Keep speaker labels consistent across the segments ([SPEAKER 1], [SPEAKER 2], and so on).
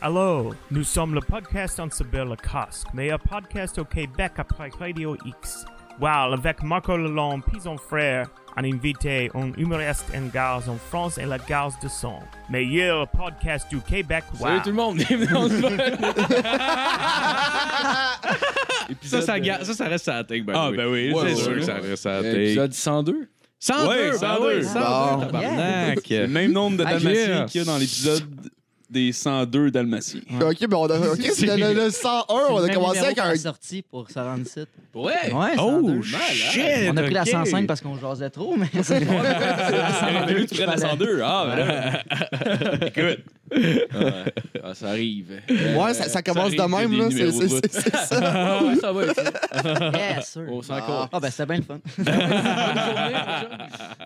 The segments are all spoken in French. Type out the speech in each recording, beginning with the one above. [SPEAKER 1] Allô, nous sommes le podcast en cyber le casque, meilleur podcast au Québec après Radio X. Wow, avec Marco Lalonde, puis son frère, un invité, un humoriste en gare en France et la gare de son. Meilleur podcast du Québec, wow.
[SPEAKER 2] Salut tout le monde, bienvenue dans le
[SPEAKER 3] Ça, ça, ga- ça, ça reste à la tech, by
[SPEAKER 2] euh,
[SPEAKER 3] the
[SPEAKER 2] Ah,
[SPEAKER 3] way.
[SPEAKER 2] ben oui,
[SPEAKER 3] c'est
[SPEAKER 2] ouais,
[SPEAKER 3] sûr
[SPEAKER 2] ouais.
[SPEAKER 3] que ça reste à la tech.
[SPEAKER 2] Épisode 102.
[SPEAKER 3] 102,
[SPEAKER 2] Ouais, 102.
[SPEAKER 3] ben oui, 102,
[SPEAKER 4] Bon.
[SPEAKER 3] tabarnak.
[SPEAKER 2] Le même nombre de
[SPEAKER 3] Ah,
[SPEAKER 2] Dalmatiens
[SPEAKER 3] yeah.
[SPEAKER 2] qu'il y a dans l'épisode des 102 Dalmatiens.
[SPEAKER 4] Ok, ben on a. Ok,
[SPEAKER 3] C'est-
[SPEAKER 4] le, le- le 101, on a commencé avec un.
[SPEAKER 5] sorti pour se rendre ici.
[SPEAKER 2] Ouais!
[SPEAKER 5] Ouais,
[SPEAKER 3] Oh,
[SPEAKER 5] 102.
[SPEAKER 3] shit!
[SPEAKER 2] hein?
[SPEAKER 5] On a pris la
[SPEAKER 3] ok.
[SPEAKER 5] 105 parce qu'on jasait trop, mais.
[SPEAKER 2] Ah, ben oui, tu prends la 102. Ah, ben là. Écoute. Ouais. Ah, ça arrive.
[SPEAKER 4] Ouais, ça, ça commence de
[SPEAKER 2] arrive,
[SPEAKER 4] même,
[SPEAKER 2] des
[SPEAKER 4] là. C'est
[SPEAKER 2] numéros de
[SPEAKER 4] c'est-
[SPEAKER 2] route.
[SPEAKER 4] c'est- c'est ça.
[SPEAKER 2] Ah, ouais, ça va. tu sais.
[SPEAKER 5] Yes, sir.
[SPEAKER 2] On s'en
[SPEAKER 5] Ah,
[SPEAKER 2] compte.
[SPEAKER 5] ben, c'était bien le fun.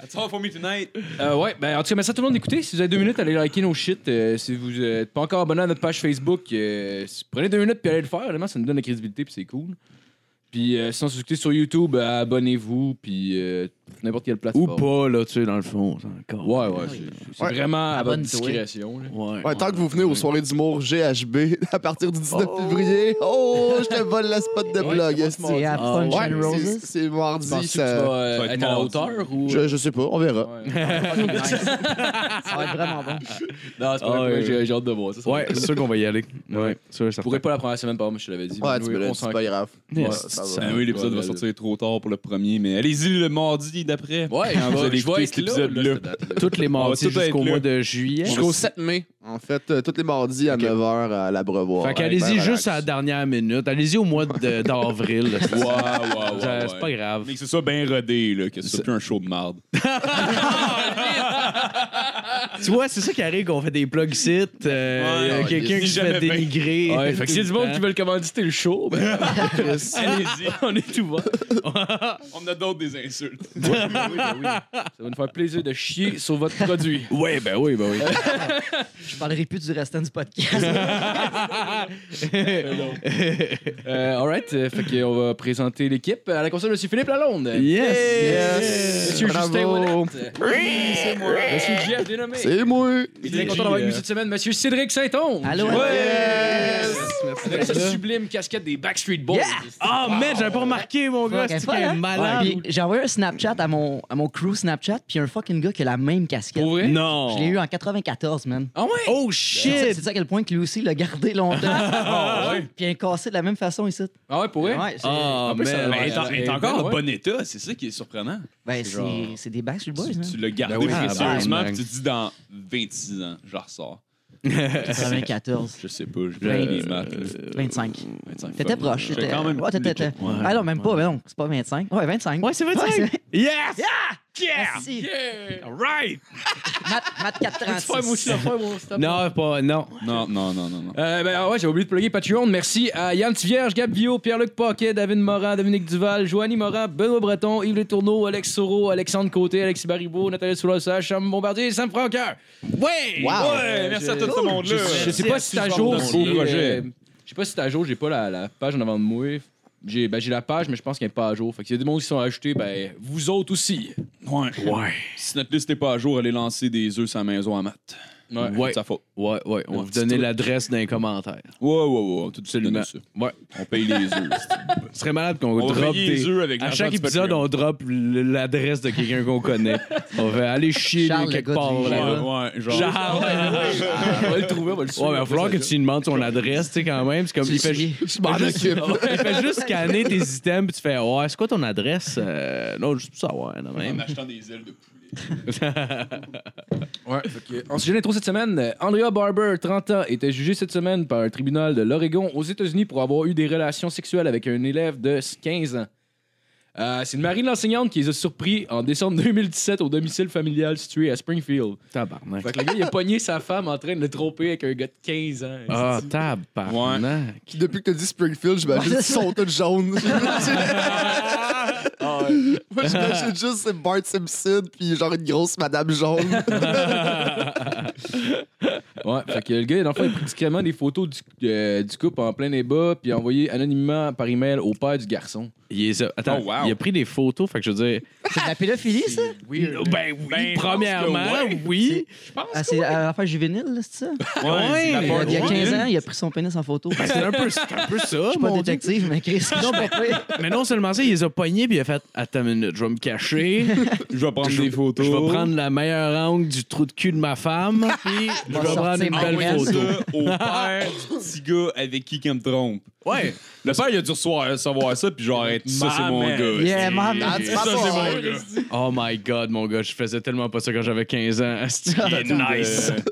[SPEAKER 2] That's all for me tonight.
[SPEAKER 6] Euh, ouais, ben, en tout cas, merci à tout le monde d'écouter. Si vous avez deux minutes, allez liker nos shit. Euh, si vous n'êtes pas encore abonné à notre page Facebook, euh, si- prenez deux minutes puis allez le faire. Vraiment, ça nous donne la crédibilité puis c'est cool. Puis euh, sinon, si vous écoutez sur YouTube, euh, abonnez-vous puis euh, n'importe quelle
[SPEAKER 2] Ou
[SPEAKER 6] plateforme.
[SPEAKER 2] pas, là, tu sais, dans le fond. Encore.
[SPEAKER 6] Ouais, ouais, c'est c'est
[SPEAKER 4] Ouais.
[SPEAKER 6] vraiment à votre
[SPEAKER 5] Abonne-toi.
[SPEAKER 6] discrétion. là.
[SPEAKER 2] Ouais.
[SPEAKER 4] Ouais, tant que vous venez aux soirées d'humour GHB à partir du 19 février, oh, je te vole la spot de blog. est-ce que-
[SPEAKER 5] C'est à Punch
[SPEAKER 4] Ouais,
[SPEAKER 5] and
[SPEAKER 4] c'est-
[SPEAKER 5] Roses.
[SPEAKER 4] c'est mardi.
[SPEAKER 6] Penses-tu que
[SPEAKER 4] ça-
[SPEAKER 6] tu vas, euh,
[SPEAKER 2] Ça va être
[SPEAKER 6] être à la
[SPEAKER 2] mardi.
[SPEAKER 6] hauteur ou.
[SPEAKER 4] Je, je sais pas, on verra.
[SPEAKER 6] Ouais.
[SPEAKER 5] Ça va être vraiment bon.
[SPEAKER 6] non, c'est pas
[SPEAKER 2] Ah,
[SPEAKER 6] vrai,
[SPEAKER 2] ouais.
[SPEAKER 6] j'ai j'ai hâte de voir ça. ça
[SPEAKER 2] Ouais, c'est sûr qu'on va y aller. Ouais, sûr, ça
[SPEAKER 6] Je pourrais pas la première semaine, par exemple, je te l'avais dit.
[SPEAKER 4] Ouais,
[SPEAKER 6] mais
[SPEAKER 4] tu
[SPEAKER 6] oui,
[SPEAKER 4] me l'as
[SPEAKER 6] on
[SPEAKER 4] dit,
[SPEAKER 6] s'en
[SPEAKER 4] c'est pas grave.
[SPEAKER 2] Yes.
[SPEAKER 4] Ouais, ça va.
[SPEAKER 2] Ah oui, l'épisode va sortir trop tard pour le premier, mais allez-y le mardi d'après.
[SPEAKER 6] Ouais, je
[SPEAKER 2] Quand vous
[SPEAKER 6] vais-
[SPEAKER 2] allez
[SPEAKER 6] je vais
[SPEAKER 2] écouter
[SPEAKER 6] être
[SPEAKER 2] cet
[SPEAKER 6] là,
[SPEAKER 2] épisode-là.
[SPEAKER 6] là, cette date-là.
[SPEAKER 3] Toutes les
[SPEAKER 2] On va
[SPEAKER 3] mardis
[SPEAKER 2] tout être
[SPEAKER 3] jusqu'au
[SPEAKER 2] là.
[SPEAKER 3] mois de juillet.
[SPEAKER 4] Jusqu'au 7 mai, en fait, euh, tous les mardis à 9h à l'Abreuvoir. ben,
[SPEAKER 3] Fait qu'allez-y juste à la dernière minute. Allez-y au mois de- d'avril.
[SPEAKER 2] Waouh, waouh,
[SPEAKER 3] Ça, C'est pas grave.
[SPEAKER 2] Mais que c'est ça bien rodé, là, que c'est plus un show de marde.
[SPEAKER 3] Tu vois, c'est ça qui arrive qu'on fait des plugs sites. euh,
[SPEAKER 2] Ouais,
[SPEAKER 3] Il y a
[SPEAKER 2] non,
[SPEAKER 3] quelqu'un
[SPEAKER 2] il-
[SPEAKER 3] qui
[SPEAKER 2] il
[SPEAKER 3] se
[SPEAKER 2] jamais
[SPEAKER 3] fait
[SPEAKER 2] bien.
[SPEAKER 3] dénigrer.
[SPEAKER 6] Ouais, fait que
[SPEAKER 3] tout
[SPEAKER 6] s'il y a
[SPEAKER 3] le
[SPEAKER 6] du monde
[SPEAKER 3] temps.
[SPEAKER 6] qui veulent commanditer le show, ben,
[SPEAKER 2] allez-y.
[SPEAKER 3] On est tout bon.
[SPEAKER 2] On a d'autres des insultes.
[SPEAKER 6] ça va nous faire plaisir de chier sur votre produit.
[SPEAKER 2] Ouais, ben oui, ben oui.
[SPEAKER 5] Je parlerai plus du restant du podcast.
[SPEAKER 6] Euh, alright, euh, fait qu'on va présenter l'équipe. À la console, Monsieur Philippe Lalonde.
[SPEAKER 4] Yes!
[SPEAKER 6] Monsieur Justin
[SPEAKER 4] Bravo!
[SPEAKER 6] Ouellette. c'est moi. Monsieur Jeff dénommé.
[SPEAKER 4] C'est moi!
[SPEAKER 6] Et Très content d'avoir avec
[SPEAKER 3] euh,
[SPEAKER 6] nous cette semaine, Monsieur Cédric Saint-Onge.
[SPEAKER 5] Allô, allô.
[SPEAKER 4] Yes!
[SPEAKER 6] Avec sa sublime casquette des Backstreet Boys.
[SPEAKER 5] Yeah!
[SPEAKER 3] Ah, man, j'avais pas remarqué, mon gars.
[SPEAKER 5] Ouais,
[SPEAKER 3] C'est
[SPEAKER 5] c'est pas,
[SPEAKER 3] un
[SPEAKER 5] hein?
[SPEAKER 3] malade.
[SPEAKER 5] Puis J'ai envoyé un Snapchat à mon, à mon crew Snapchat, puis un fucking gars qui a la même casquette.
[SPEAKER 6] Pour vrai?
[SPEAKER 3] Non.
[SPEAKER 5] Je l'ai eu en 94, man.
[SPEAKER 6] Ah ouais?
[SPEAKER 3] Oh,
[SPEAKER 5] C'est
[SPEAKER 3] shit.
[SPEAKER 5] c'est ça à quel point que lui aussi l'a gardé longtemps. Puis il est cassé de la même façon ici.
[SPEAKER 6] Ah ouais, pour vrai?
[SPEAKER 5] Ouais, c'est-
[SPEAKER 3] Ah,
[SPEAKER 6] plus, ça-
[SPEAKER 3] man.
[SPEAKER 2] Mais
[SPEAKER 6] Ouais,
[SPEAKER 2] t'es
[SPEAKER 6] ouais,
[SPEAKER 2] encore
[SPEAKER 6] ouais.
[SPEAKER 2] en bon état, c'est ça qui est surprenant.
[SPEAKER 5] ben,
[SPEAKER 6] c'est
[SPEAKER 5] c'est
[SPEAKER 6] genre-
[SPEAKER 5] c'est des Backstreet Boys, hein.
[SPEAKER 2] Tu,
[SPEAKER 5] man.
[SPEAKER 2] tu l'as gardé
[SPEAKER 3] Ben oui,
[SPEAKER 2] précieusement,
[SPEAKER 3] tabarnak.
[SPEAKER 2] puis tu te dis dans 26 ans, je ressors.
[SPEAKER 5] 94.
[SPEAKER 2] Je sais pas, je
[SPEAKER 5] Ben,
[SPEAKER 2] des maths. là.
[SPEAKER 5] 25.
[SPEAKER 2] 25.
[SPEAKER 5] T'étais proche.
[SPEAKER 2] J'étais
[SPEAKER 5] t'étais-
[SPEAKER 2] quand même
[SPEAKER 5] Ouais, t'étais. t'étais-
[SPEAKER 2] l'équipe, ouais.
[SPEAKER 5] Ah non, même pas, mais non, c'est pas 25. Ouais, 25.
[SPEAKER 3] Ouais, c'est
[SPEAKER 5] Ouais, Ah,
[SPEAKER 3] 25. Yes!
[SPEAKER 5] Yeah!
[SPEAKER 3] Right!
[SPEAKER 5] Math, math
[SPEAKER 6] Faut faire, moi aussi,
[SPEAKER 5] 436.
[SPEAKER 6] le faire, moi, s'il te plaît.
[SPEAKER 3] Non, pas. Non.
[SPEAKER 2] Non, non, non, non, non.
[SPEAKER 6] Euh, ben ah ouais, j'ai oublié de plugger Patreon. Merci à Yann Tivierge, Gab Bio, Pierre-Luc Paquet, David Morin, Dominique Duval, Joanie Morin, Benoît Breton, Yves Letourneau, Alex Soro, Alexandre Côté, Alexis Baribeau, Nathalie Soulassa, Cham Bombardier, Sam Franqueur.
[SPEAKER 3] Ouais!
[SPEAKER 4] Wow!
[SPEAKER 2] Ouais, Euh, merci à tout ce monde-là.
[SPEAKER 6] Euh, Je sais pas si t'as jour. si, euh, Je sais pas si t'as jour, j'ai pas la, la page en avant de moi. J'ai ben, j'ai la page, mais je pense qu'elle n'est pas à jour. Fait que s'il y a des mondes qui sont ajoutés, ben vous autres aussi.
[SPEAKER 2] Ouais. ouais. Si notre liste n'est pas à jour, allez lancer des œufs à la maison à maths.
[SPEAKER 6] Ouais.
[SPEAKER 2] C'est de sa faute.
[SPEAKER 3] Ouais, ouais. On
[SPEAKER 2] Un
[SPEAKER 3] va vous
[SPEAKER 2] petit
[SPEAKER 3] donner
[SPEAKER 2] truc.
[SPEAKER 3] l'adresse dans les commentaires.
[SPEAKER 2] Ouais, ouais, ouais. Tout de suite,
[SPEAKER 3] Absolument.
[SPEAKER 2] donne ça.
[SPEAKER 3] Ouais.
[SPEAKER 2] On paye les œufs.
[SPEAKER 3] Ce serait malade qu'on
[SPEAKER 2] on va
[SPEAKER 3] drop
[SPEAKER 2] payer les
[SPEAKER 3] des.
[SPEAKER 2] œufs avec
[SPEAKER 3] À
[SPEAKER 2] l'argent
[SPEAKER 3] chaque
[SPEAKER 2] du
[SPEAKER 3] épisode,
[SPEAKER 2] Patreon.
[SPEAKER 3] on drop l- l'adresse de quelqu'un qu'on connaît. On va aller chier
[SPEAKER 5] Charles,
[SPEAKER 3] lui,
[SPEAKER 5] le
[SPEAKER 3] quelque
[SPEAKER 5] gars
[SPEAKER 3] part
[SPEAKER 5] du
[SPEAKER 3] là-bas.
[SPEAKER 5] on-
[SPEAKER 2] Ouais, genre.
[SPEAKER 3] Genre, ouais,
[SPEAKER 6] on va le trouver, on va le suivre.
[SPEAKER 3] il va falloir que tu lui demandes son adresse, tu sais, quand même. C'est comme, il fait, ju-
[SPEAKER 4] Je m'en occupe.
[SPEAKER 3] il fait juste scanner tes items, puis tu fais, ouais, c'est quoi ton adresse? Euh, non, juste pour savoir, non,
[SPEAKER 2] En
[SPEAKER 3] même.
[SPEAKER 2] achetant des ailes de poulet.
[SPEAKER 6] Ouais, fait que, en sujet d'intro cette semaine, euh, Andrea Barber, 30 ans, était jugée cette semaine par un tribunal de l'Oregon aux États-Unis pour avoir eu des relations sexuelles avec un élève de 15 ans. Euh, c'est le mari de l'enseignante qui les a surpris en décembre 2017 au domicile familial situé à Springfield.
[SPEAKER 3] Tabarnak.
[SPEAKER 6] Fait que le gars, il a pogné sa femme en train de le tromper avec un gars de 15 ans.
[SPEAKER 3] Ah, tabarnak.
[SPEAKER 4] Depuis que t'as dit Springfield, j'imagine qu'ils sont tous jaunes. Moi, j'imagine juste c'est Bart Simpson puis genre une grosse madame jaune.
[SPEAKER 6] Ouais, fait que le gars, dans le fond, il a pris discrètement des photos du, euh, du couple en plein débat, puis a envoyé anonymement par email au père du garçon.
[SPEAKER 3] Il, les a- attends,
[SPEAKER 7] Oh, wow.
[SPEAKER 3] il a pris des photos, fait que je veux dire.
[SPEAKER 5] C'est de la pédophilie, ça?
[SPEAKER 3] Ben oui,
[SPEAKER 7] Ben,
[SPEAKER 3] premièrement,
[SPEAKER 7] je pense que
[SPEAKER 3] oui.
[SPEAKER 5] Ah, c'est à l'affaire juvénile, là, c'est ça?
[SPEAKER 3] Ouais,
[SPEAKER 5] Il y a- il y a
[SPEAKER 3] ouais.
[SPEAKER 5] 15 ans, il a pris son pénis en photo.
[SPEAKER 3] Ben,
[SPEAKER 5] Je
[SPEAKER 3] c'est un peu, c'est un peu ça,
[SPEAKER 5] suis pas
[SPEAKER 3] mon Dieu.
[SPEAKER 5] détective, mais Chris, je suis pas prêt.
[SPEAKER 3] Mais non seulement ça, il les a pognés, puis il a fait Attends une minute, je vais me cacher.
[SPEAKER 7] Je vais prendre
[SPEAKER 3] Je-
[SPEAKER 7] des photos.
[SPEAKER 3] Je vais prendre la meilleure angle du trou de cul de ma femme, puis je
[SPEAKER 5] Va
[SPEAKER 3] vais prendre
[SPEAKER 5] sortir
[SPEAKER 3] une
[SPEAKER 2] Ah
[SPEAKER 5] ma
[SPEAKER 3] belle
[SPEAKER 5] graine.
[SPEAKER 3] photo.
[SPEAKER 7] ça au père du petit gars avec qui qu'elle me trompe.
[SPEAKER 3] Ouais.
[SPEAKER 7] Le père, il a dû recevoir, savoir ça, puis genre, être, ça, c'est mon
[SPEAKER 3] Maman.
[SPEAKER 7] gars.
[SPEAKER 5] Yeah, man.
[SPEAKER 4] Ah, tu
[SPEAKER 7] Ça,
[SPEAKER 4] parles
[SPEAKER 7] c'est
[SPEAKER 4] pas,
[SPEAKER 7] mon
[SPEAKER 4] hein,
[SPEAKER 7] gars.
[SPEAKER 3] Oh my god, mon gars, je faisais tellement pas ça quand j'avais 15 ans. Asti.
[SPEAKER 7] Il est nice.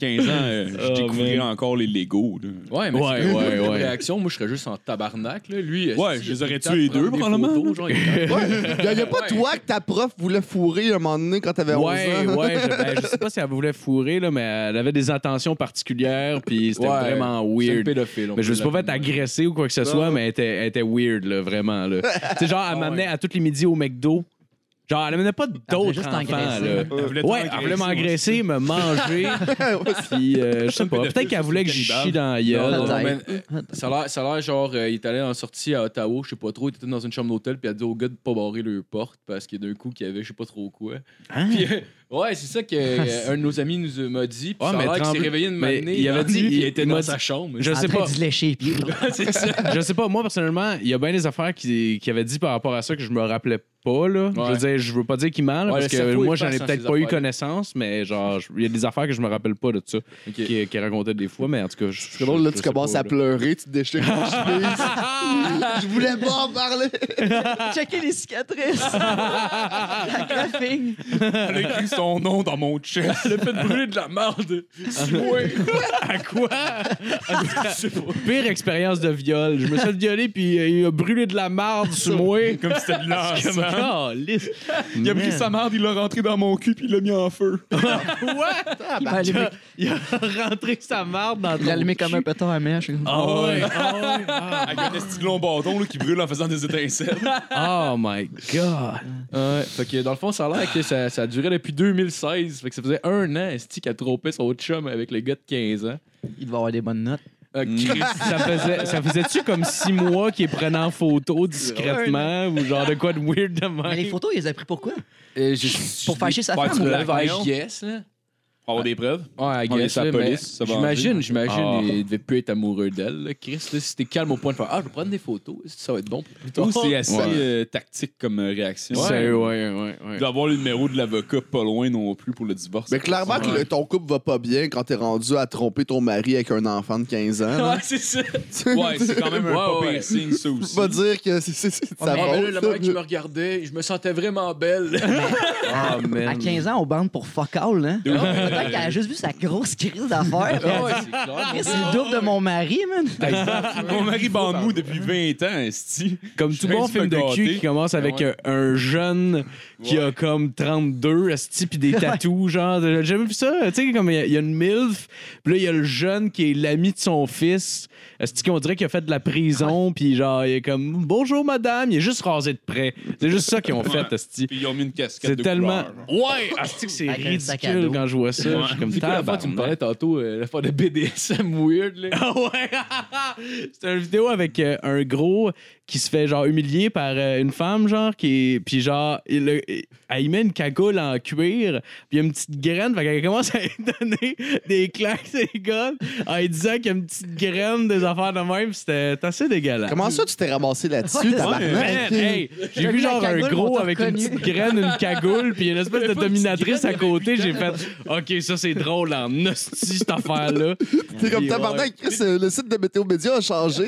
[SPEAKER 7] 15 euh, ans, euh, je
[SPEAKER 3] Oh,
[SPEAKER 7] découvrais encore les Legos. là.
[SPEAKER 6] Ouais, mais
[SPEAKER 3] Ouais,
[SPEAKER 6] c'est
[SPEAKER 3] ouais,
[SPEAKER 6] une
[SPEAKER 3] ouais.
[SPEAKER 6] réaction. Moi, je serais juste en tabarnak, là. Lui,
[SPEAKER 7] Ouais,
[SPEAKER 6] si,
[SPEAKER 7] je les aurais
[SPEAKER 6] il
[SPEAKER 7] tués
[SPEAKER 6] a
[SPEAKER 7] les
[SPEAKER 6] le temps de
[SPEAKER 7] deux,
[SPEAKER 6] prendre des
[SPEAKER 7] probablement.
[SPEAKER 6] photos, genre, il a le temps.
[SPEAKER 4] Ouais. Y a pas toi que ta prof voulait fourrer un moment donné quand t'avais 11
[SPEAKER 3] Ouais,
[SPEAKER 4] ans.
[SPEAKER 3] ouais. Je, ben, je sais pas si elle voulait fourrer, là, mais elle avait des intentions particulières, puis c'était
[SPEAKER 6] Ouais.
[SPEAKER 3] vraiment
[SPEAKER 6] C'est un
[SPEAKER 3] weird.
[SPEAKER 6] pédophile. on
[SPEAKER 3] Mais je me
[SPEAKER 6] peut
[SPEAKER 3] suis pas fait
[SPEAKER 6] l'appeler.
[SPEAKER 3] agresser ou quoi que ce soit, mais elle était, elle était weird, là, vraiment. Là. tu sais, genre,
[SPEAKER 5] Ah
[SPEAKER 3] elle m'amenait à tous les midis au McDo. Genre, elle amenait pas
[SPEAKER 5] voulait
[SPEAKER 3] d'autres
[SPEAKER 5] juste
[SPEAKER 3] enfants,
[SPEAKER 5] t'engraisser.
[SPEAKER 3] là.
[SPEAKER 7] Elle voulait
[SPEAKER 3] Ouais,
[SPEAKER 7] t'engraisser,
[SPEAKER 3] elle voulait m'engraisser, me manger, puis euh, je sais pas. Peut-être qu'elle voulait que je chie dans la gueule.
[SPEAKER 6] Non, non,
[SPEAKER 5] Peut-être.
[SPEAKER 6] mais, euh, ça a l'air- ça a l'air genre, euh, il est allé en sortie à Ottawa, je sais pas trop, il était dans une chambre d'hôtel, puis il a dit au gars de pas barrer leur porte parce que d'un coup, qu'il y avait je sais pas trop quoi. Puis, euh, ouais, c'est ça que euh, un de nos amis nous euh, m'a dit. Puis ça
[SPEAKER 3] Ouais,
[SPEAKER 6] a
[SPEAKER 3] mais
[SPEAKER 6] l'air qu'il s'est
[SPEAKER 3] Tremblay-
[SPEAKER 6] réveillé une
[SPEAKER 3] mais
[SPEAKER 6] matinée.
[SPEAKER 3] il avait
[SPEAKER 6] dans la
[SPEAKER 3] dit-
[SPEAKER 6] nuit, puis
[SPEAKER 3] il-
[SPEAKER 6] il était
[SPEAKER 3] il m'a
[SPEAKER 6] dans
[SPEAKER 3] dit-
[SPEAKER 6] sa chambre.
[SPEAKER 3] Je
[SPEAKER 5] en
[SPEAKER 3] sais
[SPEAKER 5] train
[SPEAKER 3] pas.
[SPEAKER 5] de se lécher les pieds.
[SPEAKER 6] c'est ça.
[SPEAKER 3] Je sais pas, moi personnellement, il y a bien des affaires qui, qui avait dit par rapport à ça que je me rappelais pas. Là. Je veux dire, je veux pas dire qu'il ment, là,
[SPEAKER 6] Ouais,
[SPEAKER 3] parce
[SPEAKER 6] le
[SPEAKER 3] que
[SPEAKER 6] cerveau
[SPEAKER 3] moi
[SPEAKER 6] est
[SPEAKER 3] j'en ai
[SPEAKER 6] face à
[SPEAKER 3] peut-être
[SPEAKER 6] ces
[SPEAKER 3] pas eu
[SPEAKER 6] affaires-là.
[SPEAKER 3] connaissance, mais genre, je- il y a des affaires que je me rappelle pas de ça, qu'il qu'il racontait des fois, mais en tout cas, je.
[SPEAKER 4] C'est drôle, là,
[SPEAKER 3] je
[SPEAKER 4] tu
[SPEAKER 3] sais
[SPEAKER 4] commences
[SPEAKER 3] pas,
[SPEAKER 4] à
[SPEAKER 3] là.
[SPEAKER 4] pleurer, tu te déchires ton chemise. Je voulais pas en parler.
[SPEAKER 5] Checker les cicatrices. la graphing.
[SPEAKER 7] Elle a écrit son nom dans mon chest.
[SPEAKER 6] Elle a fait brûler de la merde. Six mois.
[SPEAKER 3] À quoi Pire expérience de viol. Je me suis fait violer, puis euh, il a brûlé de la marde sur moi.
[SPEAKER 7] Comme si c'était de
[SPEAKER 3] Comme
[SPEAKER 7] l'encens.
[SPEAKER 3] Calisse.
[SPEAKER 7] Il a pris sa marde, il l'a rentré dans mon cul, puis il l'a mis en feu.
[SPEAKER 3] Quoi
[SPEAKER 5] Il
[SPEAKER 4] Ah,
[SPEAKER 5] m'a allumé-
[SPEAKER 4] ben,
[SPEAKER 3] Il a rentré sa marde dans
[SPEAKER 5] il l'a
[SPEAKER 3] ton
[SPEAKER 5] allumé comme un pétard à mèche.
[SPEAKER 3] Ah ouais.
[SPEAKER 7] Avec un esti de long bâton là, qui brûle en faisant des étincelles.
[SPEAKER 3] Oh my god.
[SPEAKER 6] Ouais, fait que dans le fond, ça a l'air que ça, ça durait depuis 2016. Fait que ça faisait un an, Esti, qu'elle trompait son autre chum avec le gars de 15 ans.
[SPEAKER 5] Il devait avoir des bonnes notes.
[SPEAKER 6] Ah, Christ.
[SPEAKER 3] Mm. ça faisait ça faisait-tu comme six mois qu'il prenait en photo discrètement ou genre de quoi de weird de
[SPEAKER 5] Mais les
[SPEAKER 3] même? Euh,
[SPEAKER 5] photos, il les a pris pourquoi?
[SPEAKER 6] Et je-
[SPEAKER 5] Pour fâcher sa
[SPEAKER 7] Ouais,
[SPEAKER 5] femme
[SPEAKER 7] tu
[SPEAKER 5] ou
[SPEAKER 7] l'as-
[SPEAKER 5] la-
[SPEAKER 3] Bah,
[SPEAKER 6] Ouais, I guess, là.
[SPEAKER 7] Pour avoir des preuves.
[SPEAKER 6] Ouais, I
[SPEAKER 7] On
[SPEAKER 6] guess,
[SPEAKER 7] laisse la
[SPEAKER 6] là,
[SPEAKER 7] police,
[SPEAKER 6] Ah, mais
[SPEAKER 7] ça va
[SPEAKER 6] J'imagine,
[SPEAKER 7] enlever.
[SPEAKER 6] j'imagine,
[SPEAKER 3] Ah.
[SPEAKER 6] il devait plus être amoureux d'elle. là. Chris, là, si t'es calme au point de faire Ah, je vais prendre des photos, ça va être bon. Plus
[SPEAKER 2] Oh,
[SPEAKER 6] tard.
[SPEAKER 7] Ou c'est assez
[SPEAKER 6] Ouais.
[SPEAKER 7] euh, tactique comme euh, réaction.
[SPEAKER 3] C'est- ouais, ouais, ouais.
[SPEAKER 7] D'avoir le numéro de l'avocat pas loin non plus pour le divorce.
[SPEAKER 4] Mais clairement que le- ton couple va pas bien quand t'es rendu à tromper ton mari avec un enfant de 15 ans. là.
[SPEAKER 7] Ouais, c'est ça.
[SPEAKER 4] Tu-
[SPEAKER 7] Ouais, c'est quand même un
[SPEAKER 6] Ouais,
[SPEAKER 7] pas
[SPEAKER 6] ouais.
[SPEAKER 7] pire signe, ça aussi.
[SPEAKER 4] Tu vas dire que c'est- c'est c'est de
[SPEAKER 6] Ah,
[SPEAKER 4] sa
[SPEAKER 6] mais là, le mec qui me
[SPEAKER 4] faute.
[SPEAKER 6] regardait, je me sentais vraiment belle.
[SPEAKER 3] Ah, man.
[SPEAKER 5] À 15 ans, on bande pour fuck all, hein?
[SPEAKER 7] Ouais.
[SPEAKER 5] Peut-être qu'elle a juste vu sa grosse crise d'affaires. puis elle a dit, Chris, C'est le double de mon mari, man.
[SPEAKER 7] Mon mari Bandemou depuis 20 ans, esti.
[SPEAKER 3] Comme
[SPEAKER 7] Je
[SPEAKER 3] tout
[SPEAKER 7] suis
[SPEAKER 3] bon
[SPEAKER 7] un petit
[SPEAKER 3] film
[SPEAKER 7] peu
[SPEAKER 3] de cul
[SPEAKER 7] gâté.
[SPEAKER 3] qui commence avec
[SPEAKER 7] Ouais.
[SPEAKER 3] un, un jeune qui a comme 32, esti, pis des tatous, genre. J'ai jamais vu ça. Tu sais, comme il y a- il y, a une MILF, pis là, il y a le jeune qui est l'ami de son fils, esti, qu'on dirait qu'il a fait de la prison, pis genre, il est comme Bonjour madame, il est juste rasé de près. C'est juste ça qu'ils ont fait,
[SPEAKER 7] Ouais.
[SPEAKER 3] esti.
[SPEAKER 7] Puis ils ont mis une casquette
[SPEAKER 3] C'est
[SPEAKER 7] de
[SPEAKER 3] tellement.
[SPEAKER 7] couleur, genre.
[SPEAKER 3] Ouais! Asti que c'est
[SPEAKER 5] Avec un sac à
[SPEAKER 3] ridicule
[SPEAKER 5] dos.
[SPEAKER 3] quand je vois
[SPEAKER 7] Ouais.
[SPEAKER 3] ça. Je suis comme
[SPEAKER 6] Comme la fois, tu me
[SPEAKER 3] tabarnak.
[SPEAKER 6] parlais tantôt, euh, la fois de BDSM weird. Là.
[SPEAKER 3] Ah ouais! C'était une vidéo avec euh, un gros qui se fait genre humilier par euh, une femme, genre, qui est- Puis genre, il, a- il- elle y met une cagoule en cuir, puis il y a une petite graine, fait qu'elle commence à lui donner des claques, ces gars, en lui disant qu'il y a une petite graine des affaires de même, c'était assez dégueulasse.
[SPEAKER 4] Comment ça, tu t'es ramassé là-dessus,
[SPEAKER 5] Ouais,
[SPEAKER 4] tabarnak?
[SPEAKER 3] Man, hey, j'ai vu genre
[SPEAKER 5] La
[SPEAKER 3] un
[SPEAKER 5] cagoule, on
[SPEAKER 3] gros
[SPEAKER 5] t'a
[SPEAKER 3] avec une
[SPEAKER 5] reconnu.
[SPEAKER 3] petite graine, une cagoule, puis une espèce de
[SPEAKER 6] pas une
[SPEAKER 3] dominatrice à
[SPEAKER 6] petite graine,
[SPEAKER 3] côté. J'ai fait, OK, ça c'est drôle en hostie, cette affaire-là.
[SPEAKER 4] T'es comme
[SPEAKER 3] Puis,
[SPEAKER 4] tabarnak, Chris, euh, le site de Météo Média a changé.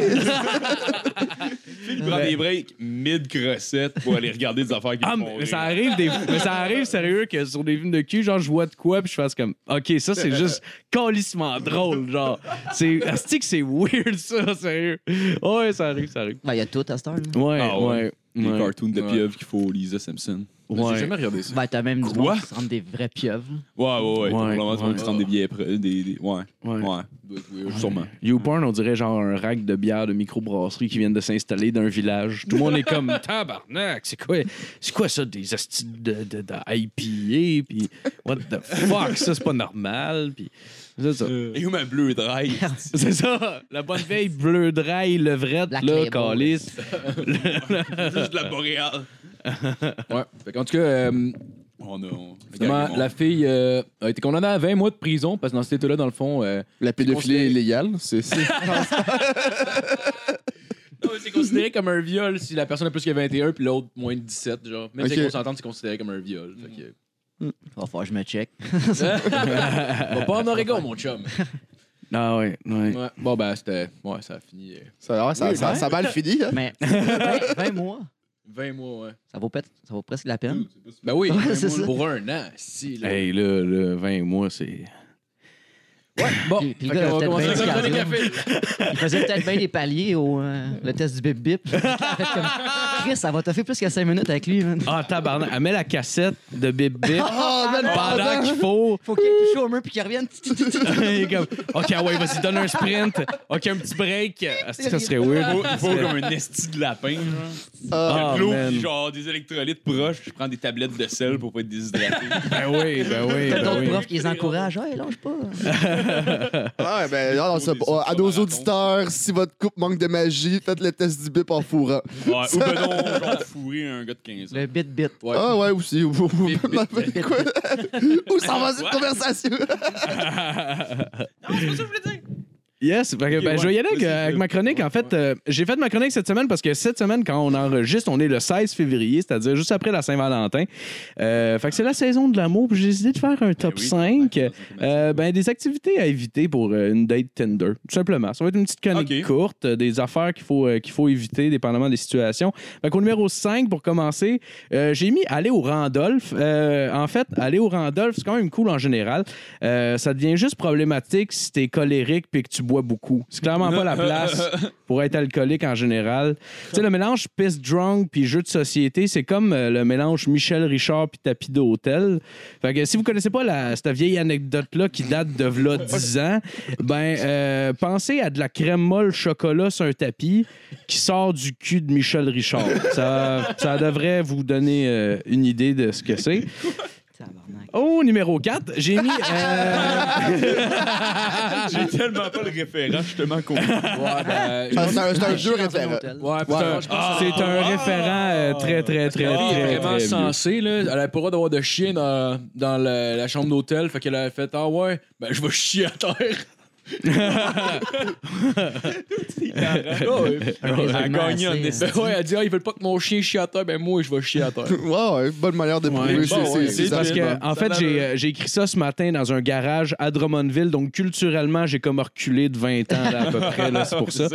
[SPEAKER 7] Il prend des breaks mid-crossette pour aller regarder des affaires qui
[SPEAKER 3] Ah,
[SPEAKER 7] font
[SPEAKER 3] mais
[SPEAKER 7] rire.
[SPEAKER 3] ça arrive des mais ça arrive sérieux que sur des films de cul, genre je vois de quoi puis je fasse comme OK, ça c'est juste calissement drôle genre. C'est asti que c'est weird ça, sérieux. Ouais, ça arrive, ça arrive.
[SPEAKER 5] Ben, Il y a tout à cette heure. là.
[SPEAKER 3] Ouais,
[SPEAKER 7] Ah ouais.
[SPEAKER 3] ouais.
[SPEAKER 7] Les
[SPEAKER 3] ouais.
[SPEAKER 7] cartoons de
[SPEAKER 6] Ouais.
[SPEAKER 7] pieuvre qu'il faut Lisa Simpson.
[SPEAKER 6] J'ai
[SPEAKER 3] Ouais.
[SPEAKER 6] jamais regardé ça.
[SPEAKER 5] Ben, t'as même du
[SPEAKER 7] Quoi?
[SPEAKER 5] monde qui se rend des vrais pieuvres.
[SPEAKER 7] Ouais, ouais, ouais.
[SPEAKER 3] Ouais,
[SPEAKER 7] T'as probablement du monde qui
[SPEAKER 6] ouais.
[SPEAKER 7] se rend des billets. près- Des, des- ouais,
[SPEAKER 3] Ouais.
[SPEAKER 7] ouais. Doit être weird, Sûrement.
[SPEAKER 3] YouPorn, on dirait genre un rack de bière de microbrasserie qui viennent de s'installer dans un village. Tout le monde est comme tabarnak, c'est quoi, c'est quoi ça des astuces de, de, de IPA? Puis what the fuck, ça c'est pas normal. Puis c'est ça.
[SPEAKER 7] Et où ma bleue draille?
[SPEAKER 3] C'est ça, la bonne veille bleu dry, levrette,
[SPEAKER 5] Black
[SPEAKER 3] là,
[SPEAKER 5] Label.
[SPEAKER 3] calice.
[SPEAKER 7] Juste de la boréale.
[SPEAKER 6] Ouais. Fait qu'en tout cas, euh,
[SPEAKER 7] On a. on-
[SPEAKER 6] Finalement,
[SPEAKER 7] on-
[SPEAKER 6] la fille euh, a été condamnée à 20 mois de prison parce que dans cet état-là, dans le fond, euh,
[SPEAKER 4] La pédophilie
[SPEAKER 6] considéré-
[SPEAKER 4] est illégale. C'est c'est-
[SPEAKER 6] non, mais c'est considéré comme un viol si la personne a plus que 21 puis l'autre moins de 17. Genre. Même si
[SPEAKER 4] Ok.
[SPEAKER 6] on s'entend, c'est considéré comme un viol. Fait que-
[SPEAKER 5] Va falloir que je me check.
[SPEAKER 6] Va pas en Oregon, mon chum.
[SPEAKER 3] Ah ouais, ouais.
[SPEAKER 6] Ouais. Bon, ben, c'était. Ouais, ça a fini. euh,
[SPEAKER 4] ça, ouais, ça,
[SPEAKER 6] Oui,
[SPEAKER 4] ça,
[SPEAKER 6] ouais.
[SPEAKER 4] ça a mal fini. Hein?
[SPEAKER 5] Mais 20, 20 mois,
[SPEAKER 6] 20 mois, ouais.
[SPEAKER 5] ça vaut, peut- ça vaut presque la peine.
[SPEAKER 6] Ben oui,
[SPEAKER 5] Ouais,
[SPEAKER 6] 20
[SPEAKER 5] c'est
[SPEAKER 6] mois
[SPEAKER 5] ça.
[SPEAKER 6] pour un an. Si, là.
[SPEAKER 3] Hey, là, le 20 mois, c'est.
[SPEAKER 6] Bon,
[SPEAKER 5] Puis- puis le
[SPEAKER 6] fait
[SPEAKER 5] gars,
[SPEAKER 6] qu'on Oh. va
[SPEAKER 5] peut-être
[SPEAKER 6] commencer
[SPEAKER 5] bien
[SPEAKER 6] avec la
[SPEAKER 5] du
[SPEAKER 6] chronique à
[SPEAKER 5] cardio.
[SPEAKER 6] Phil.
[SPEAKER 5] Il faisait peut-être bien des paliers au euh, le test du bip-bip. Fait comme, Chris, ça va te faire plus que 5 minutes avec lui, man.
[SPEAKER 3] Ah, tabarnak, elle met la cassette de Bip Bip
[SPEAKER 4] Oh, man,
[SPEAKER 3] Ah, pendant
[SPEAKER 4] pendant
[SPEAKER 3] qu'il faut.
[SPEAKER 5] Faut qu'il touche au mur puis qu'il revienne.
[SPEAKER 3] Il est comme, OK, ah ouais, vas-y, donne un sprint. OK, un petit break. Ah, c'est que ça serait weird.
[SPEAKER 7] Il faut comme un esti de lapin, genre.
[SPEAKER 3] Ah,
[SPEAKER 7] de l'eau,
[SPEAKER 3] man.
[SPEAKER 7] puis genre des électrolytes proches. Je prends des tablettes de sel pour pas être déshydraté.
[SPEAKER 3] Ben oui, ben oui.
[SPEAKER 5] T'as
[SPEAKER 3] Ben
[SPEAKER 5] d'autres
[SPEAKER 3] oui.
[SPEAKER 5] profs qui les encouragent. Hey, lâche pas.
[SPEAKER 4] Ah, ouais, ben, non, non, ça-
[SPEAKER 7] Des
[SPEAKER 4] à nos
[SPEAKER 7] marathons.
[SPEAKER 4] auditeurs, si votre coupe manque de magie, faites le test du bip en fourrant.
[SPEAKER 7] ouais, ou ben non, genre fourrer un gars de 15 ans.
[SPEAKER 5] Le bit-bit.
[SPEAKER 6] Ouais.
[SPEAKER 4] Ah ouais, aussi. Ou, ou-
[SPEAKER 6] Bip, bip.
[SPEAKER 4] Quoi? Où s'en va cette conversation?
[SPEAKER 3] Yes, fait que, ben, je vais y aller avec, avec ma chronique. En fait, euh, j'ai fait ma chronique cette semaine parce que cette semaine, quand on enregistre, on est le 16 février, c'est-à-dire juste après la Saint-Valentin. Euh, fait que c'est la saison de l'amour. puis J'ai décidé de faire un top
[SPEAKER 7] Ben oui.
[SPEAKER 3] 5.
[SPEAKER 7] Ouais,
[SPEAKER 3] euh, ben, des activités à éviter pour euh, une date Tinder, tout simplement. Ça va être une petite chronique
[SPEAKER 7] Ok.
[SPEAKER 3] courte, euh, des affaires qu'il faut, euh, qu'il faut éviter, dépendamment des situations. Fait qu'au numéro 5, pour commencer, euh, j'ai mis aller au Randolph. Euh, en fait, aller au Randolph, c'est quand même cool en général. Euh, ça devient juste problématique si t'es colérique puis que tu bois beaucoup. C'est clairement pas la place pour être alcoolique en général. Tu sais, le mélange piss drunk puis jeu de société, c'est comme euh, le mélange Michel Richard puis tapis d'hôtel. Fait que si vous connaissez pas la, cette vieille anecdote-là qui date de v'là 10 ans, ben, euh, pensez à de la crème molle chocolat sur un tapis qui sort du cul de Michel Richard. Ça, ça devrait vous donner euh, une idée de ce que c'est.
[SPEAKER 5] Tabarnak.
[SPEAKER 3] Oh, numéro 4, j'ai mis. euh,
[SPEAKER 7] J'ai tellement pas le référent, justement, qu'on.
[SPEAKER 6] Ouais, ben.
[SPEAKER 4] Ah, C'est un, c'est un jeu
[SPEAKER 5] Dans un
[SPEAKER 4] référent.
[SPEAKER 5] hôtel.
[SPEAKER 6] Ouais, putain, je pense que
[SPEAKER 3] C'est un référent euh, très, très, très,
[SPEAKER 6] La
[SPEAKER 3] très,
[SPEAKER 6] fille est
[SPEAKER 3] très,
[SPEAKER 6] vraiment
[SPEAKER 3] vieux.
[SPEAKER 6] sensée, là. Elle a pas le droit d'avoir de chien dans, dans la, la chambre d'hôtel. Fait qu'elle a fait Ah ouais, ben je vais chier à terre. Ah ouais.
[SPEAKER 5] Un raisonnement
[SPEAKER 7] gagné en
[SPEAKER 5] assez, euh,
[SPEAKER 7] estime.
[SPEAKER 6] Ben ouais, elle dit Ah, ils veulent pas que mon chien chie à terre, ben moi je vais chier à terre.
[SPEAKER 4] Ouais, ouais, bonne manière de prouver
[SPEAKER 3] Ouais,
[SPEAKER 4] ses-
[SPEAKER 7] bon,
[SPEAKER 4] ses-
[SPEAKER 7] ouais,
[SPEAKER 4] ses
[SPEAKER 7] c'est
[SPEAKER 3] Parce
[SPEAKER 4] arguments.
[SPEAKER 3] que, en fait, j'ai, euh, j'ai écrit ça ce matin dans un garage à Drummondville. Donc, culturellement, j'ai comme reculé de 20 ans, là, à peu près. là, c'est pour ça.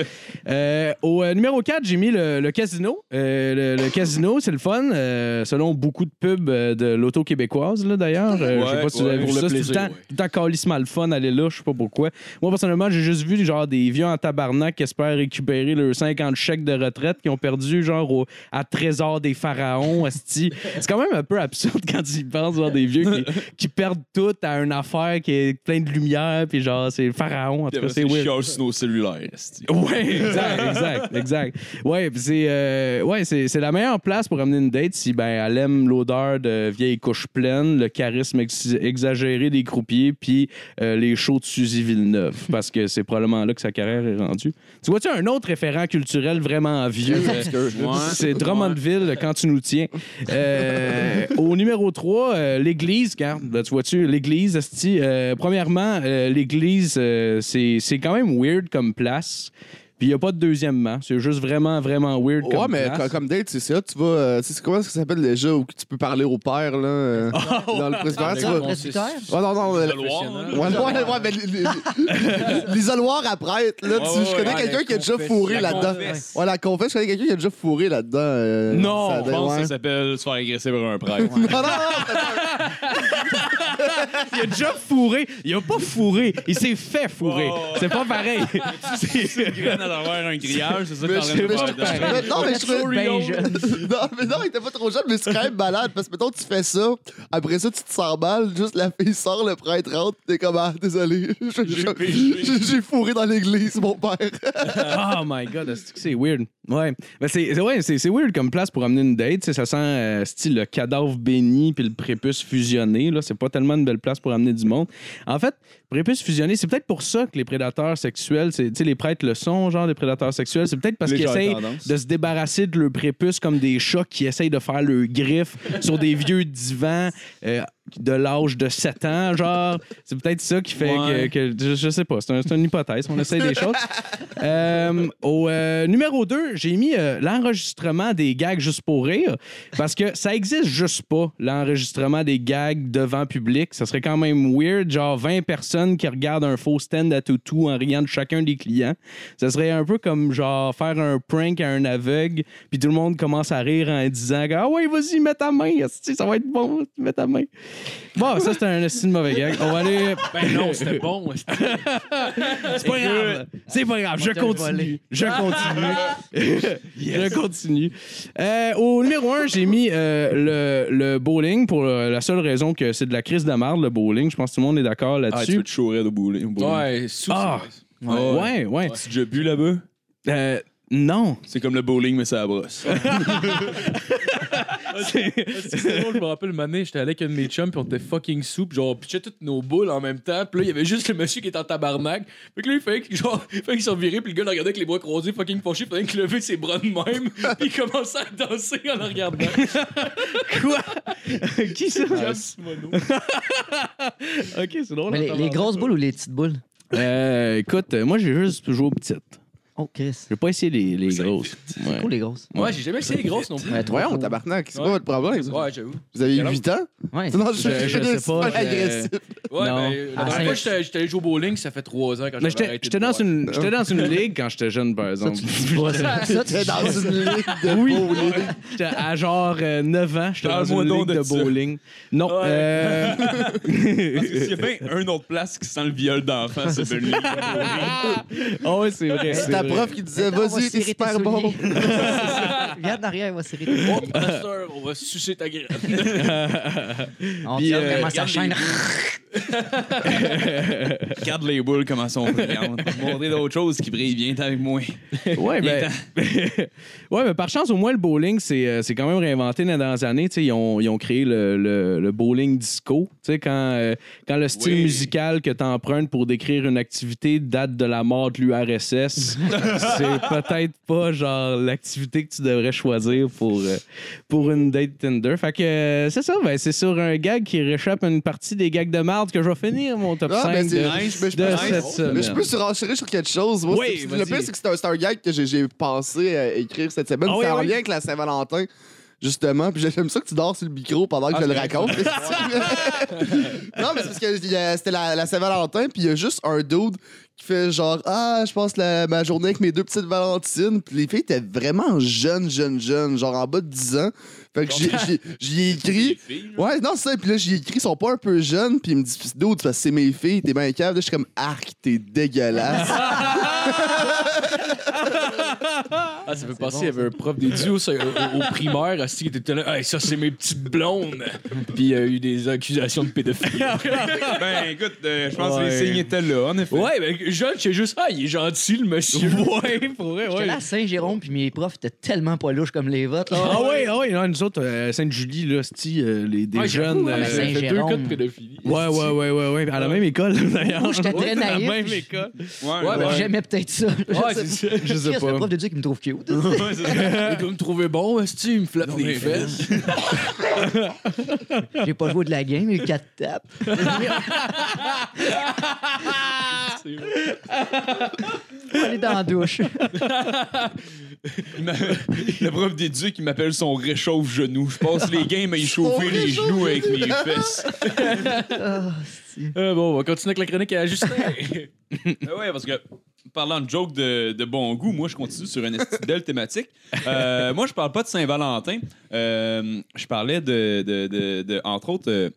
[SPEAKER 3] Euh, au euh, numéro 4, j'ai mis le, le casino. Euh, le, le casino, c'est le fun, euh, selon beaucoup de pubs euh, de l'auto québécoise, là, d'ailleurs. Euh, je sais
[SPEAKER 7] Ouais,
[SPEAKER 3] pas si vous avez
[SPEAKER 7] ouais,
[SPEAKER 3] vu
[SPEAKER 7] pour le
[SPEAKER 3] ça. C'est tout
[SPEAKER 7] plaisir,
[SPEAKER 3] le temps,
[SPEAKER 7] ouais.
[SPEAKER 3] tout le temps calissement le fun, aller là, je sais pas pourquoi. Moi, personnellement, j'ai juste vu genre des vieux en tabarnak qui espèrent récupérer leurs 50 chèques de retraite qui ont perdu, genre, au- à trésor des pharaons, asti. C'est quand même un peu absurde quand tu y penses, voir des vieux qui, qui perdent tout à une affaire qui est pleine de lumière, puis genre, c'est le pharaon, en tout cas, c'est weird.
[SPEAKER 7] chiale sur nos cellulaires. esti.
[SPEAKER 3] Ouais, exact, exact, exact. Ouais, puis c'est euh, ouais, c'est c'est la meilleure place pour amener une date si ben elle aime l'odeur de vieilles couches pleines, le charisme ex- exagéré des croupiers puis euh, les shows de Suzy Villeneuve parce que c'est probablement là que sa carrière est rendue. Tu vois tu un autre référent culturel vraiment vieux. euh, c'est Drummondville quand tu nous tiens. Euh, au numéro 3, l'église, regarde, là, tu vois-tu, l'église, esti, euh, premièrement, euh, l'église, euh, c'est c'est quand même weird comme place. Puis il n'y a pas de deuxièmement. C'est juste vraiment, vraiment weird comme
[SPEAKER 4] Ouais, mais
[SPEAKER 3] place.
[SPEAKER 4] co- comme date, c'est ça. Tu vas. euh, tu sais, c'est comment ça s'appelle déjà où tu peux parler au père, là, euh,
[SPEAKER 7] Ah,
[SPEAKER 4] dans le président?
[SPEAKER 6] Ben,
[SPEAKER 4] tu vas-
[SPEAKER 5] Le presbytère?
[SPEAKER 4] Ouais, non, non. euh,
[SPEAKER 7] Isoloir,
[SPEAKER 4] Ouais, ouais, ouais, mais les- les- l'isoloir à prêtre, là,
[SPEAKER 7] Ouais,
[SPEAKER 4] tu-
[SPEAKER 7] ouais,
[SPEAKER 4] je connais
[SPEAKER 7] ouais,
[SPEAKER 4] quelqu'un
[SPEAKER 6] la
[SPEAKER 4] qui a déjà
[SPEAKER 6] confesse-
[SPEAKER 4] fourré
[SPEAKER 7] la
[SPEAKER 4] là-dedans.
[SPEAKER 7] confesse.
[SPEAKER 4] Ouais, la confesse, je connais quelqu'un qui a déjà fourré là-dedans. euh,
[SPEAKER 3] Non,
[SPEAKER 4] ça-
[SPEAKER 7] Je pense
[SPEAKER 4] ouais.
[SPEAKER 7] que ça s'appelle se faire agresser par un prêtre.
[SPEAKER 4] Non, non, non,
[SPEAKER 3] Il a déjà fourré. Il a pas fourré. Il s'est fait fourrer.
[SPEAKER 4] Oh.
[SPEAKER 3] C'est pas pareil. C'est-
[SPEAKER 7] graine à travers un grillage, c'est ça que
[SPEAKER 4] Mais
[SPEAKER 7] t'es en
[SPEAKER 4] je-
[SPEAKER 7] train de
[SPEAKER 4] mais je-
[SPEAKER 7] faire.
[SPEAKER 4] mais- non, mais je
[SPEAKER 5] That's so bien
[SPEAKER 4] trouvais-
[SPEAKER 5] jeune.
[SPEAKER 4] Non, mais non, il était pas trop jeune, mais c'est quand même malade. Parce que, mettons, tu fais ça, après ça, tu te sens mal, juste la fille sort, le prêtre rentre, t'es comme, ah, désolé, je-
[SPEAKER 7] péché.
[SPEAKER 4] je- j'ai fourré dans l'église, mon père.
[SPEAKER 3] oh my god, est-ce que c'est weird. Ouais. Mais c'est c'est- ouais, c'est c'est weird comme place pour amener une date. tu sais, Ça sent euh, style le cadavre béni puis le prépuce fusionné. là. C'est pas tellement une belle place pour amener du monde. En fait, prépuce fusionné, c'est peut-être pour ça que les prédateurs sexuels, c'est- tu sais, les prêtres le sont, genre des prédateurs sexuels. C'est peut-être parce qu'ils
[SPEAKER 6] Légère
[SPEAKER 3] essayent
[SPEAKER 6] tendance.
[SPEAKER 3] de se débarrasser de leur prépuce comme des chats qui essayent de faire le griffe sur des vieux divans. euh, de l'âge de 7 ans, genre. C'est peut-être ça qui fait
[SPEAKER 7] Ouais.
[SPEAKER 3] que, que- je, je sais pas, c'est un- c'est une hypothèse, on essaye des choses. Euh, au euh, numéro 2, j'ai mis euh, l'enregistrement des gags juste pour rire, parce que ça existe juste pas, l'enregistrement des gags devant public. Ça serait quand même weird, genre 20 personnes qui regardent un faux stand à toutou en riant de chacun des clients. Ça serait un peu comme, genre, faire un prank à un aveugle, puis tout le monde commence à rire en disant « Ah ouais, vas-y, mets ta main, esti, ça va être bon, mets ta main. » Bon, ça, c'était un esti de mauvais gag. On va aller...
[SPEAKER 7] Ben non, c'était bon. c'était-
[SPEAKER 3] C'est pas grave. C'est pas grave. Je
[SPEAKER 5] On t'a
[SPEAKER 3] continue.
[SPEAKER 5] volé.
[SPEAKER 3] Je continue. Je continue. Euh, au numéro 1, j'ai mis euh, le, le bowling pour euh, la seule raison que c'est de la crise de la marde, le bowling. Je pense que tout le monde est d'accord
[SPEAKER 7] Ah, tu
[SPEAKER 3] là-dessus.
[SPEAKER 7] veux te chourer de bouler.
[SPEAKER 6] Ouais, sous
[SPEAKER 3] Ah! ouais, ouais.
[SPEAKER 7] Tu déjà bu là-bas?
[SPEAKER 3] Euh, non.
[SPEAKER 7] C'est comme le bowling, mais ça la brosse.
[SPEAKER 6] C'est drôle, je me rappelle, une année, j'étais allé avec un de mes chums, puis on était fucking soupe, genre, on pitchait toutes nos boules en même temps, puis là, il y avait juste le monsieur qui était en tabarnak. Fait que là, il fallait que, genre, il fallait qu'il s'en virait, puis le gars le regardait avec les bras croisés, fucking fâché, il fallait qu'il levait ses bras de même, puis il commençait à danser en le regardant.
[SPEAKER 3] Quoi? Qui ça?
[SPEAKER 6] Casse, mono.
[SPEAKER 3] Ok, c'est drôle.
[SPEAKER 5] Mais les, les grosses boules ou les petites boules?
[SPEAKER 3] Euh, écoute, euh, moi, j'ai juste joué aux petites.
[SPEAKER 5] Oh, Chris.
[SPEAKER 3] J'ai pas essayé les, les grosses. Ouais.
[SPEAKER 5] Cool, les grosses.
[SPEAKER 6] Ouais, j'ai jamais essayé les grosses non plus.
[SPEAKER 5] Ouais, trois
[SPEAKER 4] Voyons,
[SPEAKER 5] coups.
[SPEAKER 4] tabarnak, c'est
[SPEAKER 6] Ouais.
[SPEAKER 4] quoi votre problème?
[SPEAKER 6] Ouais, j'avoue.
[SPEAKER 4] Vous avez
[SPEAKER 6] Quel
[SPEAKER 4] 8 ans?
[SPEAKER 5] Ouais.
[SPEAKER 4] Non,
[SPEAKER 3] Je- je sais pas, je-
[SPEAKER 4] agressif.
[SPEAKER 6] Ouais,
[SPEAKER 3] Non.
[SPEAKER 6] mais la
[SPEAKER 5] Ah,
[SPEAKER 6] dernière
[SPEAKER 5] c'est-
[SPEAKER 6] fois, j'étais j'étais allé jouer au bowling, ça fait trois ans quand
[SPEAKER 3] Mais
[SPEAKER 6] j'avais
[SPEAKER 3] j'étais
[SPEAKER 6] arrêté
[SPEAKER 3] j'étais
[SPEAKER 6] de
[SPEAKER 3] dans,
[SPEAKER 6] boire.
[SPEAKER 3] une- j'étais dans une ligue quand j'étais jeune, par exemple.
[SPEAKER 5] Ça, tu-
[SPEAKER 4] T'es dans une ligue de
[SPEAKER 3] Oui.
[SPEAKER 4] bowling.
[SPEAKER 3] J'étais à genre euh, 9 ans, j'étais dans
[SPEAKER 7] Parle-moi
[SPEAKER 3] une
[SPEAKER 7] donc
[SPEAKER 3] ligue
[SPEAKER 7] de
[SPEAKER 3] de
[SPEAKER 7] ça.
[SPEAKER 3] bowling. Non,
[SPEAKER 7] Ouais. Ah,
[SPEAKER 3] euh,
[SPEAKER 7] Parce que s'il y a bien une autre place qui sent le viol d'enfant, c'est le
[SPEAKER 3] oh, ouais, c'est vrai.
[SPEAKER 4] C'est
[SPEAKER 3] c'est
[SPEAKER 4] ta
[SPEAKER 3] vrai.
[SPEAKER 4] prof qui disait,
[SPEAKER 5] Attends, on va
[SPEAKER 4] vas-y, t'es
[SPEAKER 5] serrer tes
[SPEAKER 4] super bon.
[SPEAKER 5] souliers. Viens en arrière, on va serrer tes
[SPEAKER 6] Oh, professeur, on va sucer ta gueule.
[SPEAKER 5] On
[SPEAKER 3] Puis,
[SPEAKER 5] dirait
[SPEAKER 3] euh,
[SPEAKER 5] comment ça chaîne.
[SPEAKER 7] Regarde les boules comment sont brillantes. Je vais te montrer d'autres choses qui brillent. Viens t'es avec moi.
[SPEAKER 3] Ouais, ben, ouais, mais par chance, au moins, le bowling, c'est euh, c'est quand même réinventé dans les dernières années. Tu sais, Ils ont, ils ont créé le, le- le bowling disco. Tu sais, Quand, euh, quand le style
[SPEAKER 7] Oui.
[SPEAKER 3] musical que tu empruntes pour décrire une activité date de la mort de l'URSS, c'est peut-être pas genre l'activité que tu devrais choisir pour, euh, pour une date Tinder. Fait que euh, c'est ça, ben, c'est sur un gag qui réchappe à une partie des gags de marde que je vais finir mon top
[SPEAKER 4] Ah,
[SPEAKER 3] 5
[SPEAKER 4] ben,
[SPEAKER 3] de,
[SPEAKER 4] c'est
[SPEAKER 7] nice,
[SPEAKER 4] mais je
[SPEAKER 3] de
[SPEAKER 4] peux-
[SPEAKER 3] cette semaine.
[SPEAKER 4] Mais je peux surenchérir sur quelque chose. Moi,
[SPEAKER 3] Oui,
[SPEAKER 4] c'est-
[SPEAKER 3] vas-y.
[SPEAKER 4] le pire, c'est que c'est un, c'est un gag que j'ai- j'ai pensé à écrire cette semaine.
[SPEAKER 3] Ah
[SPEAKER 4] c'est
[SPEAKER 3] oui,
[SPEAKER 4] en
[SPEAKER 3] oui.
[SPEAKER 4] lien avec la Saint-Valentin, justement. Puis j'aime ça que tu dors sur le micro pendant que
[SPEAKER 6] Ah,
[SPEAKER 4] je le
[SPEAKER 6] c'est
[SPEAKER 4] raconte. non, mais c'est parce que il y a- c'était la, la Saint-Valentin, puis il y a juste un dude qui fait genre Ah, je passe la- ma journée avec mes deux petites Valentines. Puis les filles étaient vraiment jeunes, jeunes, jeunes, genre en bas de 10 ans. Fait que j'ai- j'ai- j'y ai écrit. Ouais, non, c'est ça. Puis là, j'ai écrit, ils sont pas un peu jeunes. Puis il me dit, d'autres, parce que c'est mes filles, t'es bien cave. Là, je suis comme, arc, t'es dégueulasse.
[SPEAKER 6] Ah, ça peut
[SPEAKER 5] c'est
[SPEAKER 6] passer,
[SPEAKER 5] bon,
[SPEAKER 6] il y avait un prof des duos ça, au, au- au primaire, aussi, qui était là, hey, ça c'est mes petites blondes. Puis il y a eu des accusations de pédophilie.
[SPEAKER 7] Ben écoute, euh, je pense que
[SPEAKER 6] Ouais.
[SPEAKER 7] les signes étaient là, en effet.
[SPEAKER 6] ouais, ben, jeune, c'est juste, ah, il est gentil, le monsieur.
[SPEAKER 3] Ouais, pour vrai,
[SPEAKER 5] J'étais
[SPEAKER 3] ouais.
[SPEAKER 5] là à Saint-Jérôme, puis mes profs étaient tellement pas louches comme les vôtres. là.
[SPEAKER 3] Ah ouais, ah ouais, non, nous autres, euh, Sainte-Julie, là, c'ti, euh, les des
[SPEAKER 6] Ah,
[SPEAKER 3] jeunes.
[SPEAKER 6] j'avoue,
[SPEAKER 3] euh,
[SPEAKER 6] ouais, ça fait deux
[SPEAKER 5] Saint-Jérôme.
[SPEAKER 6] cas de pédophilie.
[SPEAKER 3] ouais, ouais, ouais, ouais, ouais, à la même école, d'ailleurs.
[SPEAKER 5] Moi, j'étais très
[SPEAKER 3] Ouais, à la
[SPEAKER 5] naïf.
[SPEAKER 3] même école.
[SPEAKER 6] Ouais, ben,
[SPEAKER 5] J'aimais peut-être ça.
[SPEAKER 6] Ouais, c'est ça.
[SPEAKER 3] Je sais
[SPEAKER 5] Chris,
[SPEAKER 3] pas.
[SPEAKER 5] le prof de Dieu qui me trouve cute.
[SPEAKER 6] Il doit me trouver bon, est il me flatte
[SPEAKER 7] Non,
[SPEAKER 6] les
[SPEAKER 7] mais-
[SPEAKER 6] fesses.
[SPEAKER 5] J'ai pas joué de la game, il 4 tapes. Faut aller dans la douche.
[SPEAKER 7] Il m'a- Le prof d'éduc, qui m'appelle son réchauffe genou. Je passe les games à y chauffer
[SPEAKER 4] Son
[SPEAKER 7] les
[SPEAKER 4] réchauffe
[SPEAKER 7] genoux avec mes fesses.
[SPEAKER 5] Ah, c'est-
[SPEAKER 6] Euh, bon, on va continuer avec la chronique à Justin.
[SPEAKER 7] Ben ouais, parce que parlant de joke de, de bon goût, moi je continue sur une belle thématique. Euh, moi je parle pas de Saint-Valentin. Euh, je parlais de, de- de- de- entre autres, euh,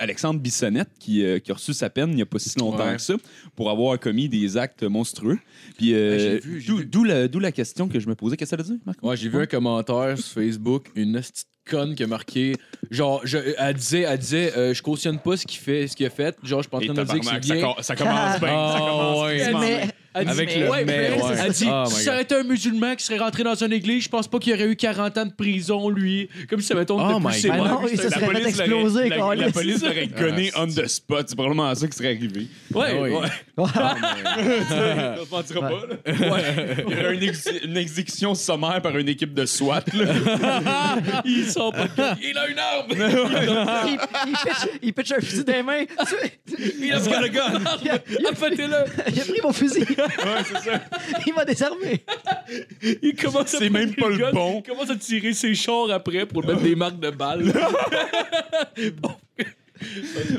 [SPEAKER 2] Alexandre Bissonnette, qui, euh, qui a reçu sa peine il n'y a pas si longtemps
[SPEAKER 6] Ouais.
[SPEAKER 2] que ça, pour avoir commis des actes monstrueux. Puis, euh,
[SPEAKER 6] Ah, j'ai vu, j'ai
[SPEAKER 2] d'où-
[SPEAKER 6] vu.
[SPEAKER 2] d'où la, d'où la question que je me posais. Qu'est-ce que ça veut dire, Marc?
[SPEAKER 6] Ouais, j'ai vu un commentaire sur Facebook, une petite conne qui a marqué. Genre, je, elle disait, elle disait euh, je cautionne pas ce qu'il fait, ce qu'il a fait. Genre, je suis pas en train de me dire que c'est
[SPEAKER 7] ça,
[SPEAKER 6] bien.
[SPEAKER 7] com- ça commence
[SPEAKER 3] Ben,
[SPEAKER 7] bien. ça
[SPEAKER 6] Ah,
[SPEAKER 7] commence
[SPEAKER 6] ouais.
[SPEAKER 7] bien.
[SPEAKER 5] Mais-
[SPEAKER 6] Elle dit-
[SPEAKER 3] Avec le
[SPEAKER 6] ouais, Ah,
[SPEAKER 3] mais, ouais.
[SPEAKER 6] Elle dit,
[SPEAKER 3] Oh my
[SPEAKER 6] si
[SPEAKER 3] God.
[SPEAKER 6] ça aurait été un musulman qui serait rentré dans une église, je pense pas qu'il aurait eu 40 ans de prison, lui. Comme si ça m'était
[SPEAKER 3] Oh
[SPEAKER 6] on
[SPEAKER 3] my
[SPEAKER 6] plus ses
[SPEAKER 3] God.
[SPEAKER 5] Ah
[SPEAKER 6] mains.
[SPEAKER 5] non, oui, ça
[SPEAKER 7] La
[SPEAKER 5] serait fait
[SPEAKER 7] police l'aurait-
[SPEAKER 5] exploser,
[SPEAKER 7] la-
[SPEAKER 5] câlisse.
[SPEAKER 7] La police l'aurait gonné on the spot. C'est probablement ça qui serait arrivé.
[SPEAKER 6] Ouais, ouais.
[SPEAKER 7] On mentira pas, là. Il y aurait une, ex- une exécution sommaire par une équipe de SWAT, là.
[SPEAKER 6] Ils sont pas. Il a une arme!
[SPEAKER 2] Ah.
[SPEAKER 5] il, il pitch, il pitch un fusil des mains.
[SPEAKER 6] Il a pris le gun!
[SPEAKER 5] Il a, il a-
[SPEAKER 6] Abattez-le!
[SPEAKER 5] il a pris mon fusil.
[SPEAKER 7] Ouais, c'est ça.
[SPEAKER 5] Il m'a désarmé.
[SPEAKER 6] Il commence à
[SPEAKER 7] C'est même
[SPEAKER 6] pointer
[SPEAKER 7] pas le
[SPEAKER 6] gun,
[SPEAKER 7] bon.
[SPEAKER 6] Il commence à tirer ses chars après pour mettre des marques de balles.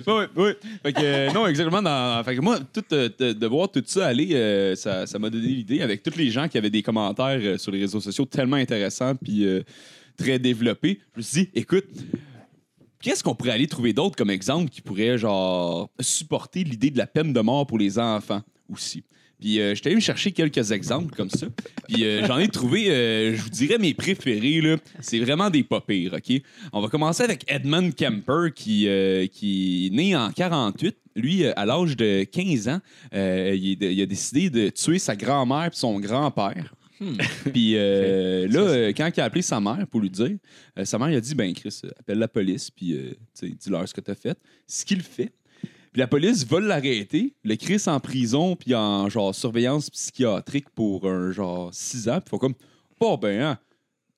[SPEAKER 2] Oui, oui. Fait que, euh, non, exactement. Dans... Fait que moi, tout, euh, de, de voir tout ça aller, euh, ça ça m'a donné l'idée avec tous les gens qui avaient des commentaires euh, sur les réseaux sociaux tellement intéressants puis euh, très développés. Je me suis dit, écoute, qu'est-ce qu'on pourrait aller trouver d'autre comme exemple qui pourrait, genre, supporter l'idée de la peine de mort pour les enfants aussi? Puis euh, j'étais allé me chercher quelques exemples comme ça. Puis euh, j'en ai trouvé, euh, je vous dirais, mes préférés. Là. C'est vraiment des pas pires, OK? On va commencer avec Edmund Kemper, qui, euh, qui est né en 48. Lui, euh, à l'âge de 15 ans, euh, il, est de- il a décidé de tuer sa grand-mère et son grand-père. Puis euh, là, euh, quand il a appelé sa mère pour lui dire, euh, sa mère il a dit Ben, Chris, euh, appelle la police, puis euh, tu sais, dis-leur ce que t'as fait. Ce qu'il fait, puis la police veut l'arrêter, le Chris en prison, puis en genre surveillance psychiatrique pour un genre 6 ans. Puis ils font comme, bon ben, hein,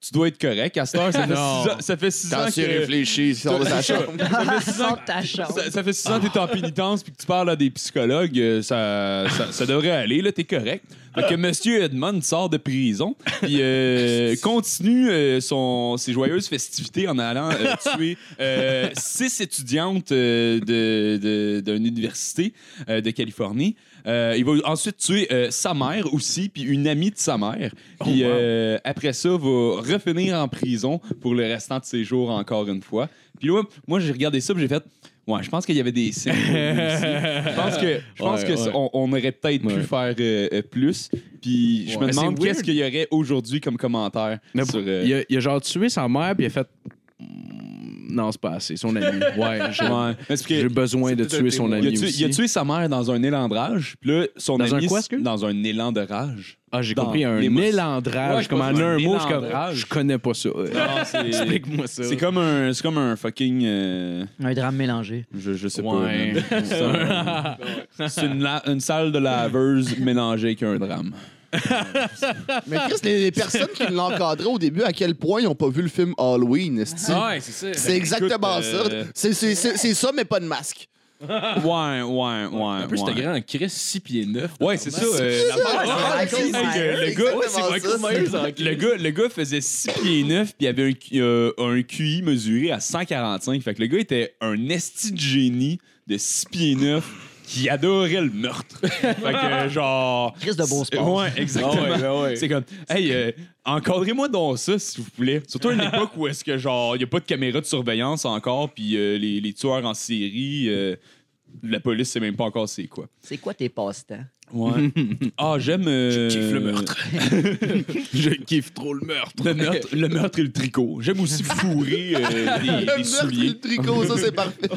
[SPEAKER 2] tu dois être correct. À cette heure, ça fait 6
[SPEAKER 3] Non.
[SPEAKER 2] ans. Ça fait 6 ans.
[SPEAKER 4] T'as su
[SPEAKER 2] que-
[SPEAKER 4] réfléchir, sors de sa
[SPEAKER 2] euh, C'est ça.
[SPEAKER 4] chambre.
[SPEAKER 5] Sors de Ah, ta chambre.
[SPEAKER 2] Ça, ça fait 6 ans que t'es en pénitence puis que tu parles à des psychologues, euh, ça, ça, ça devrait aller, là, t'es correct. Fait que Monsieur Edmond sort de prison puis euh, continue euh, son, ses joyeuses festivités en allant euh, tuer euh, six étudiantes euh, de- de- d'une université euh, de Californie. Euh, il va ensuite tuer euh, sa mère aussi, puis une amie de sa mère. Puis euh, après ça, va refinir en prison pour le restant de ses jours encore une fois. Puis là, moi, j'ai regardé ça, puis j'ai fait. Ouais, je pense qu'il y avait des signes. pour lui aussi. Je pense que je pense
[SPEAKER 3] Ouais,
[SPEAKER 2] que ça-
[SPEAKER 3] ouais.
[SPEAKER 2] on, on aurait peut-être pu
[SPEAKER 3] Ouais.
[SPEAKER 2] faire euh, euh, plus. Puis je
[SPEAKER 3] Ouais.
[SPEAKER 2] me
[SPEAKER 3] Mais c'est
[SPEAKER 2] demande
[SPEAKER 3] weird.
[SPEAKER 2] qu'est-ce qu'il y aurait aujourd'hui comme commentaire
[SPEAKER 3] Mais
[SPEAKER 2] sur. euh,
[SPEAKER 3] Il a, il a genre tué sa mère, puis il a fait. mm, Non, c'est pas assez. Son ami. Ouais, j'ai
[SPEAKER 2] ouais. Parce que-
[SPEAKER 3] j'ai besoin de tuer son
[SPEAKER 2] il a,
[SPEAKER 3] ami.
[SPEAKER 2] tué,
[SPEAKER 3] aussi.
[SPEAKER 2] il a tué sa mère dans un élan de rage. Puis là, son
[SPEAKER 3] Dans
[SPEAKER 2] ami
[SPEAKER 3] un quoi,
[SPEAKER 2] s-
[SPEAKER 3] excuse?
[SPEAKER 2] dans un élan de rage.
[SPEAKER 3] Ah, j'ai
[SPEAKER 2] dans
[SPEAKER 3] compris. Un
[SPEAKER 2] l'émotion.
[SPEAKER 3] élandrage.
[SPEAKER 2] Ouais, je
[SPEAKER 3] comme en
[SPEAKER 2] pense que c'est
[SPEAKER 3] un
[SPEAKER 2] un
[SPEAKER 3] mot, je, suis comme,
[SPEAKER 2] élandrage.
[SPEAKER 3] je connais pas ça.
[SPEAKER 2] Non, c'est-
[SPEAKER 3] Explique-moi ça.
[SPEAKER 2] C'est comme un, c'est comme un fucking, euh,
[SPEAKER 5] Un drame mélangé.
[SPEAKER 2] je, je sais
[SPEAKER 3] Ouais.
[SPEAKER 2] pas. C'est un- C'est une, la- une salle de laveuse mélangée avec un drame.
[SPEAKER 4] Mais Chris, les, les personnes qui l'encadraient au début, à quel point ils n'ont pas vu le film Halloween, esti?
[SPEAKER 6] Ah ouais, c'est ça.
[SPEAKER 4] C'est exactement
[SPEAKER 2] Ah, ben, écoute, euh,
[SPEAKER 4] ça. C'est- c'est- C'est c'est ça, mais pas de masque.
[SPEAKER 2] Ouais, ouais, ouais.
[SPEAKER 6] En plus,
[SPEAKER 2] ouais.
[SPEAKER 6] c'était grand. Chris, 6 pieds 9.
[SPEAKER 2] Ouais, c'est ça. euh, la-
[SPEAKER 4] Ah,
[SPEAKER 2] c'est
[SPEAKER 4] Michael Myers,
[SPEAKER 2] que le gars,
[SPEAKER 4] exactement
[SPEAKER 6] Ah,
[SPEAKER 2] c'est Michael
[SPEAKER 4] ça.
[SPEAKER 2] Myers, hein, le gars, le gars faisait 6 pieds 9 puis il avait un, Q- euh, un QI mesuré à 145. Fait que le gars était un esti de génie de 6 pieds 9 qui adorait le meurtre. fait que euh, genre
[SPEAKER 5] Chris de beau sport.
[SPEAKER 2] Ah Ouais, exactement. C'est comme hey, euh, encadrez-moi dans ça s'il vous plaît. Surtout à une époque où est-ce que genre il y a pas de caméra de surveillance encore puis euh, les, les tueurs en série euh, la police sait même pas encore c'est quoi.
[SPEAKER 5] C'est quoi tes passe-temps?
[SPEAKER 2] Ouais. ah, j'aime. euh,
[SPEAKER 6] Je kiffe le meurtre.
[SPEAKER 2] je kiffe trop le meurtre. Le meurtre, le meurtre et le tricot. J'aime aussi fourrer euh, des,
[SPEAKER 4] Le
[SPEAKER 2] des
[SPEAKER 4] meurtre et
[SPEAKER 2] souliers.
[SPEAKER 4] le tricot, ça c'est parfait.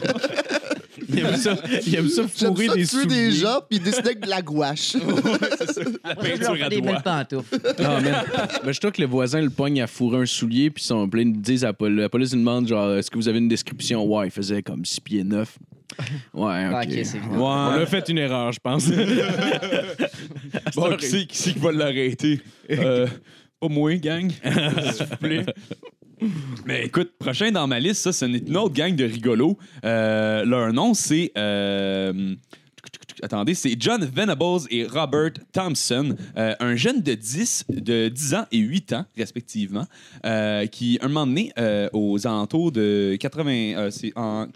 [SPEAKER 3] Il aime ça, il aime ça
[SPEAKER 4] J'aime
[SPEAKER 3] fourrer
[SPEAKER 4] ça
[SPEAKER 3] des
[SPEAKER 4] tuer
[SPEAKER 3] souliers.
[SPEAKER 4] des gens puis dessiner avec de la gouache.
[SPEAKER 2] La
[SPEAKER 5] Moi, je leur
[SPEAKER 2] peinture
[SPEAKER 5] fais
[SPEAKER 2] à
[SPEAKER 5] des belles
[SPEAKER 2] doigts.
[SPEAKER 5] pantoufles.
[SPEAKER 3] Non, Ah, man. Mais je trouve que le voisin le pogne à fourrer un soulier, puis ils sont plein de disent à la pol- la police, lui demande genre, est-ce que vous avez une description? Ouais, il faisait comme 6 pieds 9. Ouais, ok.
[SPEAKER 5] Ah, ok, c'est évident.
[SPEAKER 3] On a fait une erreur, je pense.
[SPEAKER 2] Bon, qui c'est qui, c'est qui va l'arrêter? Euh, pas moi, gang. S'il vous plaît. Mais écoute, prochain dans ma liste, ça, c'est une autre gang de rigolos. Euh, leur nom, c'est. euh, Attendez, c'est John Venables et Robert Thompson, euh, un jeune de 10, de 10 ans et 8 ans, respectivement, euh, qui, un moment donné, euh, aux alentours de 80... euh, c'est en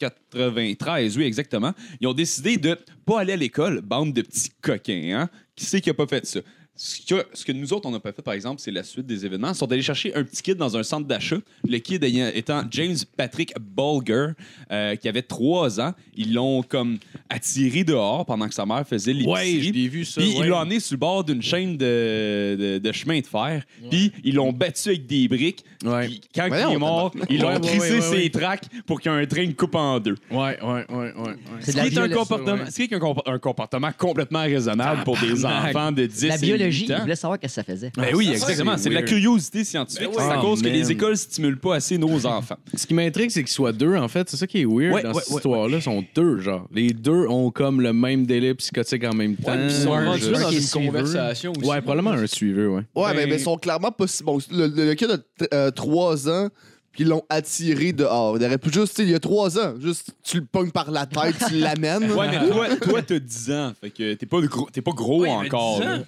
[SPEAKER 2] 93, oui, exactement, ils ont décidé de pas aller à l'école, bande de petits coquins, hein? Qui c'est qui a pas fait ça? Ce que, ce que nous autres, on n'a pas fait, par exemple, c'est la suite des événements. Ils sont allés chercher un petit kid dans un centre d'achat. Le kid ayant- étant James Patrick Bolger, euh, qui avait trois ans. Ils l'ont comme attiré dehors pendant que sa mère faisait
[SPEAKER 6] Ouais, je
[SPEAKER 2] l'épicerie.
[SPEAKER 6] l'ai vu ça.
[SPEAKER 2] Puis
[SPEAKER 6] ouais.
[SPEAKER 2] ils l'ont amené sur le bord d'une chaîne de, de- de chemin de fer. Puis ils l'ont battu avec des briques.
[SPEAKER 6] Ouais.
[SPEAKER 2] Puis quand
[SPEAKER 4] Voyons,
[SPEAKER 2] il est mort, ils l'ont
[SPEAKER 6] Ouais, ouais,
[SPEAKER 2] crissé
[SPEAKER 6] ouais, ouais,
[SPEAKER 2] ses tracks pour qu'un train le coupe en deux.
[SPEAKER 6] Ouais, ouais, ouais, ouais, ouais.
[SPEAKER 5] C'est de
[SPEAKER 2] Ce
[SPEAKER 5] la
[SPEAKER 2] qui est un
[SPEAKER 5] violence,
[SPEAKER 2] comportement,
[SPEAKER 6] ouais.
[SPEAKER 2] ce qui est un, compo- un comportement complètement raisonnable pour des enfants de 10
[SPEAKER 5] La
[SPEAKER 2] et
[SPEAKER 5] biologie,
[SPEAKER 2] 8
[SPEAKER 5] il
[SPEAKER 2] ans.
[SPEAKER 5] voulait savoir qu'est-ce que ça faisait.
[SPEAKER 2] Ben oui,
[SPEAKER 6] Ça,
[SPEAKER 2] exactement.
[SPEAKER 6] c'est
[SPEAKER 2] C'est de la
[SPEAKER 6] weird.
[SPEAKER 2] curiosité scientifique.
[SPEAKER 6] Ben
[SPEAKER 2] C'est à
[SPEAKER 6] oui.
[SPEAKER 2] cause
[SPEAKER 6] Oh,
[SPEAKER 2] que les
[SPEAKER 6] man.
[SPEAKER 2] écoles stimulent pas assez nos enfants.
[SPEAKER 3] Ce qui m'intrigue, c'est qu'ils soient deux, en fait. C'est ça qui est weird
[SPEAKER 2] Ouais,
[SPEAKER 3] dans
[SPEAKER 2] ouais,
[SPEAKER 3] cette
[SPEAKER 2] ouais,
[SPEAKER 3] histoire-là. Ils sont deux, genre. Les deux ont comme le même délire psychotique en même temps.
[SPEAKER 6] Ouais, puis ils sont
[SPEAKER 3] Ouais,
[SPEAKER 6] rendus
[SPEAKER 3] je-
[SPEAKER 6] là dans
[SPEAKER 5] qui est
[SPEAKER 6] une
[SPEAKER 5] suiveur.
[SPEAKER 6] conversation aussi.
[SPEAKER 3] Ouais, probablement un suiveur, ouais.
[SPEAKER 4] Ouais, mais
[SPEAKER 6] Ben-
[SPEAKER 4] ben, ils sont clairement pas si bons. Le, le, le kid a euh, 3 ans, puis ils l'ont attiré dehors. Il aurait pu juste, tu sais, il y a 3 ans, juste tu le pognes par la tête, tu l'amènes.
[SPEAKER 2] Ouais, mais toi, toi, t'as 10 ans. Fait que t'es pas, de gros, t'es pas gros
[SPEAKER 6] Ouais, mais
[SPEAKER 2] encore.
[SPEAKER 6] 10 ans.
[SPEAKER 2] là.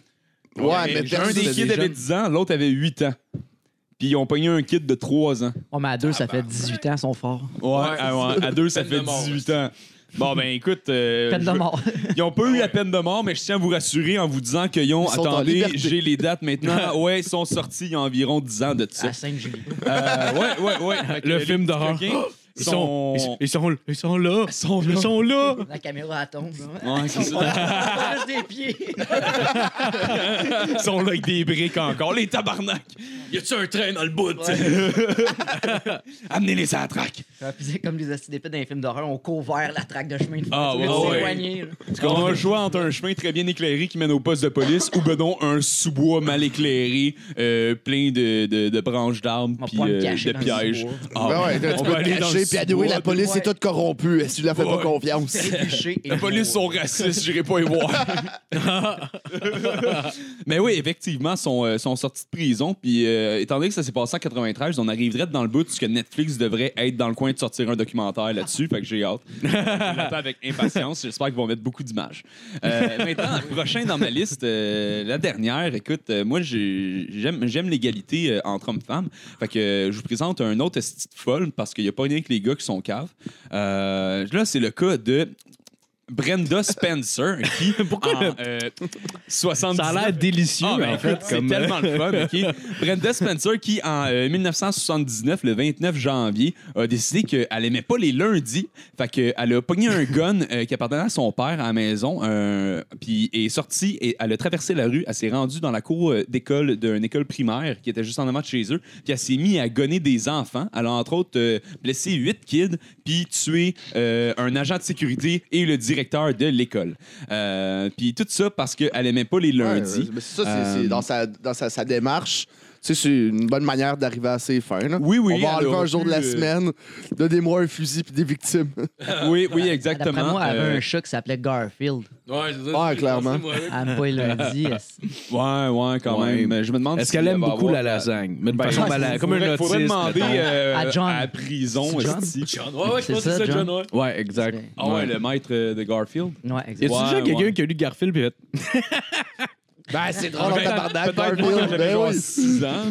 [SPEAKER 4] Ouais, mais
[SPEAKER 2] un
[SPEAKER 4] personne
[SPEAKER 2] des
[SPEAKER 4] ne
[SPEAKER 2] kids
[SPEAKER 4] dit
[SPEAKER 2] avait
[SPEAKER 4] jamais.
[SPEAKER 2] 10 ans, l'autre avait 8 ans. Puis ils ont pogné un kid de 3 ans.
[SPEAKER 5] Oh, mais à deux, ça fait 18 ans, ils sont forts.
[SPEAKER 2] Ouais, à, ouais, à deux, ça
[SPEAKER 6] Peine de
[SPEAKER 2] fait
[SPEAKER 6] mort,
[SPEAKER 2] 18 ans. Bon, ben écoute. euh,
[SPEAKER 5] Peine
[SPEAKER 2] je-
[SPEAKER 5] de mort.
[SPEAKER 2] Ils ont pas eu la peine de mort, mais je tiens à vous rassurer en vous disant qu'ils ont.
[SPEAKER 4] Ils sont en
[SPEAKER 2] attendez,
[SPEAKER 4] liberté.
[SPEAKER 2] j'ai les dates maintenant. ouais, ils sont sortis il y a environ 10 ans de ça.
[SPEAKER 5] À Sainte-Julie.
[SPEAKER 2] Euh, ouais, ouais, ouais. Fait que
[SPEAKER 3] Le
[SPEAKER 2] les
[SPEAKER 3] film
[SPEAKER 2] petits
[SPEAKER 3] d'horreur.
[SPEAKER 2] coquins
[SPEAKER 3] Ils sont, ils, ils sont, ils sont là. Ils sont là.
[SPEAKER 5] La caméra, elle tombe. là.
[SPEAKER 2] Ouais, c'est ça.
[SPEAKER 5] Juste des pieds.
[SPEAKER 2] Ils sont là avec des briques encore. Les tabarnak! Y a-tu un train dans le bout? tu sais? Amenez-les à la traque!
[SPEAKER 5] Puis c'est comme des acidépées dans les films d'horreur, on court vers la traque de chemin de fer.
[SPEAKER 2] Ah,
[SPEAKER 5] tu
[SPEAKER 2] ouais,
[SPEAKER 5] veux
[SPEAKER 2] ouais.
[SPEAKER 5] s'éloigner, là.
[SPEAKER 2] On a le choix entre un chemin très bien éclairé qui mène au poste de police ou ben non, un sous-bois mal éclairé, euh, plein de, de- de branches d'arbres
[SPEAKER 5] On va
[SPEAKER 2] puis
[SPEAKER 5] pouvoir me
[SPEAKER 2] euh,
[SPEAKER 5] cacher
[SPEAKER 2] de
[SPEAKER 5] dans le
[SPEAKER 2] pièges.
[SPEAKER 5] sous-bois.
[SPEAKER 2] Ah,
[SPEAKER 4] Ben ouais,
[SPEAKER 2] on
[SPEAKER 4] tu
[SPEAKER 2] va
[SPEAKER 4] peux
[SPEAKER 2] aller
[SPEAKER 4] te
[SPEAKER 2] dans
[SPEAKER 4] cacher,
[SPEAKER 2] le
[SPEAKER 4] puis anyway,
[SPEAKER 2] sous-bois,
[SPEAKER 4] la police
[SPEAKER 5] ouais.
[SPEAKER 4] est toute corrompue. Si tu la fais pas
[SPEAKER 2] Ouais.
[SPEAKER 4] confiance.
[SPEAKER 5] Trébucher et
[SPEAKER 2] La police sont racistes, j'irai pas y voir. Mais oui, effectivement, sont, euh, sont sortis de prison. Puis euh, étant donné que ça s'est passé en 93, on arriverait dans le bout de ce que Netflix devrait être dans le coin de sortir un documentaire là-dessus. fait que j'ai hâte. Je l'attends avec impatience. J'espère qu'ils vont mettre beaucoup d'images. Euh, maintenant, prochain dans ma liste, euh, la dernière. Écoute, euh, moi, j'ai- j'aime j'aime l'égalité euh, entre hommes-femmes. Fait que euh, je vous présente un autre esti de folle parce qu'il n'y a pas rien que les gars qui sont caves. Euh, là, c'est le cas de Brenda Spencer qui
[SPEAKER 3] Pourquoi
[SPEAKER 2] en, euh, 79
[SPEAKER 3] Ça a l'air délicieux, hein.
[SPEAKER 2] ah, ben,
[SPEAKER 3] en fait. euh,
[SPEAKER 2] écoute, c'est tellement le fun. ok. Brenda Spencer, qui en euh, 1979, le 29 janvier, a décidé qu'elle aimait pas les lundis. Fait qu'elle a pogné un gun euh, qui appartenait à son père à la maison, euh, puis est sortie et elle a traversé la rue. Elle s'est rendue dans la cour euh, d'école d'une école primaire qui était juste en avant de chez eux. Puis elle s'est mise à gonner des enfants. Elle a entre autres euh, blessé huit kids, puis tué euh, un agent de sécurité et le directeur de l'école. Euh, puis tout ça parce qu'elle aimait pas les lundis.
[SPEAKER 4] Ouais, mais c'est ça, c'est-
[SPEAKER 2] Euh,
[SPEAKER 4] c'est dans sa, dans sa, sa démarche. Tu sais, c'est une bonne manière d'arriver à ses fins. Là.
[SPEAKER 2] Oui, oui,
[SPEAKER 4] On va
[SPEAKER 2] elle
[SPEAKER 4] enlever
[SPEAKER 2] aura
[SPEAKER 4] un jour de
[SPEAKER 2] pu,
[SPEAKER 4] la
[SPEAKER 2] euh,
[SPEAKER 4] semaine, donnez-moi un fusil puis des victimes.
[SPEAKER 2] Oui, oui,
[SPEAKER 5] Euh, D'après
[SPEAKER 2] exactement.
[SPEAKER 5] moi, elle avait
[SPEAKER 2] Euh,
[SPEAKER 5] un chat qui s'appelait Garfield.
[SPEAKER 6] Ouais, c'est ça.
[SPEAKER 4] Ouais,
[SPEAKER 6] j'ai
[SPEAKER 4] clairement.
[SPEAKER 6] pensé, moi, avec.
[SPEAKER 5] À pas lundi. elle-
[SPEAKER 2] ouais, ouais, quand
[SPEAKER 3] Ouais.
[SPEAKER 2] même. Mais Je me demande
[SPEAKER 3] Est-ce
[SPEAKER 2] si
[SPEAKER 3] qu'elle
[SPEAKER 2] elle
[SPEAKER 3] aime
[SPEAKER 2] va
[SPEAKER 3] beaucoup la
[SPEAKER 2] avoir-
[SPEAKER 3] lasagne? Mais de
[SPEAKER 2] Ben,
[SPEAKER 3] façon, malade, comme un
[SPEAKER 2] Faudrait-
[SPEAKER 3] autiste.
[SPEAKER 2] Faudrait demander
[SPEAKER 3] mettons.
[SPEAKER 2] euh,
[SPEAKER 5] À John.
[SPEAKER 2] à la prison.
[SPEAKER 5] C'est John?
[SPEAKER 2] esti.
[SPEAKER 6] John, ouais, ouais, je
[SPEAKER 5] C'est
[SPEAKER 6] pense que
[SPEAKER 5] ça,
[SPEAKER 6] c'est ça, John,
[SPEAKER 5] John.
[SPEAKER 6] ouais.
[SPEAKER 3] Ouais, exact.
[SPEAKER 2] Ah ouais, le maître euh, de Garfield.
[SPEAKER 5] Ouais,
[SPEAKER 3] Y a-tu
[SPEAKER 5] exactement.
[SPEAKER 2] Ouais,
[SPEAKER 3] déjà quelqu'un
[SPEAKER 2] ouais.
[SPEAKER 3] qui a lu Garfield puis fait
[SPEAKER 4] Ben, c'est drôle en
[SPEAKER 2] Ben,
[SPEAKER 4] tabarnak,
[SPEAKER 2] Peut-être moi, quand
[SPEAKER 4] Garfield.
[SPEAKER 2] j'avais
[SPEAKER 4] Ben
[SPEAKER 2] genre
[SPEAKER 4] oui.
[SPEAKER 2] 6 ans.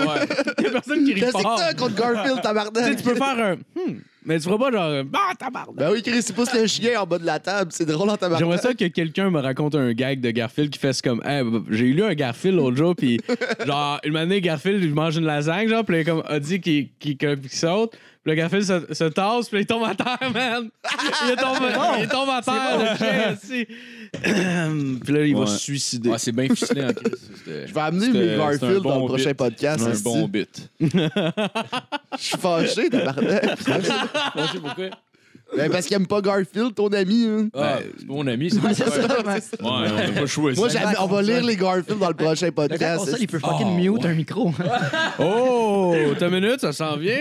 [SPEAKER 2] là.
[SPEAKER 3] Y'a personne qui rit
[SPEAKER 4] Qu'est-ce que
[SPEAKER 3] fort.
[SPEAKER 4] t'as contre Garfield,
[SPEAKER 3] Tu sais,
[SPEAKER 4] tabarnak?
[SPEAKER 3] tu peux faire un hmm, mais tu feras pas genre bah tabarnak.
[SPEAKER 4] Ben oui, Chris, c'est pousse le chien en bas de la table. C'est drôle en
[SPEAKER 2] Ben,
[SPEAKER 4] tabarnak.
[SPEAKER 3] J'aimerais ça que quelqu'un me raconte un gag de Garfield qui fasse comme Hey, bah, j'ai lu un Garfield l'autre jour puis genre une année Garfield il mange une lasagne genre puis là, comme a dit qu'il qu'il- qu'il saute puis le Garfield se, se tasse puis là, il tombe à terre man. Il tombe, il tombe à terre le chien aussi. puis là il va
[SPEAKER 2] Ouais.
[SPEAKER 3] se suicider.
[SPEAKER 6] Ouais, c'est bien ficelé en Christ. c'était-
[SPEAKER 4] Je vais amener
[SPEAKER 2] C'est,
[SPEAKER 4] mes
[SPEAKER 2] euh, c'est un
[SPEAKER 4] Garfield
[SPEAKER 2] bon
[SPEAKER 4] dans le prochain
[SPEAKER 2] bit.
[SPEAKER 4] podcast.
[SPEAKER 2] hein,
[SPEAKER 3] Ah,
[SPEAKER 2] C'est un
[SPEAKER 4] aussi.
[SPEAKER 2] bon bit.
[SPEAKER 4] Je suis fâché, tabarnak.
[SPEAKER 6] Je sais pourquoi.
[SPEAKER 4] ben, parce qu'il aime pas Garfield, ton ami. hein.
[SPEAKER 6] Ah, c'est pas mon ami, c'est
[SPEAKER 5] Ouais, c'est ça, ouais.
[SPEAKER 2] Ouais, on n'a pas choisi.
[SPEAKER 4] Moi, j'aime- on va lire les Garfield dans le prochain
[SPEAKER 5] Le gars, pour
[SPEAKER 4] podcast.
[SPEAKER 5] ça, Oh. il peut fucking mute un micro.
[SPEAKER 3] Oh, ta minute, ça s'en vient.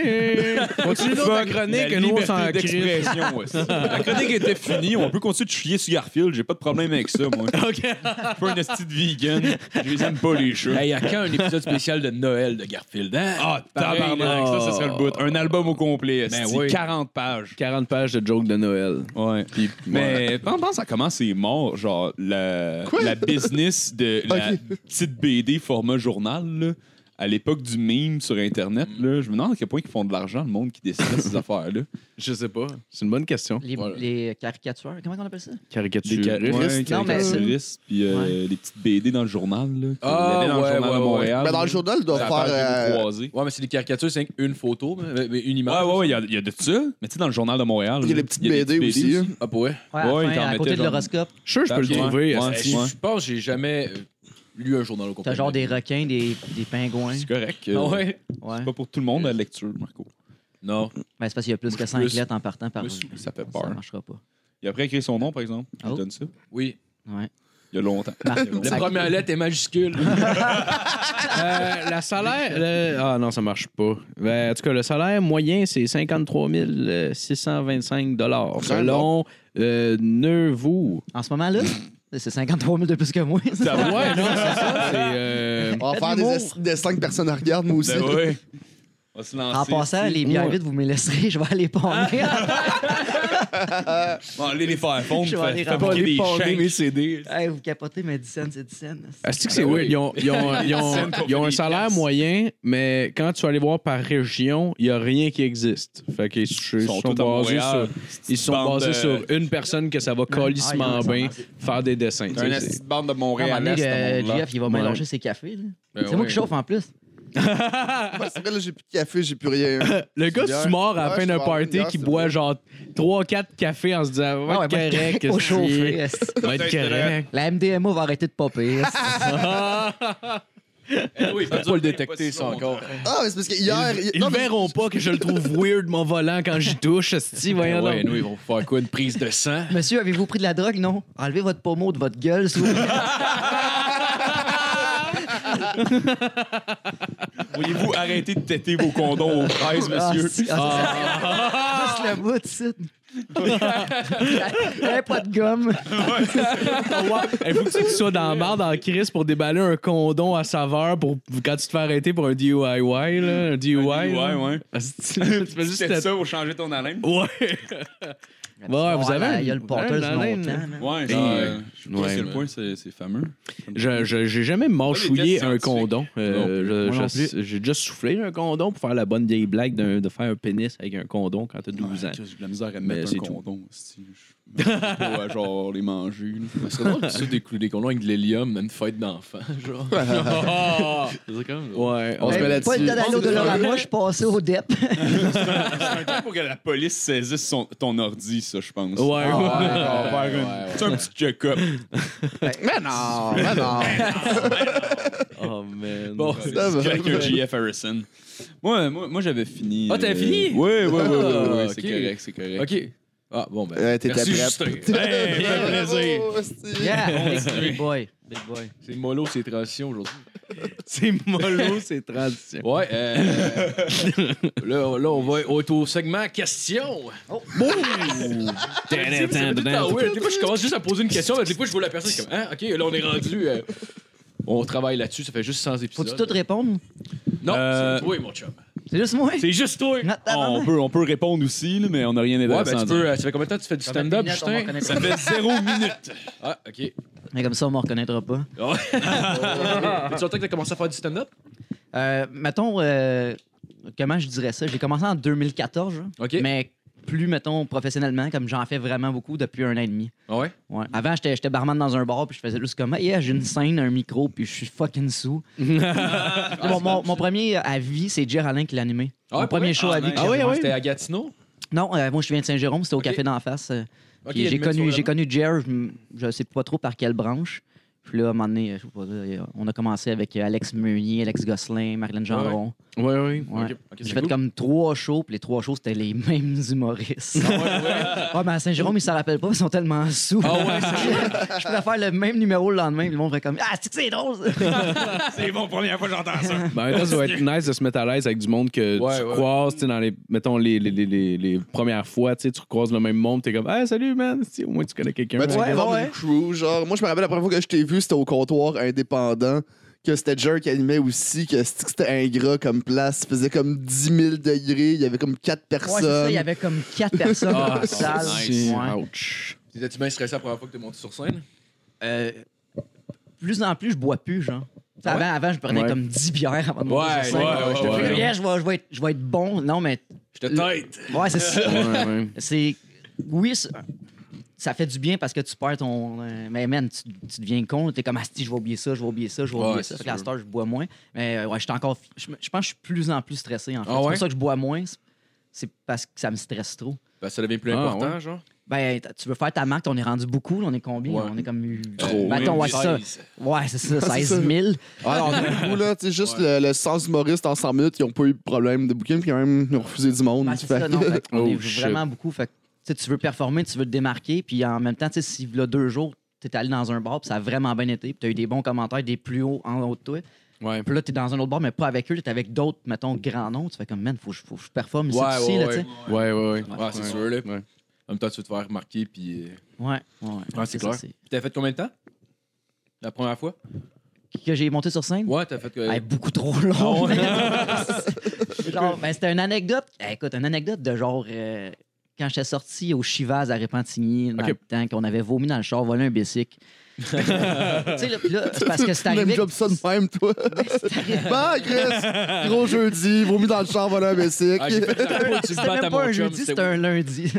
[SPEAKER 3] Continue donc ta
[SPEAKER 2] La
[SPEAKER 3] chronique, nous on
[SPEAKER 2] liberté
[SPEAKER 3] s'en crie.
[SPEAKER 2] d'expression, ouais, c'est ça. La chronique était finie. On peut continuer de chier sur Garfield. J'ai pas de problème avec ça, moi. Je
[SPEAKER 3] OK.
[SPEAKER 2] suis pas un esti de vegan. Je les aime pas, les chats.
[SPEAKER 6] Hey, y a quand un épisode spécial de Noël de Garfield? hein?
[SPEAKER 2] Ah,
[SPEAKER 6] Pareil,
[SPEAKER 2] tabarnak.
[SPEAKER 6] là.
[SPEAKER 2] Ça, ça serait le bout. Un album au complet.
[SPEAKER 6] Ben
[SPEAKER 2] esti.
[SPEAKER 6] oui.
[SPEAKER 2] 40 pages.
[SPEAKER 3] 40 pages de jokes de Noël.
[SPEAKER 2] Ouais. Mais pense pense à comment c'est mort, genre la, la business de la petite BD format journal. là. à l'époque du meme sur Internet, là, je me demande à quel point ils font de l'argent, le monde qui décide ces affaires-là.
[SPEAKER 3] Je sais pas. C'est une bonne question.
[SPEAKER 5] Les,
[SPEAKER 2] Voilà.
[SPEAKER 5] les caricatures, comment on appelle ça?
[SPEAKER 3] Caricature.
[SPEAKER 2] Des caristes,
[SPEAKER 5] Non, mais-
[SPEAKER 2] caricaturistes, puis euh, les petites BD dans le journal. Là, qu'on
[SPEAKER 6] Ah,
[SPEAKER 2] avait dans le
[SPEAKER 6] ouais,
[SPEAKER 2] journal
[SPEAKER 6] ouais,
[SPEAKER 2] de
[SPEAKER 6] ouais.
[SPEAKER 2] Montréal.
[SPEAKER 4] Mais Ben, dans le journal, ils doivent
[SPEAKER 2] la
[SPEAKER 4] faire.
[SPEAKER 2] page de
[SPEAKER 4] euh,
[SPEAKER 2] croisée.
[SPEAKER 6] Ouais, mais c'est des caricatures, c'est une photo, mais- mais une image.
[SPEAKER 2] Ouais, ouais, ouais, il y a- il y, a de ça. Mais tu sais, dans le journal de Montréal.
[SPEAKER 4] Il y a
[SPEAKER 2] là,
[SPEAKER 4] les petites BD, aussi. hein.
[SPEAKER 6] Ah, pour ouais.
[SPEAKER 5] Ouais, à la
[SPEAKER 2] Ouais,
[SPEAKER 5] fin,
[SPEAKER 2] ils t'en
[SPEAKER 5] à
[SPEAKER 2] mettaient
[SPEAKER 5] côté de
[SPEAKER 2] genre-
[SPEAKER 5] l'horoscope,
[SPEAKER 3] Sure, je peux le
[SPEAKER 2] Ouais.
[SPEAKER 3] trouver.
[SPEAKER 2] Ouais.
[SPEAKER 6] Je je pense que j'ai jamais euh, lu un journal au complet.
[SPEAKER 5] t'as genre des requins, des, des pingouins.
[SPEAKER 2] C'est correct.
[SPEAKER 6] Ah
[SPEAKER 2] euh,
[SPEAKER 6] ouais?
[SPEAKER 5] Ouais.
[SPEAKER 2] C'est pas pour tout le monde la lecture, Marco.
[SPEAKER 6] Non.
[SPEAKER 5] Ben, c'est parce qu'il y a plus
[SPEAKER 6] Moi,
[SPEAKER 5] que
[SPEAKER 6] je suis
[SPEAKER 5] 5
[SPEAKER 6] plus-
[SPEAKER 5] lettres en partant par
[SPEAKER 2] plus-
[SPEAKER 5] jour.
[SPEAKER 2] ça fait peur.
[SPEAKER 5] Ça marchera pas.
[SPEAKER 2] Il a après écrit son nom, par exemple. Je
[SPEAKER 5] Oh. Bah,
[SPEAKER 2] lui donne ça.
[SPEAKER 6] Oui.
[SPEAKER 5] Ouais.
[SPEAKER 2] Il y a longtemps. Ben
[SPEAKER 6] La première lettre est majuscule.
[SPEAKER 3] Euh, la salaire. le- Ah non, ça marche pas. Ben, en tout cas, le salaire moyen, c'est 53 625 selon euh, Neuvaux.
[SPEAKER 5] En ce moment-là, c'est 53 000 de plus que moi.
[SPEAKER 2] Ça va?
[SPEAKER 3] Ouais, non, c'est ça. C'est. euh,
[SPEAKER 4] On va
[SPEAKER 5] Faites
[SPEAKER 4] faire
[SPEAKER 5] l'humour.
[SPEAKER 4] des esti- des 5 personnes à regarder, moi aussi.
[SPEAKER 2] Ben ouais. On va se lancer.
[SPEAKER 5] En passant, les bières vides, vous me laisserez, je vais aller pomper.
[SPEAKER 2] Bon, allez les faire fondre.
[SPEAKER 5] Je vais aller
[SPEAKER 2] fa- fabriquer des chaînes.
[SPEAKER 6] mes CD.
[SPEAKER 5] hey, vous capotez, mais 10 cents, c'est 10 cents.
[SPEAKER 3] Est-ce Ah, que c'est weird? Ils ont, ils ont- ils ont- ils ont un salaire moyen, mais quand tu vas aller voir par région, il n'y a rien qui existe. Fait qu'ils se- ils
[SPEAKER 2] Ils
[SPEAKER 3] sont,
[SPEAKER 2] sont tous à
[SPEAKER 3] basés,
[SPEAKER 2] Montréal.
[SPEAKER 3] sur, ils sont
[SPEAKER 2] Bande
[SPEAKER 3] basés
[SPEAKER 2] de-
[SPEAKER 3] sur une personne que ça va colissement
[SPEAKER 5] Ah, ils ont-
[SPEAKER 3] bien faire des dessins. tu
[SPEAKER 2] T'as une
[SPEAKER 3] sais, c'est-
[SPEAKER 2] petite bande de
[SPEAKER 5] Non, mais à
[SPEAKER 2] Montréal.
[SPEAKER 5] un moment donné,
[SPEAKER 2] à
[SPEAKER 5] le
[SPEAKER 2] ce moment-là.
[SPEAKER 5] GF, il va
[SPEAKER 3] Ouais.
[SPEAKER 5] mélanger ses cafés. là.
[SPEAKER 6] Ben
[SPEAKER 5] c'est moi
[SPEAKER 6] ouais.
[SPEAKER 5] qui chauffe en plus.
[SPEAKER 4] Ouais, C'est vrai, là, j'ai plus de café, j'ai plus rien.
[SPEAKER 3] Le gars
[SPEAKER 6] bière.
[SPEAKER 3] tu mort à la
[SPEAKER 4] Ouais,
[SPEAKER 3] fin
[SPEAKER 4] je
[SPEAKER 3] d'un
[SPEAKER 4] suis mort d'une
[SPEAKER 3] party
[SPEAKER 4] bière,
[SPEAKER 3] qui
[SPEAKER 4] c'est
[SPEAKER 3] boit
[SPEAKER 4] vrai.
[SPEAKER 3] genre 3-4 cafés en se disant va
[SPEAKER 5] Ah Ouais,
[SPEAKER 3] être correct,
[SPEAKER 5] au
[SPEAKER 3] esti.
[SPEAKER 5] chauffer. esti.
[SPEAKER 3] va être correct.
[SPEAKER 5] La MDMA va arrêter de popper. esti.
[SPEAKER 6] Oui, faut pas le détecter, ça encore.
[SPEAKER 4] Ah, mais c'est parce que hier.
[SPEAKER 3] Ils
[SPEAKER 4] non,
[SPEAKER 3] ne
[SPEAKER 4] mais-
[SPEAKER 3] verront pas que je le trouve weird mon volant quand j'y touche, esti, voyons
[SPEAKER 6] Ouais,
[SPEAKER 3] donc.
[SPEAKER 6] nous, ils vont faire quoi? Une prise de sang?
[SPEAKER 5] Monsieur, avez-vous pris de la drogue? Non. Enlevez votre pommeau de votre gueule. s'il vous plaît.
[SPEAKER 2] Voyez-vous, arrêtez de têter vos condoms aux fraises,
[SPEAKER 5] Ah,
[SPEAKER 2] monsieur.
[SPEAKER 5] si, ah, c'est ça. Juste le bout, tu sais. pas de gomme.
[SPEAKER 3] Ah Il faut que tu sois dans la merde en crise pour déballer un condom à saveur pour quand tu te fais arrêter pour un DUI, là, un DUI.
[SPEAKER 2] Ah, Ouais,
[SPEAKER 3] là.
[SPEAKER 2] ouais.
[SPEAKER 3] Esti, tu fais juste
[SPEAKER 2] C'était
[SPEAKER 3] te-
[SPEAKER 2] ça pour changer ton haleine.
[SPEAKER 3] Ouais. Ouais, vous avez hein? un-
[SPEAKER 5] Il y a le porteur
[SPEAKER 3] un- un-
[SPEAKER 5] longtemps. man.
[SPEAKER 2] Ah, Ouais,
[SPEAKER 3] genre,
[SPEAKER 2] genre,
[SPEAKER 3] euh,
[SPEAKER 2] je sais pas
[SPEAKER 3] ouais,
[SPEAKER 2] à quel
[SPEAKER 3] mais-
[SPEAKER 2] point c'est c'est fameux.
[SPEAKER 3] Je, je- j'ai jamais
[SPEAKER 2] Pas les
[SPEAKER 3] mâchouillé
[SPEAKER 2] tests
[SPEAKER 3] un
[SPEAKER 2] scientifiques.
[SPEAKER 3] condom. Euh,
[SPEAKER 5] Moi non
[SPEAKER 3] je- je- j'ai déjà soufflé un condom pour faire la bonne vieille blague de, de faire un pénis avec un condom quand t'as 12 ans.
[SPEAKER 2] Ouais, J'ai de la misère à me
[SPEAKER 3] Mais
[SPEAKER 2] mettre
[SPEAKER 3] c'est
[SPEAKER 2] un
[SPEAKER 3] tout.
[SPEAKER 2] condom. si Je me mets pas à genre les manger. là.
[SPEAKER 6] Ça serait drôle que ça découle des condoms avec de l'hélium, une fête d'enfant, genre. C'est comme.
[SPEAKER 3] Ouais,
[SPEAKER 6] On se
[SPEAKER 5] Ben,
[SPEAKER 6] met
[SPEAKER 5] Pas le temps d'aller au
[SPEAKER 6] là-dessus.
[SPEAKER 5] Dolorama, je suis passé au E DEP.
[SPEAKER 2] C'est un temps pour que la police saisisse son- ton ordi, ça, je pense.
[SPEAKER 3] Ouais,
[SPEAKER 6] Ouais,
[SPEAKER 3] ouais.
[SPEAKER 6] Ah, ouais, ouais, ouais.
[SPEAKER 2] C'est un petit check-up.
[SPEAKER 4] ben, Mais non, mais non.
[SPEAKER 3] Oh man.
[SPEAKER 6] Bon,
[SPEAKER 4] Ça va.
[SPEAKER 2] Avec un GF Harrison. Moi, moi, moi j'avais fini. euh,
[SPEAKER 6] Ah, t'avais fini?
[SPEAKER 2] Oui, oui, oui.
[SPEAKER 6] Ah,
[SPEAKER 2] C'est
[SPEAKER 6] ok.
[SPEAKER 2] correct, c'est correct.
[SPEAKER 6] OK. Eh, ben, Ah, bon, ben.
[SPEAKER 4] Ouais, t'étais
[SPEAKER 6] merci,
[SPEAKER 4] prêt.
[SPEAKER 6] Justin.
[SPEAKER 2] Hey, fait plaisir.
[SPEAKER 4] Oh, hostie.
[SPEAKER 5] Yeah, big boy. Big boy.
[SPEAKER 6] C'est mollo, c'est transition aujourd'hui.
[SPEAKER 3] C'est mollo, c'est tradition.
[SPEAKER 6] Ouais, euh, là, là, on va au, au segment question.
[SPEAKER 5] Oh.
[SPEAKER 6] C'est tout le temps weird. Des fois, je commence juste à poser une question, mais des fois, je vois la personne je suis comme, hein, ok, là, on est rendu. euh, on travaille là-dessus, ça fait juste 100 épisodes.
[SPEAKER 5] Faut-tu tout répondre?
[SPEAKER 6] Non,
[SPEAKER 2] Euh,
[SPEAKER 6] c'est toi, mon chum.
[SPEAKER 5] C'est juste moi?
[SPEAKER 2] C'est juste toi.
[SPEAKER 5] Not that
[SPEAKER 2] On
[SPEAKER 5] bad.
[SPEAKER 2] peut, on peut répondre aussi, là, mais on n'a rien
[SPEAKER 6] Ouais,
[SPEAKER 2] d'intéressant.
[SPEAKER 6] ben,
[SPEAKER 2] à
[SPEAKER 6] tu
[SPEAKER 2] dire.
[SPEAKER 6] peux. euh, Ça fait combien de temps que tu fais du stand-up, Justin?
[SPEAKER 5] Ça
[SPEAKER 2] fait zéro minute.
[SPEAKER 6] Ah, ok.
[SPEAKER 5] Mais comme ça, on me reconnaîtra pas.
[SPEAKER 6] Tu longtemps que t'as commencé à faire du stand-up?
[SPEAKER 5] Euh, mettons, euh, comment je dirais ça? J'ai commencé en 2014, genre.
[SPEAKER 6] Ok.
[SPEAKER 5] mais plus, mettons, professionnellement, comme j'en fais vraiment beaucoup depuis un an et demi.
[SPEAKER 6] Ah ouais?
[SPEAKER 5] Ouais. Avant, j'étais j'étais barman dans un bar, puis je faisais juste comme, yeah, j'ai une scène, un micro, puis je suis fucking sous.
[SPEAKER 6] Ah,
[SPEAKER 5] mon, mon- mon premier à vie, c'est Géraldin qui l'a animé.
[SPEAKER 6] Ah ouais,
[SPEAKER 5] mon
[SPEAKER 6] pour vrai?
[SPEAKER 5] premier show à vie. que
[SPEAKER 6] Ah
[SPEAKER 5] j'ai
[SPEAKER 6] ouais,
[SPEAKER 5] fait.
[SPEAKER 6] ouais. C'était à Gatineau?
[SPEAKER 5] Non, euh, moi, je viens de Saint-Jérôme, c'était au
[SPEAKER 6] Ok.
[SPEAKER 5] café d'en face. euh,
[SPEAKER 6] Ok,
[SPEAKER 5] puis
[SPEAKER 6] il y a
[SPEAKER 5] j'ai
[SPEAKER 6] une
[SPEAKER 5] connu,
[SPEAKER 6] minute
[SPEAKER 5] j'ai
[SPEAKER 6] sur
[SPEAKER 5] connu Jer, je m- je sais pas trop par quelle branche. Puis là, à un moment donné, euh, je sais pas, euh, on a commencé avec euh, Alex Meunier, Alex Gosselin,
[SPEAKER 6] Ah
[SPEAKER 5] Marlène Gendron.
[SPEAKER 3] Ouais, ouais.
[SPEAKER 5] Ouais.
[SPEAKER 6] Ok, ok,
[SPEAKER 5] J'ai
[SPEAKER 6] c'est
[SPEAKER 5] fait
[SPEAKER 6] cool.
[SPEAKER 5] comme trois shows, puis les trois shows, c'était les mêmes humoristes.
[SPEAKER 6] Ah
[SPEAKER 5] ouais, mais à Saint-Jérôme, ils s'en rappellent pas, ils sont tellement sous.
[SPEAKER 6] Ah ouais, c'est
[SPEAKER 5] je pourrais faire le même numéro le lendemain, puis le monde ferait comme Ah, c'est que c'est drôle! ça!
[SPEAKER 2] C'est bon, première fois que j'entends ça.
[SPEAKER 3] Ben, en même temps, ça doit être nice de se mettre à l'aise avec du monde que
[SPEAKER 6] Ouais,
[SPEAKER 3] tu
[SPEAKER 6] ouais.
[SPEAKER 3] croises, tu sais, dans les, mettons, les, les, les, les, les premières fois, tu sais, tu croises le même monde, t'es comme, hey, salut, man, Tu sais, au moins tu connais quelqu'un.
[SPEAKER 4] Ben, tu
[SPEAKER 5] Ouais,
[SPEAKER 4] vas voir
[SPEAKER 5] ouais.
[SPEAKER 4] une crew, genre. Moi, je me rappelle la première fois que je t'ai vu, c'était au comptoir indépendant. Que c'était Jer qui animait aussi, que c'est- c'était ingrat comme place. Il faisait comme 10 000 degrés, il y avait comme 4
[SPEAKER 5] ouais, c'est ça,
[SPEAKER 4] personnes.
[SPEAKER 5] il y avait comme quatre personnes dans la
[SPEAKER 6] Ah,
[SPEAKER 5] salle.
[SPEAKER 3] Si.
[SPEAKER 5] Ouais.
[SPEAKER 3] Ouch.
[SPEAKER 6] T'étais-tu bien stressé la première fois que t'es monté sur scène?
[SPEAKER 5] Euh, plus en plus, je bois plus, genre. Tu sais, Avant, avant, je prenais
[SPEAKER 6] Ah Ouais.
[SPEAKER 5] comme 10 bières avant de monter
[SPEAKER 6] Ouais,
[SPEAKER 5] sur scène.
[SPEAKER 6] ouais, ouais,
[SPEAKER 5] J'étais
[SPEAKER 6] ouais.
[SPEAKER 5] plus, Yeah, je vais, je vais être, je vais être bon. Non, mais
[SPEAKER 6] Je te tête.
[SPEAKER 5] ouais, c'est ça.
[SPEAKER 6] Ouais, ouais.
[SPEAKER 5] C'est. Oui, c'est- ça fait du bien parce que tu perds ton. euh, mais man, tu, tu deviens con. T'es comme, asti, je vais oublier ça, je vais oublier ça, je vais
[SPEAKER 6] Ouais,
[SPEAKER 5] oublier
[SPEAKER 6] c'est
[SPEAKER 5] ça. Fait que la star, je bois moins. Mais euh, ouais, je suis encore. Je, me- je pense que je suis de plus en plus stressé, en fait.
[SPEAKER 6] Ah
[SPEAKER 5] C'est
[SPEAKER 6] ouais?
[SPEAKER 5] pour ça que je bois moins. c'est- C'est parce que ça me stresse trop.
[SPEAKER 6] Ben, ça devient plus
[SPEAKER 3] Ah,
[SPEAKER 6] important, genre.
[SPEAKER 5] Ben, t- tu veux faire ta marque, on est rendu beaucoup, là, on est combien?
[SPEAKER 6] Ouais.
[SPEAKER 5] On est comme. eu-
[SPEAKER 6] Trop.
[SPEAKER 5] Mettons, ouais, c'est ça.
[SPEAKER 6] 16.
[SPEAKER 5] Ouais, c'est ça,
[SPEAKER 4] c'est
[SPEAKER 5] 16 000.
[SPEAKER 6] Ah,
[SPEAKER 4] Alors, du coup, là, tu sais, juste le, le sens humoriste en 100 minutes, ils n'ont pas eu de problème de booking, puis quand même, ils ont refusé du monde.
[SPEAKER 5] Ouais, Ah, c'est
[SPEAKER 4] Fait
[SPEAKER 5] ça,
[SPEAKER 4] que-
[SPEAKER 5] non, fait qu'on
[SPEAKER 6] Oh,
[SPEAKER 5] est
[SPEAKER 6] shit.
[SPEAKER 5] vraiment beaucoup. Fait que, tu sais, tu veux performer, tu veux te démarquer, puis en même temps, tu sais, si là, deux jours, tu es allé dans un bar, puis ça a vraiment bien été, puis tu as eu des bons commentaires, des plus hauts en haut de toi.
[SPEAKER 6] Ouais.
[SPEAKER 5] Puis là, tu es dans un autre bar, mais pas avec eux, tu es avec d'autres, mettons, grands noms. Tu fais comme, man, faut, que je- faut que je performe ici,
[SPEAKER 6] Ouais,
[SPEAKER 5] ici,
[SPEAKER 6] ouais,
[SPEAKER 5] là, tu sais.
[SPEAKER 6] Ouais, ouais, ouais. Ah, c'est
[SPEAKER 5] Ouais.
[SPEAKER 6] sûr, là.
[SPEAKER 3] Ouais.
[SPEAKER 6] En même temps, tu veux te faire remarquer, puis. euh,
[SPEAKER 5] Ouais, ouais.
[SPEAKER 6] Ah, c'est
[SPEAKER 5] ça,
[SPEAKER 6] clair. T'as fait combien de temps? La première fois?
[SPEAKER 5] Que j'ai monté sur scène?
[SPEAKER 6] Ouais, t'as fait. que-
[SPEAKER 5] Hey, beaucoup trop
[SPEAKER 6] Ah
[SPEAKER 5] long. Genre, ben, c'était une anecdote. Eh, écoute, une anecdote de genre euh, quand j'étais sorti au Chivas à Repentigny dans
[SPEAKER 3] Ok.
[SPEAKER 5] le temps qu'on avait vomi dans le char, volé un bicycle. tu sais, là, puis là, c'est parce que c'est
[SPEAKER 4] Tu
[SPEAKER 5] arrivé.
[SPEAKER 4] même job ça de même, toi. bah, Chris, gros jeudi, vomi dans le char, voilà un bicycle.
[SPEAKER 6] Ah, j'ai fait la fois où tu
[SPEAKER 5] C'était
[SPEAKER 6] battes à
[SPEAKER 5] même
[SPEAKER 6] mon
[SPEAKER 5] pas
[SPEAKER 6] chum,
[SPEAKER 5] un jeudi, c'était un lundi.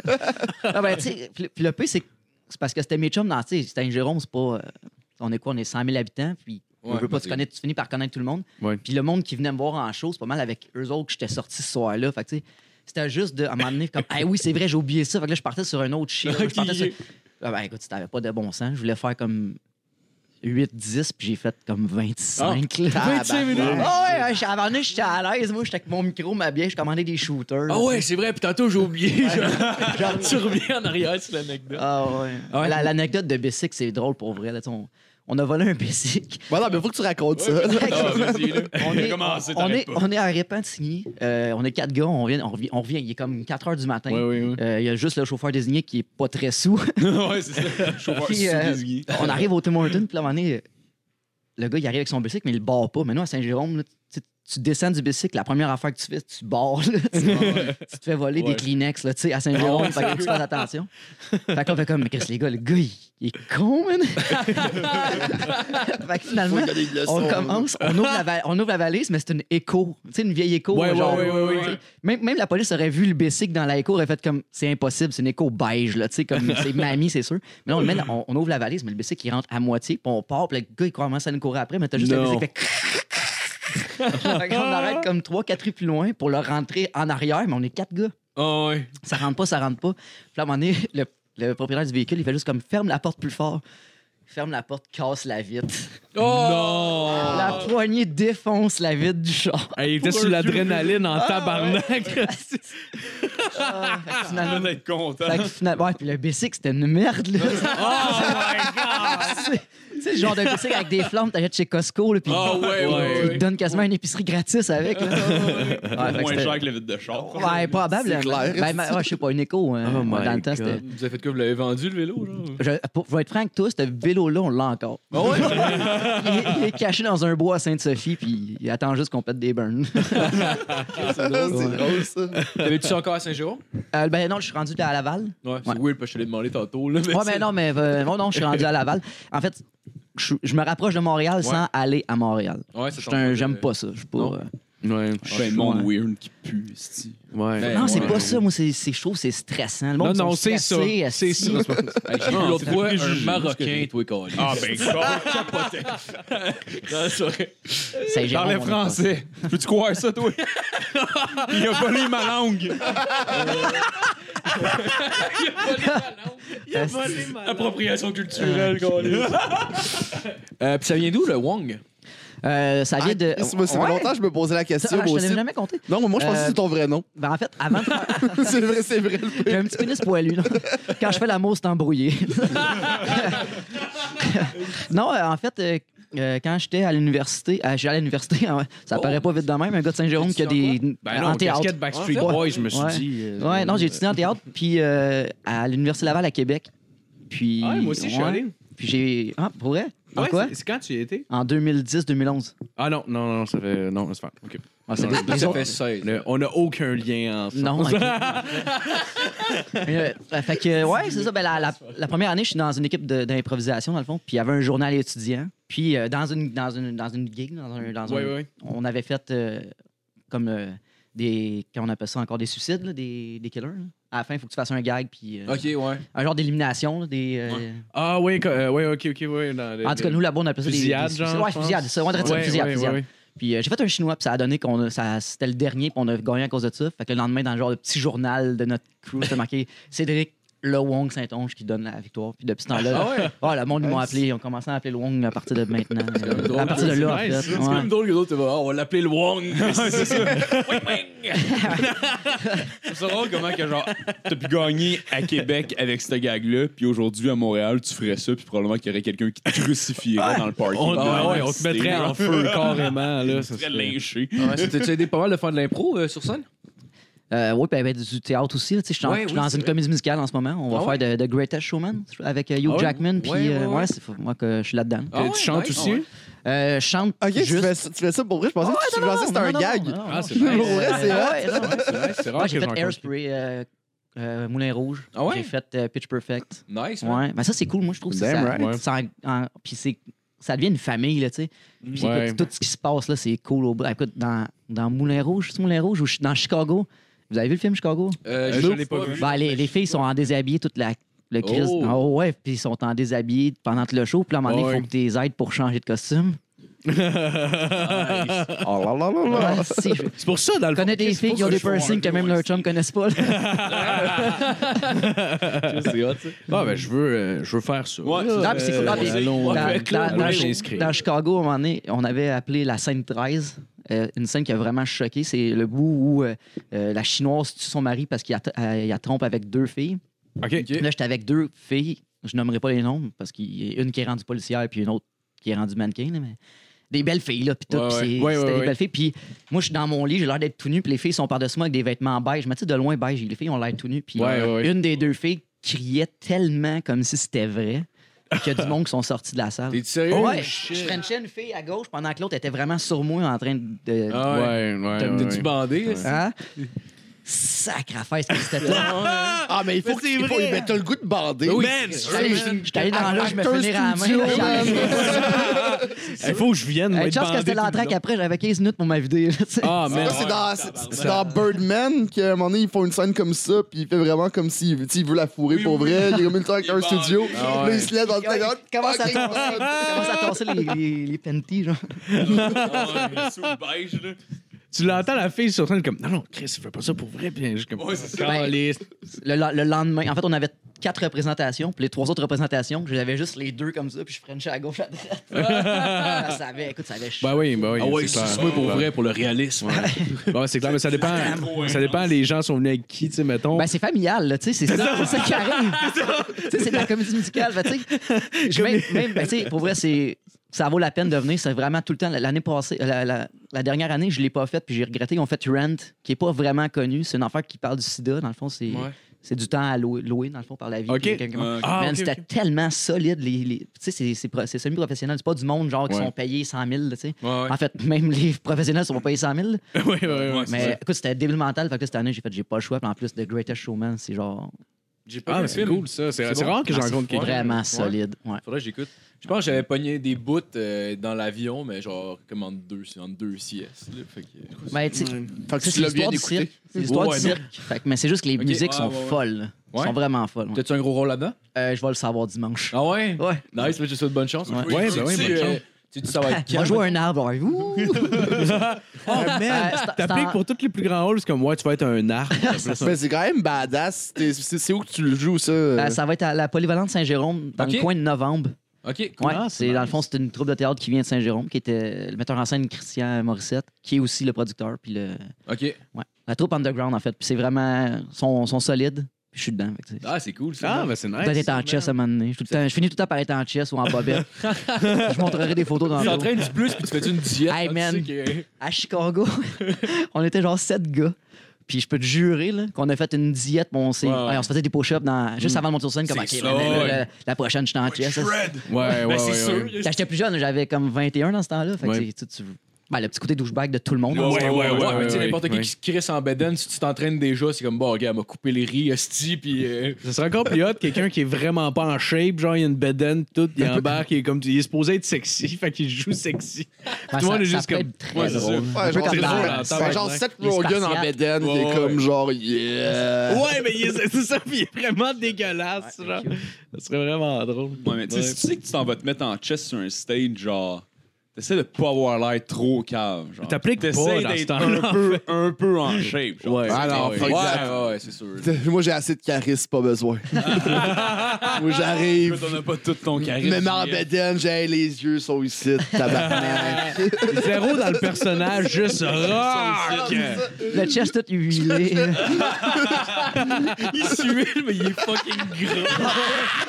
[SPEAKER 5] Ah ben, tu sais, puis puis le pire, c'est que- c'est parce que c'était mes chums dans. tu sais, C'était un Jérôme, c'est pas. euh, on est quoi? On est 100 000 habitants, puis on
[SPEAKER 6] Ouais,
[SPEAKER 5] veut pas
[SPEAKER 6] c'est-
[SPEAKER 5] se connaître, tu finis par connaître tout le monde.
[SPEAKER 3] Ouais.
[SPEAKER 5] Puis le monde qui venait me voir en show, c'est pas mal avec eux autres que j'étais sorti ce soir-là. Fait que, tu sais, c'était juste de, à un moment donné, comme, ah oui, c'est vrai, j'ai oublié ça. Fait que là, je partais sur un autre shit. Je partais sur- Ah ben, écoute, si t'avais pas de bon sens, je voulais faire comme 8, 10, puis j'ai fait comme 25. là. Ah,
[SPEAKER 6] 25 minutes!
[SPEAKER 5] ouais, ouais, j'étais- avant de venir, j'étais à l'aise. Moi, j'étais avec mon micro, ma bière, je commandais des shooters.
[SPEAKER 6] Ah ouais, c'est vrai, puis tantôt j'ai oublié.
[SPEAKER 5] Genre-
[SPEAKER 6] tu reviens en arrière sur l'anecdote.
[SPEAKER 5] Ah ouais.
[SPEAKER 6] ouais?
[SPEAKER 5] La- L'anecdote de Bessic, c'est drôle pour vrai. là, tu sais, on, on a volé un Bessic.
[SPEAKER 4] Voilà, mais faut que tu racontes ça.
[SPEAKER 2] Ah, vas-y, là.
[SPEAKER 5] On est,
[SPEAKER 2] Commencez,
[SPEAKER 5] on, est,
[SPEAKER 2] t'arrêtes pas.
[SPEAKER 5] on est à Repentigny. Euh, on est quatre gars, on, vient, on, revient, on revient. Il est comme 4 heures du matin.
[SPEAKER 3] Ouais,
[SPEAKER 5] Euh,
[SPEAKER 3] ouais, ouais.
[SPEAKER 5] Il y a juste le chauffeur désigné qui est pas très sous.
[SPEAKER 2] ouais, c'est ça. Chauffeur
[SPEAKER 5] Puis, euh,
[SPEAKER 2] sous-désigné.
[SPEAKER 5] on arrive au Tim Hortons, puis là, à un moment donné, le gars, il arrive avec son bicycle, mais il le barre pas. Maintenant, à Saint-Jérôme, là, tu, tu descends du bicycle, la première affaire que tu fais, c'est que tu barres. là. tu, tu te fais voler des Kleenex là, tu sais, à Saint-Jérôme, fait que tu fasses attention. Fait que là, on fait comme, mais qu'est-ce les gars, le gars, il, il est con, man. fait que finalement, on commence, on ouvre, la va- on ouvre la valise, mais c'est une écho, tu sais, une vieille écho.
[SPEAKER 6] Ouais, ouais,
[SPEAKER 5] genre,
[SPEAKER 6] ouais, ouais, ouais.
[SPEAKER 5] tu sais. Même, même la police aurait vu le bicycle dans la écho, aurait fait comme, c'est impossible, c'est une écho beige, là, tu sais, comme, c'est mamie, c'est sûr. Mais là, on, le met dans- on, on ouvre la valise, mais le bicycle, il rentre à moitié, puis on part, puis le gars, il commence à nous courir après, mais t'as juste le
[SPEAKER 6] Non.
[SPEAKER 5] bicycle, fait... Fait qu'on arrête comme 3-4 rues plus loin pour le rentrer en arrière, mais on est quatre gars
[SPEAKER 6] Ah ouais.
[SPEAKER 5] ça rentre pas, ça rentre pas. Puis là, à un moment donné, le, le propriétaire du véhicule, il fait juste comme ferme la porte plus fort. Ferme la porte, casse la vitre.
[SPEAKER 6] Oh!
[SPEAKER 5] La poignée défonce la vitre du char.
[SPEAKER 3] Hey, il était sur l'adrénaline en tabarnak.
[SPEAKER 5] Ah, fait que finalement-
[SPEAKER 2] On être content.
[SPEAKER 5] fait que finalement- ouais, puis le bicycle, c'était une merde, là.
[SPEAKER 2] Ah,
[SPEAKER 5] C'est- Tu sais, le genre de bicycle avec des flammes, t'achètes chez Costco, là, puis
[SPEAKER 6] Ah ouais, ouais,
[SPEAKER 5] ils
[SPEAKER 6] ouais.
[SPEAKER 5] te donnent quasiment une épicerie gratis avec, là. Ouais, fait que
[SPEAKER 2] Moins
[SPEAKER 5] c'était-
[SPEAKER 2] cher que le vide de char.
[SPEAKER 5] Ouais, probable.
[SPEAKER 4] C'est clair.
[SPEAKER 5] Ben, ma- ouais, je sais pas, une écho. hein.
[SPEAKER 3] Oh
[SPEAKER 5] Moi,
[SPEAKER 3] my
[SPEAKER 5] dans le temps,
[SPEAKER 3] God.
[SPEAKER 5] c'était.
[SPEAKER 6] Vous avez fait quoi? Vous l'avez vendu le vélo, genre?
[SPEAKER 5] Je, pour, pour être franc avec toi, ce vélo-là, on l'a encore.
[SPEAKER 3] Ah
[SPEAKER 5] il, est, il est caché dans un bois à Sainte-Sophie, puis il attend juste qu'on pète des burns.
[SPEAKER 4] C'est drôle, ça.
[SPEAKER 6] T'avais-tu ça encore à Saint-Jérôme?
[SPEAKER 5] Euh, ben non, je suis rendu à Laval.
[SPEAKER 6] Ouais, c'est
[SPEAKER 5] Ouais.
[SPEAKER 6] weird parce que je te l'ai demandé tantôt. Là,
[SPEAKER 2] Ben,
[SPEAKER 5] Ouais, mais non, mais euh, non, non, je suis rendu à Laval. En fait, je, je me rapproche de Montréal sans aller à Montréal.
[SPEAKER 6] Ouais, c'est
[SPEAKER 5] Je suis
[SPEAKER 6] ton-
[SPEAKER 5] un- J'aime pas ça. Je suis pas.
[SPEAKER 6] Non.
[SPEAKER 5] euh,
[SPEAKER 3] Ouais.
[SPEAKER 2] Je suis un monde weird qui pue, esti.
[SPEAKER 3] Ouais.
[SPEAKER 6] Ben,
[SPEAKER 5] Non, c'est
[SPEAKER 6] ouais.
[SPEAKER 5] pas ça. Moi, c'est c'est- je trouve que c'est stressant. Le
[SPEAKER 3] Non,
[SPEAKER 5] monde
[SPEAKER 3] non,
[SPEAKER 5] sont
[SPEAKER 3] c'est ça.
[SPEAKER 5] stressés,
[SPEAKER 3] C'est
[SPEAKER 5] assis.
[SPEAKER 3] ça.
[SPEAKER 6] Hey, J'ai vu l'autre fois un Marocain, toi, Carlis.
[SPEAKER 2] Ah, ben,
[SPEAKER 6] Non, c'est vrai.
[SPEAKER 5] Saint-Jérôme,
[SPEAKER 2] Parle
[SPEAKER 5] on est
[SPEAKER 2] français. Peux-tu croire ça, toi? Il a volé ma langue.
[SPEAKER 5] Euh, pas-
[SPEAKER 6] Appropriation culturelle, Carlis. Euh, Puis ça vient d'où, le Wong?
[SPEAKER 5] Euh, ça vient de.
[SPEAKER 4] Ah, Chris, moi, ça fait
[SPEAKER 5] Ouais.
[SPEAKER 4] longtemps que je me posais la
[SPEAKER 5] Ça, ah,
[SPEAKER 4] question,
[SPEAKER 5] je
[SPEAKER 4] moi
[SPEAKER 5] t'en
[SPEAKER 4] aussi.
[SPEAKER 5] avais jamais compté.
[SPEAKER 4] Non, mais moi, je pensais que
[SPEAKER 5] Euh,
[SPEAKER 4] c'est ton vrai nom.
[SPEAKER 5] Ben, en fait, avant de faire-
[SPEAKER 4] c'est vrai, c'est vrai. le
[SPEAKER 5] J'ai
[SPEAKER 4] pire.
[SPEAKER 5] un petit pénis poilu. Là. Quand je fais l'amour, c'est embrouillé. non, euh, en fait, euh, euh, quand j'étais à l'université, euh, j'étais à l'université, hein,
[SPEAKER 3] Oh.
[SPEAKER 5] ça paraît pas vite de même, un gars de Saint-Jérôme qui a des.
[SPEAKER 3] Ben
[SPEAKER 5] en
[SPEAKER 3] non,
[SPEAKER 5] théâtre.
[SPEAKER 3] casquette Backstreet
[SPEAKER 6] Ouais.
[SPEAKER 3] Boys, je me suis
[SPEAKER 5] Ouais.
[SPEAKER 3] dit. euh,
[SPEAKER 5] Ouais, non, j'ai étudié en théâtre, puis euh, à l'Université Laval à Québec. Puis.
[SPEAKER 3] Ah ouais, moi aussi, je suis
[SPEAKER 5] ouais.
[SPEAKER 3] allé.
[SPEAKER 5] Puis j'ai. Ah, pour vrai? En
[SPEAKER 3] Ouais,
[SPEAKER 5] quoi?
[SPEAKER 3] c'est- C'est quand tu y étais?
[SPEAKER 5] En 2010-2011.
[SPEAKER 3] Ah non, non, non, ça fait. Non, c'est pas. OK.
[SPEAKER 5] Ah, c'est
[SPEAKER 3] Non,
[SPEAKER 5] des-
[SPEAKER 3] je-
[SPEAKER 5] des
[SPEAKER 6] Ça
[SPEAKER 5] autres-
[SPEAKER 6] fait 16.
[SPEAKER 3] Le- on n'a aucun lien ensemble.
[SPEAKER 5] Non, ok. Mais, euh, fait que, ouais, c'est ça. Ben, la, la- la première année, je suis dans une équipe de- d'improvisation, dans le fond. Puis il y avait un journal étudiant. Puis euh, dans, une, dans, une, dans une gig, dans un, dans
[SPEAKER 3] Oui,
[SPEAKER 5] un-
[SPEAKER 3] oui, oui.
[SPEAKER 5] on avait fait euh, comme euh, des. Quand on appelle ça encore des suicides, là, des, des killers. là. À la fin, il faut que tu fasses un gag, puis euh,
[SPEAKER 6] Ok, ouais.
[SPEAKER 5] un genre d'élimination. là, Des, euh,
[SPEAKER 3] Ah, oui, co- euh, oui, ok, ok, oui. dans le-
[SPEAKER 5] En tout cas,
[SPEAKER 3] le-
[SPEAKER 5] nous, là-bas, on appelle ça des-
[SPEAKER 3] Fusillade,
[SPEAKER 5] des.
[SPEAKER 3] genre,
[SPEAKER 5] suicides.
[SPEAKER 3] je
[SPEAKER 5] Ouais,
[SPEAKER 3] pense.
[SPEAKER 5] fusillade. Ça, on dirait ça,
[SPEAKER 3] Ouais,
[SPEAKER 5] fusillade,
[SPEAKER 3] ouais,
[SPEAKER 5] fusillade.
[SPEAKER 3] ouais, ouais.
[SPEAKER 5] Puis euh, j'ai fait un chinois, puis ça a donné qu'on a- ça, c'était le dernier, puis on a gagné à cause de ça. Fait que le lendemain, dans le genre de petit journal de notre crew, c'était marqué Cédric Le Wong Saint-Onge qui donne la victoire. Puis depuis ce temps-là,
[SPEAKER 6] ouais?
[SPEAKER 5] oh, le monde, ils m'ont appelé. Ils ont commencé à appeler Le Wong à partir de maintenant. Euh,
[SPEAKER 6] drôle,
[SPEAKER 5] à partir de
[SPEAKER 3] c'est
[SPEAKER 5] là, en
[SPEAKER 3] nice,
[SPEAKER 5] fait.
[SPEAKER 6] C'est
[SPEAKER 5] Ouais.
[SPEAKER 6] même drôle que d'autres, tu vas, Ah, on va l'appeler le Wong. c'est ça.
[SPEAKER 2] C'est drôle comment que genre t'as pu gagner à Québec avec ce gag-là, puis aujourd'hui à Montréal tu ferais ça, puis probablement qu'il y aurait quelqu'un qui te crucifierait dans le parking.
[SPEAKER 3] On,
[SPEAKER 2] Ah
[SPEAKER 3] ouais, on te mettrait en feu carrément. Là, ça
[SPEAKER 2] Tu serais
[SPEAKER 3] serait-
[SPEAKER 2] lynché.
[SPEAKER 6] Ouais, ça t'a-tu aidé pas mal de faire de l'impro euh, sur scène?
[SPEAKER 5] Euh, oui, puis il y avait du théâtre aussi. là, tu sais, Je suis en-
[SPEAKER 6] Ouais,
[SPEAKER 5] je suis
[SPEAKER 6] oui,
[SPEAKER 5] dans
[SPEAKER 6] c'est
[SPEAKER 5] une
[SPEAKER 6] vrai.
[SPEAKER 5] comédie musicale en ce moment. On va
[SPEAKER 6] Ah
[SPEAKER 5] faire The, The Greatest Showman avec euh, Hugh
[SPEAKER 6] Ah ouais?
[SPEAKER 5] Jackman. Puis,
[SPEAKER 6] Ouais, ouais,
[SPEAKER 5] euh,
[SPEAKER 6] ouais.
[SPEAKER 5] ouais, c'est moi que je suis là-dedans.
[SPEAKER 6] Ah
[SPEAKER 3] Euh,
[SPEAKER 6] ouais,
[SPEAKER 3] tu chantes
[SPEAKER 6] nice.
[SPEAKER 3] aussi?
[SPEAKER 5] Euh, je chante
[SPEAKER 4] Ok, tu
[SPEAKER 5] juste. Oh,
[SPEAKER 4] fais, ça- tu fais ça pour vrai? Je pensais que tu- je
[SPEAKER 5] Non, non,
[SPEAKER 4] pensais que c'était
[SPEAKER 5] non,
[SPEAKER 4] un
[SPEAKER 5] non,
[SPEAKER 4] gag.
[SPEAKER 5] non, non,
[SPEAKER 3] Ah,
[SPEAKER 5] non.
[SPEAKER 3] c'est vrai.
[SPEAKER 4] Pour vrai, c'est vrai.
[SPEAKER 5] Ouais, ouais, non, ouais.
[SPEAKER 6] C'est
[SPEAKER 3] Ah,
[SPEAKER 6] rare
[SPEAKER 5] Ouais,
[SPEAKER 6] que
[SPEAKER 5] Ah, j'ai
[SPEAKER 6] je
[SPEAKER 5] fait
[SPEAKER 6] rencontre.
[SPEAKER 5] Airspray, euh, euh, Moulin Rouge.
[SPEAKER 6] Ah ouais?
[SPEAKER 5] J'ai fait euh, Pitch Perfect.
[SPEAKER 6] Nice, man.
[SPEAKER 5] Ouais. Ben ça, c'est cool. Moi, je trouve que
[SPEAKER 4] Damn
[SPEAKER 5] ça,
[SPEAKER 4] right.
[SPEAKER 3] Ouais.
[SPEAKER 5] ça en- en- puis c'est- ça devient une famille, là, tu sais. Puis écoute,
[SPEAKER 3] Ouais.
[SPEAKER 5] tout ce qui se passe, là, c'est cool. Au bout. Ah, Écoute, dans, dans Moulin Rouge, c'est Moulin Rouge ou chi- dans Chicago. Vous avez vu le film Chicago?
[SPEAKER 6] Euh,
[SPEAKER 3] Je
[SPEAKER 6] je
[SPEAKER 3] l'ai
[SPEAKER 6] l'ai
[SPEAKER 3] pas
[SPEAKER 6] pas vu.
[SPEAKER 5] Ben, les, les filles sont en déshabillé toute la le crise.
[SPEAKER 6] Oh.
[SPEAKER 5] Oh. ouais, puis ils sont en déshabillé pendant le show, puis là, à un moment donné,
[SPEAKER 3] Ouais.
[SPEAKER 5] il faut que tu les aides pour changer de costume.
[SPEAKER 6] Bah,
[SPEAKER 4] Oh là là là là.
[SPEAKER 5] Ouais, si, je
[SPEAKER 3] C'est pour ça, dans le fond.
[SPEAKER 5] connais des filles qui ont des piercings que même leurs chums connaissent pas. là.
[SPEAKER 6] C'est hot, ça.
[SPEAKER 3] Ah, ben, je veux, euh, je veux faire ça.
[SPEAKER 2] Ouais,
[SPEAKER 3] Là,
[SPEAKER 5] Non, puis c'est cool. Non, puis
[SPEAKER 3] allons,
[SPEAKER 5] dans-
[SPEAKER 3] euh,
[SPEAKER 5] dans-
[SPEAKER 3] allons
[SPEAKER 5] dans-
[SPEAKER 3] s'inscrire.
[SPEAKER 5] Dans Chicago, à un moment donné, on avait appelé la scène 13, euh, une scène qui a vraiment choqué. C'est le bout où euh, euh, la Chinoise tue son mari parce qu'il a, euh, il la trompe avec deux filles.
[SPEAKER 3] OK.
[SPEAKER 5] Là, j'étais avec deux filles. Je nommerai pas les noms parce qu'il y a une qui est rendue policière puis une autre qui est rendue mannequin. là, mais des belles filles, là, puis tout.
[SPEAKER 3] Ouais,
[SPEAKER 5] puis c'est-
[SPEAKER 3] ouais. Ouais,
[SPEAKER 5] c'était
[SPEAKER 3] ouais,
[SPEAKER 5] des
[SPEAKER 3] ouais.
[SPEAKER 5] belles filles. Puis moi, je suis dans mon lit, j'ai l'air d'être tout nu, puis les filles sont par-dessus moi avec des vêtements beige. Mais tu sais, de loin, beige, les filles ont l'air tout nu. Puis euh,
[SPEAKER 3] Ouais, ouais, ouais.
[SPEAKER 5] une des deux filles criait tellement comme si c'était vrai qu'il y a du monde qui sont sortis de la salle.
[SPEAKER 6] T'es sérieux? Oh,
[SPEAKER 5] Ouais, je je frenchais une fille à gauche pendant que l'autre était vraiment sur moi en train de.
[SPEAKER 6] Ah ouais.
[SPEAKER 3] Ouais, ouais.
[SPEAKER 6] T'as
[SPEAKER 3] ouais,
[SPEAKER 6] t'es-tu
[SPEAKER 3] ouais.
[SPEAKER 6] bandé? là?
[SPEAKER 5] Hein? Sacre fesse que c'était toi.
[SPEAKER 4] Ah, mais il faut que tu. il faut- Mais t'as le goût de bander.
[SPEAKER 6] Ah
[SPEAKER 5] J'étais allé dans l'eau, je me
[SPEAKER 4] Acteur
[SPEAKER 5] finis à la main. Euh,
[SPEAKER 4] studio,
[SPEAKER 5] là, j'arrive.
[SPEAKER 3] Il faut que je vienne. moi,
[SPEAKER 5] Hey,
[SPEAKER 3] être
[SPEAKER 5] chance Euh, que
[SPEAKER 3] bandé
[SPEAKER 5] c'était
[SPEAKER 3] tout le
[SPEAKER 5] l'entraque
[SPEAKER 3] long.
[SPEAKER 5] après, j'avais 15 minutes pour ma vidéo. là, tu sais.
[SPEAKER 3] Ah, man.
[SPEAKER 4] Ça, c'est dans, c'est- c'est dans Birdman qu'à un moment donné, ils font une scène comme ça, puis il fait vraiment comme s'il veut- tu sais, il veut la fourrer pour vrai. Il est Ah comme une avec un studio. Là, il se lève dans le
[SPEAKER 5] Il
[SPEAKER 4] tagade.
[SPEAKER 5] commence
[SPEAKER 3] Ah,
[SPEAKER 5] à tasser, il commence à tasser les, les, les panties, genre.
[SPEAKER 3] Tu l'entends la fille sur scène comme non non Chris il fait pas ça pour vrai puis je suis comme ouais, c'est
[SPEAKER 5] ça. Le, le- le lendemain, en fait, on avait quatre représentations, puis les trois autres représentations, je j'avais juste les deux comme ça, puis je frenchais à gauche, à droite. ça avait, écoute, ça avait
[SPEAKER 3] Ben oui, ben oui.
[SPEAKER 6] Ah ouais,
[SPEAKER 3] c'est
[SPEAKER 6] c'est
[SPEAKER 3] clair.
[SPEAKER 6] joué pour vrai, pour le réalisme.
[SPEAKER 3] Bon, c'est clair, mais ça dépend. ça dépend, les gens sont venus avec qui, tu sais, mettons.
[SPEAKER 5] Ben, c'est familial, là, tu sais, c'est ça, c'est ça qui arrive. Tu sais, c'est de la comédie musicale, fait, tu sais. je- Même, même, ben, tu sais, pour vrai, c'est. Ça vaut la peine de venir. C'est vraiment tout le temps. L'année passée, euh, la, la- la dernière année, je ne l'ai pas faite, puis j'ai regretté. Ils ont fait Rent, qui n'est pas vraiment connu. C'est une affaire qui parle du sida. Dans le fond, c'est
[SPEAKER 6] Ouais.
[SPEAKER 5] c'est du temps à louer, louer, dans le fond, par la vie.
[SPEAKER 3] OK.
[SPEAKER 5] Puis quelqu'un-
[SPEAKER 2] Ouais.
[SPEAKER 3] Ah,
[SPEAKER 5] Man,
[SPEAKER 3] ok,
[SPEAKER 5] c'était
[SPEAKER 3] ok.
[SPEAKER 5] tellement solide. Les, les- tu sais, c'est- c'est pro- c'est semi-professionnel. C'est pas du monde, genre, qui
[SPEAKER 3] Ouais.
[SPEAKER 5] sont payés 100 000, tu sais.
[SPEAKER 6] Ouais, ouais.
[SPEAKER 5] En fait, même les professionnels sont pas payés 100 000.
[SPEAKER 3] ouais, ouais, ouais.
[SPEAKER 5] Mais écoute, c'était débile mental. Fait que là, cette année, j'ai fait, j'ai pas le choix. Puis en plus, The Greatest Showman, c'est genre
[SPEAKER 6] J'ai pas
[SPEAKER 3] Ah,
[SPEAKER 6] vu
[SPEAKER 3] mais
[SPEAKER 6] le
[SPEAKER 3] c'est
[SPEAKER 6] film.
[SPEAKER 3] cool, ça. C'est
[SPEAKER 6] C'est
[SPEAKER 3] c'est
[SPEAKER 6] bon.
[SPEAKER 3] rare que
[SPEAKER 5] Ah,
[SPEAKER 3] j'en
[SPEAKER 5] c'est
[SPEAKER 3] rencontre quelqu'un.
[SPEAKER 5] Vraiment
[SPEAKER 6] Ouais.
[SPEAKER 5] solide. Ouais.
[SPEAKER 6] Faudrait que j'écoute. Je pense que j'avais pogné des bouts euh, dans l'avion, mais genre comme en deux, en deux siestes. là. Fait que- euh.
[SPEAKER 5] Ben, tu sais,
[SPEAKER 4] Fait que
[SPEAKER 5] c'est
[SPEAKER 4] tu l'as bien
[SPEAKER 5] l'histoire du
[SPEAKER 4] écouté.
[SPEAKER 5] cirque. C'est l'histoire
[SPEAKER 6] Ouais,
[SPEAKER 5] du cirque. Fait que- mais c'est juste que les
[SPEAKER 6] Ok,
[SPEAKER 5] musiques
[SPEAKER 6] ouais,
[SPEAKER 5] sont
[SPEAKER 6] ouais, ouais.
[SPEAKER 5] folles. là. Elles
[SPEAKER 6] Ouais.
[SPEAKER 5] sont vraiment folles. ouais.
[SPEAKER 6] T'as-tu un gros rôle là-dedans?
[SPEAKER 5] Euh, je vais le savoir dimanche.
[SPEAKER 6] Ah ouais?
[SPEAKER 5] Ouais.
[SPEAKER 6] Nice, mais je te souhaite bonne chance.
[SPEAKER 5] Ouais.
[SPEAKER 3] Ouais, ben ouais, bonne chance.
[SPEAKER 6] euh, Tu dis ça va être
[SPEAKER 5] On va
[SPEAKER 6] calme.
[SPEAKER 5] jouer à un arbre. ouais. Ouh!
[SPEAKER 3] Oh, man!
[SPEAKER 5] Euh, c'est-
[SPEAKER 3] T'appliques pour tous les plus grands halls, c'est comme, ouais, tu vas être un arbre.
[SPEAKER 4] Mais c'est quand même badass. T'es- C'est c'est où que tu le joues, ça?
[SPEAKER 5] Euh, ça va être à la polyvalente Saint-Jérôme, dans
[SPEAKER 6] Ok. Ah,
[SPEAKER 5] le coin de novembre.
[SPEAKER 6] Ok, cool.
[SPEAKER 5] Ouais, c'est dans le fond, c'est une troupe de théâtre qui vient de Saint-Jérôme, qui était le metteur en scène Christian Morissette, qui est aussi le producteur. Puis le,
[SPEAKER 6] Ok.
[SPEAKER 5] ouais. La troupe underground, en fait. Puis c'est vraiment. sont, sont solides. Puis je suis dedans. Fait que c'est-
[SPEAKER 6] Ah, c'est cool ça.
[SPEAKER 3] Ah, ben c'est nice.
[SPEAKER 5] Peut-être être en chess à un moment donné. Je, suis tout le temps- je finis tout le temps par être en chess ou en bobette. je montrerai des photos dans
[SPEAKER 6] Tu
[SPEAKER 5] le
[SPEAKER 6] t'entraînes du plus puis tu fais une diète.
[SPEAKER 5] Hey,
[SPEAKER 6] hein, tu
[SPEAKER 5] man.
[SPEAKER 6] sais que-
[SPEAKER 5] à Chicago, on était genre sept gars. Puis je peux te jurer là, qu'on a fait une diète. Bon, on, s'est-
[SPEAKER 6] Ouais, ouais.
[SPEAKER 5] ouais, on se faisait des push-ups dans- juste avant de monter sur scène. Comme,
[SPEAKER 6] C'est
[SPEAKER 5] OK,
[SPEAKER 6] ça,
[SPEAKER 5] ben, ben,
[SPEAKER 6] ouais.
[SPEAKER 5] la, la prochaine, je suis en chess.
[SPEAKER 3] Ouais, ouais, ouais.
[SPEAKER 6] Ben, c'est
[SPEAKER 3] ouais.
[SPEAKER 6] sûr.
[SPEAKER 5] Quand j'étais plus jeune, j'avais comme 21 dans ce temps-là. Fait que
[SPEAKER 3] Ouais.
[SPEAKER 5] c'est- tu, tu- ben, le petit côté douchebag de tout le monde.
[SPEAKER 6] Ouais, ouais, ouais,
[SPEAKER 3] ouais,
[SPEAKER 6] mais tu sais,
[SPEAKER 3] ouais,
[SPEAKER 6] n'importe qui
[SPEAKER 3] ouais.
[SPEAKER 6] qui se crisse en bedaine, si tu t'entraînes déjà, c'est comme, bah, gars, m'a coupé les riz, hostie, puis. euh,
[SPEAKER 3] Ce serait encore plus hot, quelqu'un qui est vraiment pas en shape, genre il a une bedaine, tout, il embarque, il est comme il est supposé être sexy, fait qu'il joue sexy.
[SPEAKER 5] Ben,
[SPEAKER 3] tout le
[SPEAKER 5] ça-
[SPEAKER 3] monde est
[SPEAKER 5] ça
[SPEAKER 3] juste
[SPEAKER 5] peut
[SPEAKER 3] comme-
[SPEAKER 5] être très
[SPEAKER 2] Ouais, c'est
[SPEAKER 5] drôle.
[SPEAKER 2] ça.
[SPEAKER 4] Ouais, genre,
[SPEAKER 5] peu
[SPEAKER 4] c'est
[SPEAKER 5] comme
[SPEAKER 4] drôle.
[SPEAKER 5] dans-
[SPEAKER 4] C'est genre
[SPEAKER 5] ouais.
[SPEAKER 4] Seth
[SPEAKER 5] Les
[SPEAKER 4] Rogen en
[SPEAKER 5] Spartiates.
[SPEAKER 4] Beden, il est comme genre, yeah.
[SPEAKER 3] Ouais, mais il est- c'est ça, puis il est vraiment dégueulasse, genre. Ça serait vraiment drôle.
[SPEAKER 2] Ouais, mais tu sais, si tu sais que tu t'en vas te mettre en chest sur un stage, genre, t'essaies de pas avoir l'air trop cave. Genre,
[SPEAKER 3] T'appliques pas
[SPEAKER 2] T'essaies
[SPEAKER 3] dans ce
[SPEAKER 2] d'être
[SPEAKER 3] temps-là,
[SPEAKER 2] un peu, un peu en shape. Genre.
[SPEAKER 6] Ouais,
[SPEAKER 4] Ah non,
[SPEAKER 6] ouais,
[SPEAKER 4] fuck
[SPEAKER 6] ouais,
[SPEAKER 4] that.
[SPEAKER 6] ouais, ouais, c'est sûr.
[SPEAKER 4] Moi, j'ai assez de charisme, pas besoin. Moi, j'arrive.
[SPEAKER 2] Écoute, on a pas tout ton charisme.
[SPEAKER 4] Même en Beden, j'ai les yeux sont ici, tabarnak.
[SPEAKER 3] Zéro dans le personnage, juste rock!
[SPEAKER 5] Le chest tout huilé.
[SPEAKER 6] Il s'humile, mais il est fucking gras.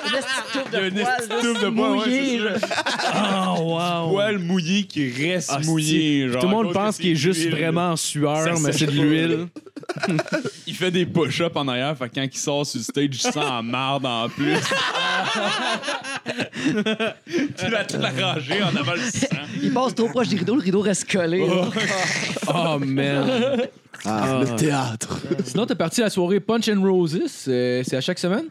[SPEAKER 5] Il y a une touffe de
[SPEAKER 2] poil, ouais,
[SPEAKER 5] mouillé,
[SPEAKER 2] c'est
[SPEAKER 5] là.
[SPEAKER 3] Oh, wow!
[SPEAKER 2] poil mouillé qui reste
[SPEAKER 3] Hostie.
[SPEAKER 2] mouillé.
[SPEAKER 3] Puis
[SPEAKER 2] Genre,
[SPEAKER 3] tout le
[SPEAKER 2] à
[SPEAKER 3] monde
[SPEAKER 2] cause
[SPEAKER 3] pense
[SPEAKER 2] que
[SPEAKER 3] qu'il est
[SPEAKER 2] c'est
[SPEAKER 3] juste
[SPEAKER 2] de l'huile.
[SPEAKER 3] vraiment en sueur,
[SPEAKER 2] Ça
[SPEAKER 3] mais c'est de
[SPEAKER 2] sèche
[SPEAKER 3] l'huile.
[SPEAKER 2] Il fait des push-ups en arrière, fait que quand il sort sur le stage, il sent en marde en plus. tu l'as tout arrangé en avant le sang.
[SPEAKER 5] Il passe trop proche du rideau, le rideau reste collé. là.
[SPEAKER 3] Oh, man!
[SPEAKER 4] Ah, le théâtre.
[SPEAKER 6] Sinon, t'es parti à la soirée Punch and Roses, euh, c'est à chaque semaine?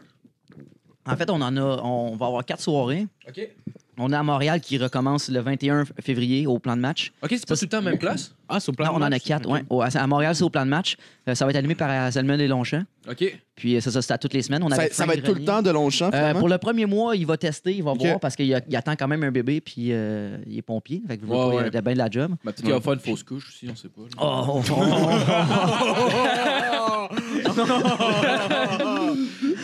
[SPEAKER 5] En fait, on en a, on va avoir quatre soirées.
[SPEAKER 6] OK.
[SPEAKER 5] On est à Montréal qui recommence le 21 février au plan de match.
[SPEAKER 6] OK, c'est pas tout le temps la même place?
[SPEAKER 3] Ah, c'est au plan
[SPEAKER 5] Non, on
[SPEAKER 3] de
[SPEAKER 5] en a
[SPEAKER 3] match?
[SPEAKER 5] quatre. ouais. Au- à- À Montréal, c'est au plan de match. Euh, ça va être animé par euh, Salmon et Longchamp.
[SPEAKER 6] OK.
[SPEAKER 5] Puis euh, ça, ça c'est à toutes les semaines. On
[SPEAKER 4] Ça,
[SPEAKER 5] avait
[SPEAKER 4] ça va
[SPEAKER 5] Frank
[SPEAKER 4] être tout le
[SPEAKER 5] Grenier.
[SPEAKER 4] temps de Longchamp,
[SPEAKER 5] Euh,
[SPEAKER 4] finalement.
[SPEAKER 5] pour le premier mois, il va tester, il va
[SPEAKER 4] Ok.
[SPEAKER 5] voir parce qu'il a- il attend quand même un bébé puis euh, il est pompier. Fait que vous
[SPEAKER 6] Ouais,
[SPEAKER 5] voyez,
[SPEAKER 6] ouais.
[SPEAKER 5] il a bien de la job.
[SPEAKER 6] Ma petite qui Bah, va faire une fausse couche aussi, on sait pas. là.
[SPEAKER 5] Oh,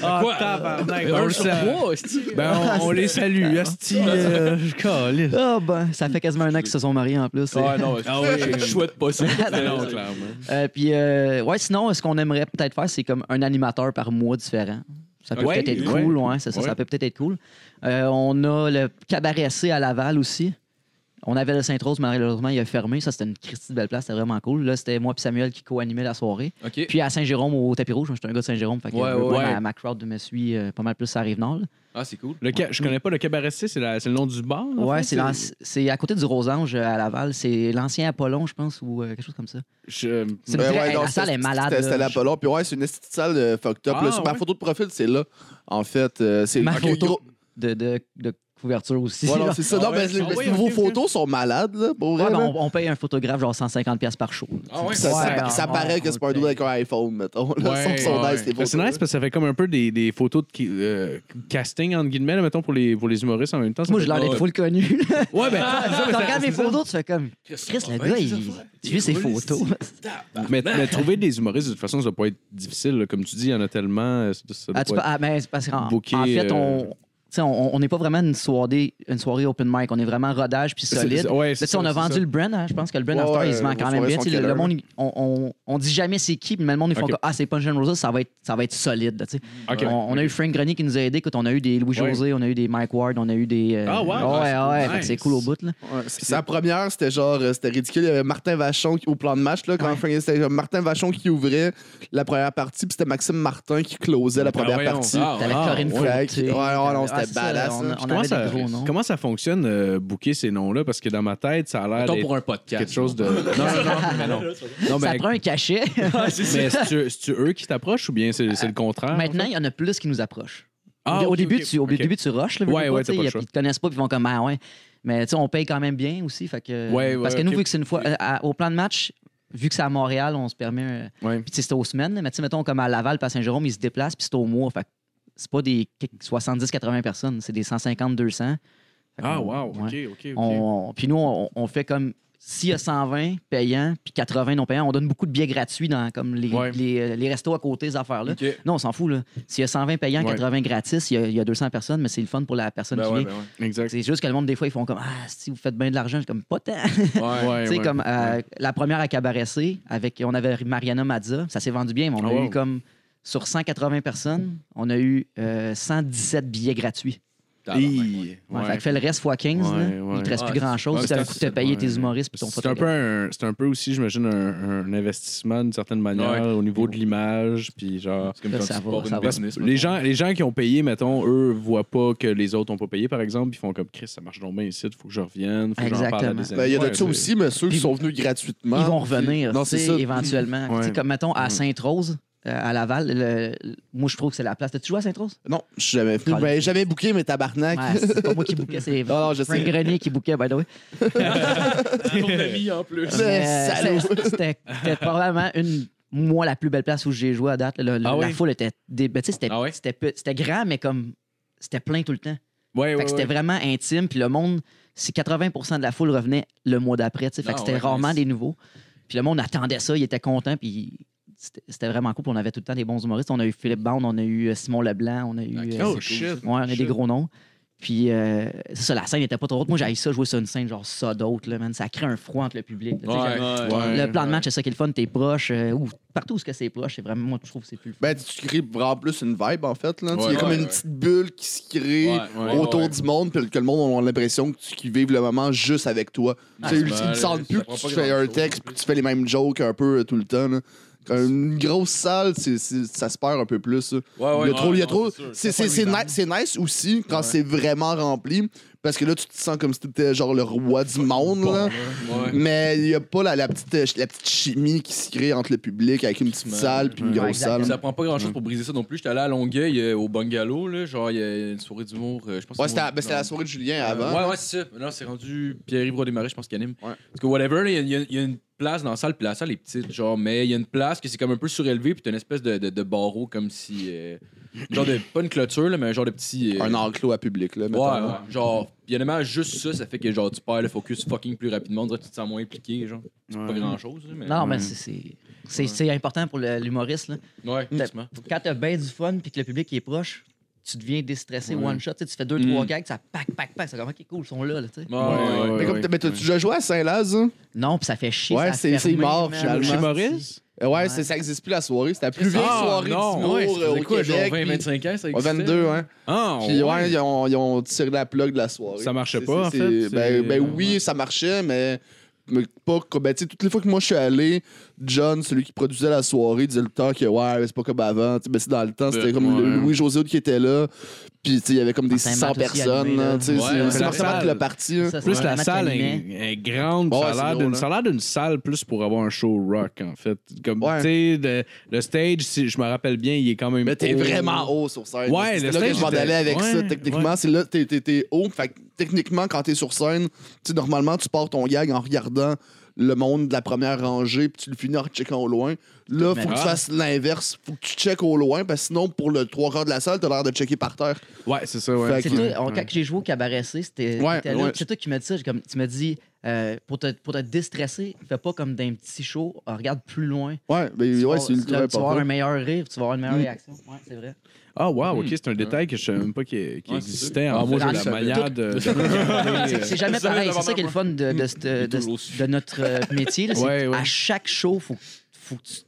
[SPEAKER 3] Ah,
[SPEAKER 6] Quoi?
[SPEAKER 3] tabarnak!
[SPEAKER 6] Mais
[SPEAKER 3] on
[SPEAKER 6] un
[SPEAKER 3] le
[SPEAKER 6] sur
[SPEAKER 3] sait.
[SPEAKER 6] trois, hostie.
[SPEAKER 3] Ben, on, on les salue. Asti, euh, je calisse.
[SPEAKER 5] ben, ça fait quasiment un an qu'ils se sont mariés en plus.
[SPEAKER 6] Ah non, ah, oui, je souhaite pas ça.
[SPEAKER 3] Non, clairement.
[SPEAKER 5] Euh, puis, euh, ouais, sinon, ce qu'on aimerait peut-être faire, c'est comme un animateur par mois différent. Ça peut
[SPEAKER 6] Ouais,
[SPEAKER 5] peut-être être
[SPEAKER 6] ouais.
[SPEAKER 5] cool, ouais, c'est ça, ça peut peut-être être cool. Euh, on a le cabaret C à Laval aussi. On avait le Sainte-Rose, malheureusement, il a fermé. Ça, c'était une Christie de belle place, c'était vraiment cool. Là, c'était moi et Samuel qui co-animait la soirée.
[SPEAKER 6] OK.
[SPEAKER 5] Puis à Saint-Jérôme, au tapis rouge, moi, j'étais un gars de Saint-Jérôme. Fait que
[SPEAKER 6] Ouais,
[SPEAKER 5] je veux
[SPEAKER 6] ouais,
[SPEAKER 5] pas,
[SPEAKER 6] ouais.
[SPEAKER 5] Ma, ma crowd me suit euh, pas mal plus à Rive-Nord. là.
[SPEAKER 6] Ah, c'est cool.
[SPEAKER 3] Le ca- Je connais pas le cabaret C, c'est la- c'est le nom du bar? en
[SPEAKER 5] Ouais,
[SPEAKER 3] fait,
[SPEAKER 5] c'est l'anci- c'est à côté du Rosange euh, à Laval. C'est l'ancien Apollon, je pense, ou euh, quelque chose comme ça.
[SPEAKER 3] Je-
[SPEAKER 5] C'est
[SPEAKER 4] Ouais, Ben
[SPEAKER 5] vrai,
[SPEAKER 4] ouais,
[SPEAKER 5] hey,
[SPEAKER 4] non,
[SPEAKER 5] la salle
[SPEAKER 4] c'est-
[SPEAKER 5] est malade. euh,
[SPEAKER 4] C'était c'était
[SPEAKER 5] là.
[SPEAKER 4] la Polo. Puis ouais, c'est une petite salle de fucked up.
[SPEAKER 3] Ah,
[SPEAKER 4] là. Sur ma
[SPEAKER 3] ouais.
[SPEAKER 4] photo de profil, c'est là. En fait, euh, c'est.
[SPEAKER 5] Ma
[SPEAKER 4] Ok,
[SPEAKER 5] photo.
[SPEAKER 4] gros-
[SPEAKER 5] de, de, de couverture aussi.
[SPEAKER 4] Ouais, non,
[SPEAKER 5] là.
[SPEAKER 4] c'est ça. Non,
[SPEAKER 6] Ah ouais,
[SPEAKER 4] mais les-
[SPEAKER 6] ah
[SPEAKER 4] mais
[SPEAKER 6] ouais,
[SPEAKER 4] vos
[SPEAKER 6] ok, ok.
[SPEAKER 4] photos sont malades, là, pour
[SPEAKER 5] Ouais,
[SPEAKER 4] vrai.
[SPEAKER 5] mais
[SPEAKER 4] là.
[SPEAKER 5] on, on paye un photographe genre 150$ piastres par show.
[SPEAKER 6] Ah ouais,
[SPEAKER 4] Ça, ça-
[SPEAKER 5] ouais,
[SPEAKER 4] ça
[SPEAKER 5] ouais,
[SPEAKER 4] paraît
[SPEAKER 5] on
[SPEAKER 4] que c'est pas un
[SPEAKER 5] le
[SPEAKER 4] dude avec un iPhone, mettons. là.
[SPEAKER 6] Ouais,
[SPEAKER 4] Ils sont
[SPEAKER 6] ouais.
[SPEAKER 4] nice, tes
[SPEAKER 3] Ben, C'est
[SPEAKER 4] photos,
[SPEAKER 3] nice parce que ça fait comme un peu des, des photos de qui- euh, casting, entre guillemets, là, mettons, pour les, pour les humoristes en même temps. ça
[SPEAKER 5] Moi,
[SPEAKER 3] fait
[SPEAKER 5] j'ai l'air d'être full connu. là.
[SPEAKER 3] Ouais, ben,
[SPEAKER 5] Quand tu regardes mes photos, tu fais comme Chris, le gars, il. Tu vis ses photos.
[SPEAKER 3] mais, mais trouver des humoristes, de toute façon, ça doit pas être difficile. là. Comme tu dis, il y en a tellement. euh, ça- ça doit
[SPEAKER 5] Ah, tu peux-
[SPEAKER 3] pas être-
[SPEAKER 5] ah, mais c'est parce qu'en
[SPEAKER 3] Booker,
[SPEAKER 5] en fait,
[SPEAKER 3] euh,
[SPEAKER 5] on. tu sais, on on n'est pas vraiment une soirée, une soirée open mic. On est vraiment rodage puis
[SPEAKER 3] C'est-
[SPEAKER 5] solide.
[SPEAKER 3] c'est- ouais,
[SPEAKER 5] Là,
[SPEAKER 3] c'est
[SPEAKER 5] tu sais, on
[SPEAKER 3] ça,
[SPEAKER 5] a
[SPEAKER 3] c'est
[SPEAKER 5] vendu
[SPEAKER 3] ça.
[SPEAKER 5] le brand. hein. Je pense que le brand
[SPEAKER 4] Ouais,
[SPEAKER 5] after, il
[SPEAKER 4] ouais,
[SPEAKER 5] se vend
[SPEAKER 4] vos
[SPEAKER 5] quand même
[SPEAKER 4] soirées
[SPEAKER 5] bien.
[SPEAKER 4] sont
[SPEAKER 5] Tu sais, Le, le
[SPEAKER 4] killer.
[SPEAKER 5] monde, il- on, on, on dit jamais c'est qui, mais le monde, ils font
[SPEAKER 3] Ok.
[SPEAKER 5] comme, Ah, c'est Punch and Roses, ça va être, ça va être solide. là, tu sais.
[SPEAKER 3] Ok.
[SPEAKER 5] on, on a eu Frank Grenier qui nous a aidés. Écoute, on a eu des Louis-José, on a eu des Mike Ward, on a eu des. euh,
[SPEAKER 3] Ah, wow,
[SPEAKER 5] ouais,
[SPEAKER 3] c'est cool.
[SPEAKER 5] ouais, fait que c'est
[SPEAKER 3] Nice.
[SPEAKER 5] cool au bout. Là.
[SPEAKER 4] Ouais, c'est- Sa première, c'était genre, euh, c'était ridicule. Il y avait Martin Vachon qui- au plan de match, là, quand Frank- c'était genre Martin Vachon qui ouvrait la première partie, puis c'était Maxime Martin qui closait
[SPEAKER 2] Ben
[SPEAKER 4] la première
[SPEAKER 6] voyons.
[SPEAKER 4] partie.
[SPEAKER 6] Ah,
[SPEAKER 5] T'avais
[SPEAKER 3] Ah,
[SPEAKER 5] Corinne
[SPEAKER 4] ouais.
[SPEAKER 5] Fouquet.
[SPEAKER 4] Ouais, ouais, non,
[SPEAKER 5] Ah,
[SPEAKER 4] c'était
[SPEAKER 5] c'est ça,
[SPEAKER 4] badass,
[SPEAKER 5] On,
[SPEAKER 4] là.
[SPEAKER 5] on
[SPEAKER 3] comment,
[SPEAKER 5] avait
[SPEAKER 3] ça,
[SPEAKER 5] des gros noms.
[SPEAKER 3] comment ça fonctionne, euh, booker ces noms-là? Parce que dans ma tête, ça a l'air
[SPEAKER 6] Mettons
[SPEAKER 3] d'être
[SPEAKER 6] pour un podcast.
[SPEAKER 3] quelque chose de. Non, non, non. mais non. Non,
[SPEAKER 5] Ça
[SPEAKER 3] mais-
[SPEAKER 5] prend un cachet.
[SPEAKER 3] Mais c'est-tu c'est-tu eux qui t'approchent ou bien c'est c'est le contraire?
[SPEAKER 5] Maintenant, il y en a plus qui nous approchent.
[SPEAKER 3] Ah,
[SPEAKER 5] au
[SPEAKER 3] ok,
[SPEAKER 5] début,
[SPEAKER 3] ok,
[SPEAKER 5] tu, au
[SPEAKER 3] ok.
[SPEAKER 5] début, tu rushes. Là, veux,
[SPEAKER 3] Ouais,
[SPEAKER 5] veux
[SPEAKER 3] ouais,
[SPEAKER 5] tu sais,
[SPEAKER 3] t'as pas le
[SPEAKER 5] y a-
[SPEAKER 3] choix.
[SPEAKER 5] ils te connaissent pas, puis ils vont comme, ah ouais. Mais tu sais, on paye quand même bien aussi. Fait que,
[SPEAKER 3] Ouais, ouais,
[SPEAKER 5] parce que nous,
[SPEAKER 3] ok.
[SPEAKER 5] vu que c'est une fois, euh, à- au plan de match, vu que c'est à Montréal, on se permet. euh,
[SPEAKER 3] Ouais.
[SPEAKER 5] Puis tu sais, c'était aux semaines. Mais tu sais, mettons, comme à Laval, puis à Saint-Jérôme, ils se déplacent, puis c'est au mois. Fait que c'est pas des 70-80 personnes, c'est des 150, 200. Fait
[SPEAKER 3] Ah,
[SPEAKER 5] qu'on-
[SPEAKER 3] wow,
[SPEAKER 5] ouais.
[SPEAKER 3] ok, ok, ok.
[SPEAKER 5] On- on- puis nous, on, on fait comme s'il y a 120 payants puis 80 non payants, on donne beaucoup de billets gratuits dans comme les,
[SPEAKER 3] Ouais.
[SPEAKER 5] les, euh, les restos à côté, ces affaires-là.
[SPEAKER 6] OK.
[SPEAKER 5] Non, on s'en fout. là. S'il y a 120 payants,
[SPEAKER 3] Ouais.
[SPEAKER 5] 80 gratis, il y a- il y, a 200 personnes, mais c'est le fun pour la personne
[SPEAKER 6] Ben
[SPEAKER 5] qui
[SPEAKER 6] ouais,
[SPEAKER 5] vient.
[SPEAKER 6] ben ouais.
[SPEAKER 3] Exact.
[SPEAKER 5] C'est juste que le monde, des fois, ils font comme Ah, si vous faites bien de l'argent, je suis comme pas tant.
[SPEAKER 6] Ouais.
[SPEAKER 2] Ben
[SPEAKER 3] Ouais,
[SPEAKER 5] tu sais,
[SPEAKER 3] ouais.
[SPEAKER 5] comme euh, la première à Cabaret C, avec, on avait Mariana Mazza, ça s'est vendu bien, mais on
[SPEAKER 3] Ah,
[SPEAKER 5] a
[SPEAKER 3] wow.
[SPEAKER 5] eu comme sur 180 personnes, on a eu euh, 117 billets gratuits.
[SPEAKER 2] Hi.
[SPEAKER 5] Ouais,
[SPEAKER 2] Ouais.
[SPEAKER 5] fait que fais le reste x 15, là.
[SPEAKER 2] Ouais, ouais.
[SPEAKER 5] il te reste
[SPEAKER 6] Ouais,
[SPEAKER 5] plus grand-chose.
[SPEAKER 6] c'est-
[SPEAKER 5] Ça
[SPEAKER 6] ouais,
[SPEAKER 5] va coûter
[SPEAKER 6] c'est-
[SPEAKER 5] de payer
[SPEAKER 2] ouais.
[SPEAKER 5] tes humoristes puis ton
[SPEAKER 2] C'est un, peu
[SPEAKER 5] photographe.
[SPEAKER 2] un, c'est un peu aussi, j'imagine, un, un investissement d'une certaine manière au niveau de l'image. Puis genre,
[SPEAKER 8] C'est comme
[SPEAKER 5] Ça,
[SPEAKER 8] quand
[SPEAKER 5] ça
[SPEAKER 8] tu
[SPEAKER 5] va,
[SPEAKER 8] pars
[SPEAKER 5] ça
[SPEAKER 8] une
[SPEAKER 5] va.
[SPEAKER 8] business.
[SPEAKER 2] les gens, les gens qui ont payé, mettons, eux, voient pas que les autres ont pas payé, par exemple. puis Ils font comme Chris, ça marche donc bien ici, il faut que je revienne, faut que j'en parle à des
[SPEAKER 5] Exactement.
[SPEAKER 2] amis.
[SPEAKER 4] Ben, il y en a
[SPEAKER 2] Ouais,
[SPEAKER 4] de ça
[SPEAKER 2] c'est-
[SPEAKER 4] aussi, mais ceux qui
[SPEAKER 5] Puis-
[SPEAKER 4] sont venus gratuitement.
[SPEAKER 5] Ils vont revenir,
[SPEAKER 4] Non,
[SPEAKER 5] tu
[SPEAKER 4] c'est
[SPEAKER 5] sais,
[SPEAKER 4] ça.
[SPEAKER 5] éventuellement.
[SPEAKER 2] Ouais.
[SPEAKER 5] Tu sais, Comme, mettons, à Sainte-Rose, euh, à Laval, le- le- moi, je trouve que c'est la place. T'as-tu joué à Sainte-Rose?
[SPEAKER 4] Non, je suis jamais venu.
[SPEAKER 5] Ah,
[SPEAKER 4] Ben, jamais booké, mais tabarnak.
[SPEAKER 5] Ouais, c'est pas moi qui bouquais, c'est
[SPEAKER 4] Non, non, je
[SPEAKER 5] Frank
[SPEAKER 4] sais.
[SPEAKER 5] Grenier qui bouquait, by the way.
[SPEAKER 8] en plus.
[SPEAKER 4] C'est
[SPEAKER 5] Mais,
[SPEAKER 4] salaud.
[SPEAKER 5] c'était- C'était c'était probablement une. Moi, la plus belle place où j'ai joué à date. là. Le-
[SPEAKER 2] Ah
[SPEAKER 5] la
[SPEAKER 2] oui?
[SPEAKER 5] foule était. dé- ben, tu sais, c'était
[SPEAKER 2] Ah oui?
[SPEAKER 5] c'était pe- c'était grand, mais comme. C'était plein tout le temps.
[SPEAKER 2] Ouais,
[SPEAKER 5] Fait
[SPEAKER 2] ouais,
[SPEAKER 5] que c'était
[SPEAKER 2] ouais.
[SPEAKER 5] vraiment intime. Puis le monde, si 80 de la foule revenait le mois d'après, tu sais, fait
[SPEAKER 6] Ah
[SPEAKER 5] que c'était
[SPEAKER 6] ouais,
[SPEAKER 5] rarement
[SPEAKER 6] nice.
[SPEAKER 5] des nouveaux. Puis le monde attendait ça, il était content, puis c'était c'était vraiment cool. puis On avait tout le temps des bons humoristes. On a eu Philippe Bond, on a eu euh, Simon Leblanc, on a eu. euh,
[SPEAKER 2] Oh shit.
[SPEAKER 5] Ouais, on a des gros noms. Puis, euh, c'est ça, la scène n'était pas trop haute. Moi, j'avais ça, jouer sur une scène genre ça d'autre, là, man. Ça crée un froid entre le public. là. Tu sais, j'avais-
[SPEAKER 2] Ouais,
[SPEAKER 5] le plan de match, c'est ça qui est le fun. T'es proche, euh, ou partout où ce que c'est proche, c'est vraiment, moi, je trouve que c'est plus le fun.
[SPEAKER 4] Ben, tu crées vraiment plus une vibe, en fait. Là. Tu sais, il y
[SPEAKER 8] Ouais,
[SPEAKER 4] a comme
[SPEAKER 8] ouais,
[SPEAKER 4] une
[SPEAKER 8] ouais.
[SPEAKER 4] petite bulle qui se crée
[SPEAKER 8] Ouais, ouais,
[SPEAKER 4] autour
[SPEAKER 8] ouais.
[SPEAKER 4] du monde, puis que le monde a l'impression que tu- qu'ils vivent le moment juste avec toi. tu sais,
[SPEAKER 8] Ah, c'est
[SPEAKER 4] ils
[SPEAKER 8] mal,
[SPEAKER 4] ne sentent
[SPEAKER 8] ça
[SPEAKER 4] plus
[SPEAKER 8] prend
[SPEAKER 4] que
[SPEAKER 8] pas
[SPEAKER 4] tu fais un
[SPEAKER 8] grand-chose,
[SPEAKER 4] texte, puis tu fais les mêmes jokes un peu euh, tout le temps. là. Quand Une grosse salle, c'est- c'est- ça se perd un peu plus. là.
[SPEAKER 6] Ouais,
[SPEAKER 4] il y a
[SPEAKER 6] ouais,
[SPEAKER 4] trop. il y a
[SPEAKER 8] Ah non,
[SPEAKER 4] trop-
[SPEAKER 8] c'est sûr.
[SPEAKER 4] c'est- C'est c'est ni- c'est nice aussi quand c'est vraiment rempli, parce que là, tu te sens comme si tu étais genre le roi du monde. là. Mais il n'y a pas la, la petite, euh, la petite chimie qui se crée entre le public avec une petite
[SPEAKER 8] Ouais.
[SPEAKER 4] salle puis une grosse salle.
[SPEAKER 5] exactement.
[SPEAKER 6] Ça prend pas grand chose pour briser ça non plus. J'étais allé à Longueuil euh, au bungalow, là. Genre, il y a une soirée d'humour. euh, je pense que
[SPEAKER 4] Ouais,
[SPEAKER 6] c'est
[SPEAKER 4] c'était
[SPEAKER 6] mon-
[SPEAKER 4] ben, c'était la soirée de Julien avant.
[SPEAKER 6] Euh, Ouais, ouais, c'est ça. Mais Là, c'est rendu Pierre-Yves Roy-Desmarais, je pense, qui anime.
[SPEAKER 4] Ouais.
[SPEAKER 6] Parce que whatever, là, il y a- il y, a- il y a une place dans la salle, puis la salle est petite, genre, mais il y a une place que c'est comme un peu surélevée, puis t'as une espèce de, de, de barreau comme si. euh, genre de. Pas une clôture, là, mais un genre de petit. euh,
[SPEAKER 4] un enclos à public, là.
[SPEAKER 6] Ouais,
[SPEAKER 4] mettons,
[SPEAKER 6] ouais.
[SPEAKER 4] là.
[SPEAKER 6] Genre, évidemment, juste ça, ça fait que genre, tu perds le focus fucking plus rapidement. On dirait que tu te sens moins impliqué, genre. C'est pas grand chose, mais.
[SPEAKER 5] Non,
[SPEAKER 2] Mm.
[SPEAKER 5] mais c'est- c'est- c'est c'est important pour le- l'humoriste. là.
[SPEAKER 6] Ouais, justement.
[SPEAKER 5] Quand t'as bien du fun, puis que le public est proche, tu deviens déstressé one shot. Tu sais, tu fais deux, trois gags, ça pack, pack, pack. C'est comme, OK, cool, ils sont là. là, tu sais.
[SPEAKER 6] Ouais, ouais, ouais.
[SPEAKER 4] Mais comme, mais t'as-tu déjà joué à Saint-Laz, hein?
[SPEAKER 5] Non, puis ça fait chier.
[SPEAKER 4] Ouais,
[SPEAKER 5] ça a
[SPEAKER 4] c'est- c'est
[SPEAKER 5] fermé,
[SPEAKER 4] mort,
[SPEAKER 5] man.
[SPEAKER 4] finalement.
[SPEAKER 2] Chez Maurice?
[SPEAKER 4] Euh, Ouais, c'est- ça n'existe plus la soirée. C'était la plus vieille
[SPEAKER 6] Ah,
[SPEAKER 4] soirée d'humour
[SPEAKER 6] ouais, ça
[SPEAKER 4] euh,
[SPEAKER 6] faisait
[SPEAKER 4] au
[SPEAKER 6] quoi, genre
[SPEAKER 4] Québec.
[SPEAKER 6] 20, 25 ans, ça
[SPEAKER 4] puis- Ouais,
[SPEAKER 6] existait?
[SPEAKER 4] 22, hein.
[SPEAKER 2] Ah,
[SPEAKER 4] Puis,
[SPEAKER 2] ouais.
[SPEAKER 4] ouais, ils ont, ils ont tiré la plug de la soirée.
[SPEAKER 2] Ça marchait
[SPEAKER 4] C'est-
[SPEAKER 2] pas, en
[SPEAKER 4] c'est-
[SPEAKER 2] fait,
[SPEAKER 4] c'est-
[SPEAKER 2] c'est-
[SPEAKER 4] Ben, ben oui, ça marchait, mais. mais pas comme. Ben, tu sais, toutes les fois que moi je suis allé, John, celui qui produisait la soirée, disait le temps que, ouais, c'est pas comme avant. Tu sais, Ben, c'est dans le temps, c'était
[SPEAKER 8] Ben,
[SPEAKER 4] comme le
[SPEAKER 2] ouais.
[SPEAKER 4] Louis-José Hood qui était là. Puis, tu sais, il y avait comme des
[SPEAKER 5] Martin
[SPEAKER 4] 600
[SPEAKER 5] Matt aussi
[SPEAKER 4] personnes.
[SPEAKER 5] allumé, là.
[SPEAKER 4] là, tu sais,
[SPEAKER 6] Ouais,
[SPEAKER 4] c'est-
[SPEAKER 6] ouais.
[SPEAKER 4] C'est
[SPEAKER 2] La
[SPEAKER 4] Martin Matt
[SPEAKER 2] salle.
[SPEAKER 4] qui l'a parti. hein.
[SPEAKER 5] Ça, c'est
[SPEAKER 2] Plus la
[SPEAKER 5] vraiment
[SPEAKER 2] salle
[SPEAKER 5] calinais.
[SPEAKER 2] est, est grande,
[SPEAKER 4] Ouais,
[SPEAKER 2] ça a
[SPEAKER 4] c'est hein.
[SPEAKER 2] l'air
[SPEAKER 4] gros,
[SPEAKER 2] d'une-
[SPEAKER 4] là.
[SPEAKER 2] ça a l'air d'une salle plus pour avoir un show rock, en fait. Comme,
[SPEAKER 4] Ouais.
[SPEAKER 2] tu sais, de- le stage, si je me rappelle bien, il est quand même.
[SPEAKER 4] Mais t'es
[SPEAKER 2] haut.
[SPEAKER 4] vraiment haut sur scène.
[SPEAKER 2] Oh. Ouais,
[SPEAKER 4] c'est
[SPEAKER 2] le
[SPEAKER 4] là que
[SPEAKER 2] stage,
[SPEAKER 4] je m'en allais avec
[SPEAKER 2] ouais,
[SPEAKER 4] ça, techniquement.
[SPEAKER 2] ouais.
[SPEAKER 4] C'est là, t'es, t'es- t'es haut. Fait que, techniquement, quand t'es sur scène, tu sais, normalement, tu pars ton gag en regardant le monde de la première rangée, puis tu le finis en checkant au loin. Là, faut que tu
[SPEAKER 2] Ah.
[SPEAKER 4] fasses l'inverse. Faut que tu checkes au loin, parce que sinon, pour le trois quarts de la salle, t'as l'air de checker par terre.
[SPEAKER 2] Ouais, c'est ça, ouais.
[SPEAKER 4] Fait
[SPEAKER 5] C'est
[SPEAKER 4] que-
[SPEAKER 5] toi, on- quand j'ai joué au cabaret C, c'était
[SPEAKER 4] Ouais,
[SPEAKER 5] t'étais là,
[SPEAKER 4] ouais.
[SPEAKER 5] c'est toi qui m'as dit ça. j'ai Comme, tu m'as dit, euh, pour, te, pour te déstresser, fais pas comme d'un petit show, euh, regarde plus loin.
[SPEAKER 4] Ouais, mais
[SPEAKER 5] Tu
[SPEAKER 4] ouais,
[SPEAKER 5] vas-
[SPEAKER 4] c'est
[SPEAKER 5] tu vas-
[SPEAKER 4] ultra
[SPEAKER 5] Tu vas avoir un
[SPEAKER 4] important.
[SPEAKER 5] meilleur rire, tu vas avoir une meilleure
[SPEAKER 4] Mm.
[SPEAKER 5] réaction. Ouais, c'est vrai.
[SPEAKER 2] Ah, wow, ok, c'est un détail que je savais même pas qui, qui
[SPEAKER 8] Ouais,
[SPEAKER 2] existait. En
[SPEAKER 5] moi, je
[SPEAKER 2] la
[SPEAKER 5] le savais.
[SPEAKER 2] manière de.
[SPEAKER 5] C'est- C'est jamais pareil. C'est ça qui est le fun de, de, cette- de- de notre euh, métier. là, c'est
[SPEAKER 2] Ouais, ouais.
[SPEAKER 5] À chaque show, faut, faut que tu-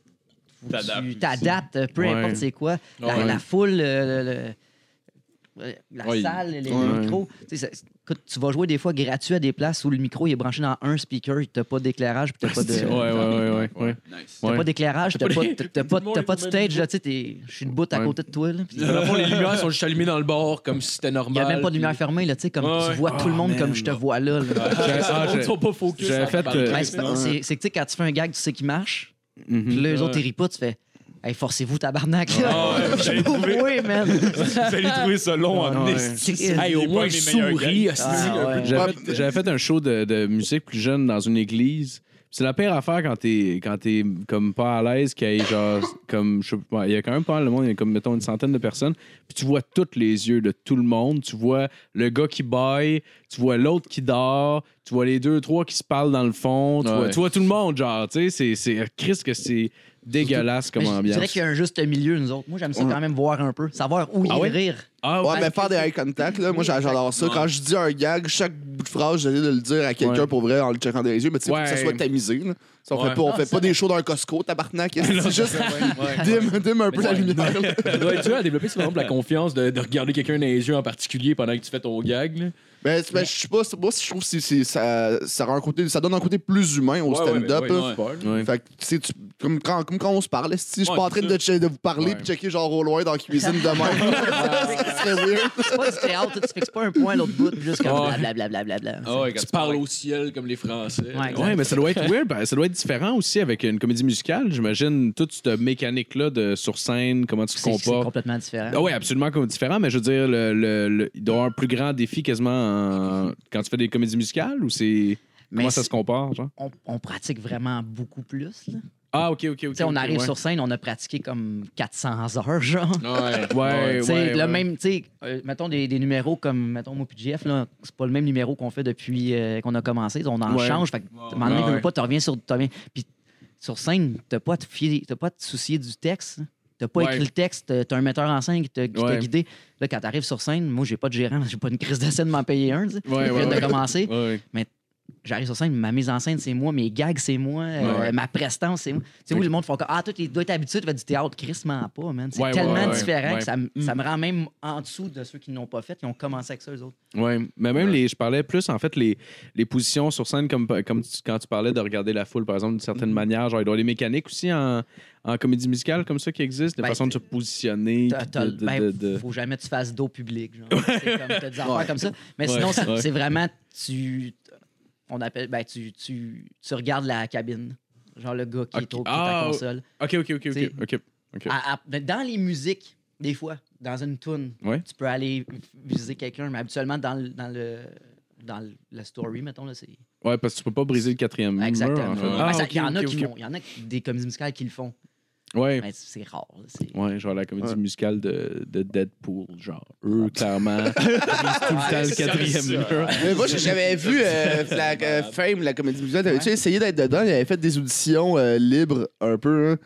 [SPEAKER 5] faut que tu t'adaptes, euh, peu
[SPEAKER 2] Ouais.
[SPEAKER 5] importe c'est quoi. La,
[SPEAKER 2] Ouais.
[SPEAKER 5] la foule, euh, le- le- euh, la
[SPEAKER 6] Ouais, il-
[SPEAKER 5] salle, les, les
[SPEAKER 2] Ouais.
[SPEAKER 5] micros. Tu sais, ça- écoute, tu vas jouer des fois gratuit à des places où le micro il est branché dans un speaker, t'as pas d'éclairage, puis t'as pas de.
[SPEAKER 2] Ouais, ouais, ouais, ouais, ouais.
[SPEAKER 8] Nice.
[SPEAKER 5] T'as
[SPEAKER 2] ouais.
[SPEAKER 5] pas d'éclairage, t'as
[SPEAKER 6] pas
[SPEAKER 5] pas,
[SPEAKER 6] les-
[SPEAKER 5] t'as- t'as pas,
[SPEAKER 6] tout le monde
[SPEAKER 5] t'as
[SPEAKER 6] est
[SPEAKER 5] pas de
[SPEAKER 6] au même
[SPEAKER 5] stage, là, tu sais, t'es- je suis debout à
[SPEAKER 2] Ouais.
[SPEAKER 5] côté de toi, là, puis
[SPEAKER 6] Dans le fond, les lumières sont juste allumées dans le bord comme si c'était
[SPEAKER 5] il
[SPEAKER 6] normal.
[SPEAKER 5] y a même pas de lumière fermée, là, tu sais, comme
[SPEAKER 6] Ouais, ouais.
[SPEAKER 5] tu vois tout le
[SPEAKER 2] Ah,
[SPEAKER 5] monde comme
[SPEAKER 2] man.
[SPEAKER 5] je te vois là. là.
[SPEAKER 2] J'ai- ah,
[SPEAKER 6] Ils
[SPEAKER 2] j'ai-
[SPEAKER 6] sont pas focus.
[SPEAKER 2] J'avais fait, euh,
[SPEAKER 5] Ben, c'est pas- c'est c'est que tu sais, quand tu fais un gag, tu sais qu'il marche.
[SPEAKER 3] Mm-hmm.
[SPEAKER 2] Mhm.
[SPEAKER 5] Puis là, les autres, ils rient pas, tu fais Hey, forcez-vous, tabarnak. là.
[SPEAKER 8] ouais,
[SPEAKER 5] Je suis pas oui, man.
[SPEAKER 8] Vous allez trouver ça long
[SPEAKER 6] Ah,
[SPEAKER 8] en
[SPEAKER 2] Ouais.
[SPEAKER 8] esti.
[SPEAKER 5] C'est-
[SPEAKER 6] Hey, au
[SPEAKER 8] C'est
[SPEAKER 6] moins,
[SPEAKER 8] pas
[SPEAKER 6] il
[SPEAKER 8] mes meilleurs
[SPEAKER 6] sourit.
[SPEAKER 8] gars.
[SPEAKER 6] hostie.
[SPEAKER 5] Ah, ouais.
[SPEAKER 2] J'avais fait- j'avais fait un show de, de musique plus jeune dans une église. C'est la pire affaire quand t'es quand t'es comme pas à l'aise qu'il y ait genre comme je sais pas, il y a quand même pas mal de monde, il y a comme mettons une centaine de personnes, puis tu vois tous les yeux de tout le monde, tu vois le gars qui baille, tu vois l'autre qui dort, tu vois les deux trois qui se parlent dans le fond, tu,
[SPEAKER 6] Ouais.
[SPEAKER 2] vois, tu vois tout le monde genre, tu sais c'est c'est Christ que c'est
[SPEAKER 3] Dégueulasse comme
[SPEAKER 5] Mais je- Je
[SPEAKER 3] ambiance.
[SPEAKER 5] dirais qu'il y a un juste milieu, nous autres. Moi, j'aime ça quand même voir un peu, savoir où il
[SPEAKER 3] ouais?
[SPEAKER 5] rire.
[SPEAKER 3] Ah,
[SPEAKER 4] Ouais, mais faire des eye contact, là, moi j'adore ça. Quand je dis un gag, chaque bout de phrase, j'essaie de le dire à quelqu'un
[SPEAKER 3] Ouais.
[SPEAKER 4] pour vrai en le checkant dans les yeux, mais tu sais, faut que ça
[SPEAKER 3] Ouais.
[SPEAKER 4] soit tamisé. là. Ça, on
[SPEAKER 6] Ouais.
[SPEAKER 4] fait pas, on
[SPEAKER 5] Ah,
[SPEAKER 4] fait
[SPEAKER 5] ça,
[SPEAKER 4] pas des shows dans un Costco, tabarnak. C'est juste dim, dim un peu la lumière. là.
[SPEAKER 6] Ça doit être dur à développer, c'est par exemple la confiance de, de regarder quelqu'un dans les yeux en particulier pendant que tu fais ton gag. là.
[SPEAKER 4] Mais c'est- mais je sais pas, c'est- moi je trouve que c'est- c'est- ça, ça, rend un côté- ça donne un côté plus humain au
[SPEAKER 2] Ouais, ouais,
[SPEAKER 4] stand-up.
[SPEAKER 2] ouais,
[SPEAKER 4] là.
[SPEAKER 2] ouais.
[SPEAKER 6] Ah,
[SPEAKER 3] Ouais.
[SPEAKER 4] Fait que, tu sais, tu- comme quand, comme quand on se parlait, si je suis
[SPEAKER 2] Ouais,
[SPEAKER 4] pas en train
[SPEAKER 2] c'est
[SPEAKER 4] de, che- de vous parler
[SPEAKER 2] Ouais.
[SPEAKER 4] puis checker genre au loin dans la cuisine de même. ça serait weird.
[SPEAKER 5] C'est pas du théâtre, tu fixes pas un point à l'autre bout, puis juste comme
[SPEAKER 6] Ouais.
[SPEAKER 5] blablabla. Bla, bla, bla.
[SPEAKER 2] Ah ouais, quand
[SPEAKER 6] Tu parles au ciel comme les Français.
[SPEAKER 5] Ouais,
[SPEAKER 3] Ouais, mais ça doit être weird. ben, Ça doit être différent aussi avec une comédie musicale. J'imagine toute cette mécanique-là de sur scène, comment tu te
[SPEAKER 5] C'est c'est
[SPEAKER 3] comportes.
[SPEAKER 5] complètement différent.
[SPEAKER 3] Ah oui, absolument comme différent, mais je veux dire, le, le- le- il doit y avoir un plus grand défi quasiment en- quand tu fais des comédies musicales ou c'est.
[SPEAKER 5] Mais
[SPEAKER 3] Comment ça
[SPEAKER 5] c'est-
[SPEAKER 3] se compare, genre?
[SPEAKER 5] on, on pratique vraiment beaucoup plus. là.
[SPEAKER 3] Ah, ok, ok, ok.
[SPEAKER 5] Tu sais, on
[SPEAKER 3] ok,
[SPEAKER 5] arrive
[SPEAKER 3] ouais.
[SPEAKER 5] sur scène, on a pratiqué comme 400 heures, genre.
[SPEAKER 6] Ouais.
[SPEAKER 3] Ouais,
[SPEAKER 5] Tu sais,
[SPEAKER 3] ouais,
[SPEAKER 5] le
[SPEAKER 3] ouais.
[SPEAKER 5] même, tu sais, euh, mettons des, des numéros comme, mettons, moi puis Jeff, là, c'est pas le même numéro qu'on fait depuis euh, qu'on a commencé. On en
[SPEAKER 3] Ouais.
[SPEAKER 5] change. Fait que, à un moment donné,
[SPEAKER 6] Ouais,
[SPEAKER 5] veux
[SPEAKER 6] ouais.
[SPEAKER 5] pas, tu reviens sur. tu reviens- Puis sur scène, t'as pas à te fier- t'as pas à te soucier du texte. T'as pas
[SPEAKER 6] Ouais.
[SPEAKER 5] écrit le texte, euh, t'as- t'as un metteur en scène qui t'a qui t'a
[SPEAKER 3] Ouais.
[SPEAKER 5] guidé. Là, quand t'arrives sur scène, moi, j'ai pas de gérant, j'ai pas une crise de scène de m'en payer un, tu sais.
[SPEAKER 3] Ouais,
[SPEAKER 5] Je
[SPEAKER 3] ouais,
[SPEAKER 5] viens de
[SPEAKER 3] ouais.
[SPEAKER 5] commencer.
[SPEAKER 3] Ouais, ouais.
[SPEAKER 5] J'arrive sur scène, ma mise en scène, c'est moi, mes gags, c'est moi, euh,
[SPEAKER 6] Ouais.
[SPEAKER 5] ma prestance, c'est moi. Tu sais, où le monde font comme Ah, toi, tu dois être habitué, tu fais du théâtre, Chris ment pas, man. C'est
[SPEAKER 3] Ouais, ouais,
[SPEAKER 5] tellement
[SPEAKER 3] ouais, ouais.
[SPEAKER 5] différent
[SPEAKER 3] Ouais.
[SPEAKER 5] que ça, me- ça me rend même en dessous de ceux qui n'ont pas fait, qui ont commencé avec ça, eux autres.
[SPEAKER 3] Ouais, mais même les, je parlais plus en fait les, les positions sur scène comme comme tu- quand tu parlais de regarder la foule par exemple d'une certaine
[SPEAKER 5] Mhm.
[SPEAKER 3] manière, genre il doit y avoir des mécaniques aussi en, en comédie musicale comme ça qui existent, des
[SPEAKER 5] Ben,
[SPEAKER 3] façons de se positionner,
[SPEAKER 5] T'as- t'as-
[SPEAKER 3] de, de-
[SPEAKER 5] ben,
[SPEAKER 3] de- de-
[SPEAKER 5] Faut jamais que tu fasses dos public, genre. C'est comme, t'as des affaires comme ça. Mais
[SPEAKER 3] Ouais,
[SPEAKER 5] sinon, c'est
[SPEAKER 3] ouais.
[SPEAKER 5] c'est vraiment, tu. On appelle. Ben, tu, tu, tu regardes la cabine. Genre le gars qui
[SPEAKER 3] Ok.
[SPEAKER 5] est au qui est à
[SPEAKER 3] Ah,
[SPEAKER 5] la console.
[SPEAKER 3] Ok ok ok ok
[SPEAKER 5] T'sais,
[SPEAKER 3] ok. ok.
[SPEAKER 5] À- à- mais dans les musiques, des fois, dans une tune,
[SPEAKER 3] Ouais.
[SPEAKER 5] tu peux aller viser quelqu'un, mais habituellement dans le, dans le, dans le, la story, mettons, là, c'est.
[SPEAKER 4] Mmh,
[SPEAKER 3] Ouais parce que tu peux pas briser le quatrième mur.
[SPEAKER 5] Exactement.
[SPEAKER 3] en fait.
[SPEAKER 5] Ouais,
[SPEAKER 3] Ah,
[SPEAKER 5] ça- Il
[SPEAKER 3] ok,
[SPEAKER 5] y en a
[SPEAKER 3] ok,
[SPEAKER 5] qui
[SPEAKER 3] ok.
[SPEAKER 5] font. Il y en a qui- des comédies musicales qui le font.
[SPEAKER 3] Ouais.
[SPEAKER 5] Mais c'est rare. là, c'est-
[SPEAKER 3] Ouais, genre la comédie
[SPEAKER 4] Ouais.
[SPEAKER 3] musicale de, de Deadpool, genre eux clairement brisent tout le temps le quatrième mur.
[SPEAKER 4] Mais moi, j'avais vu euh, la euh, Fame, la comédie musicale. T'avais-tu essayé d'être dedans? Il avait fait des auditions euh, libres un peu. hein?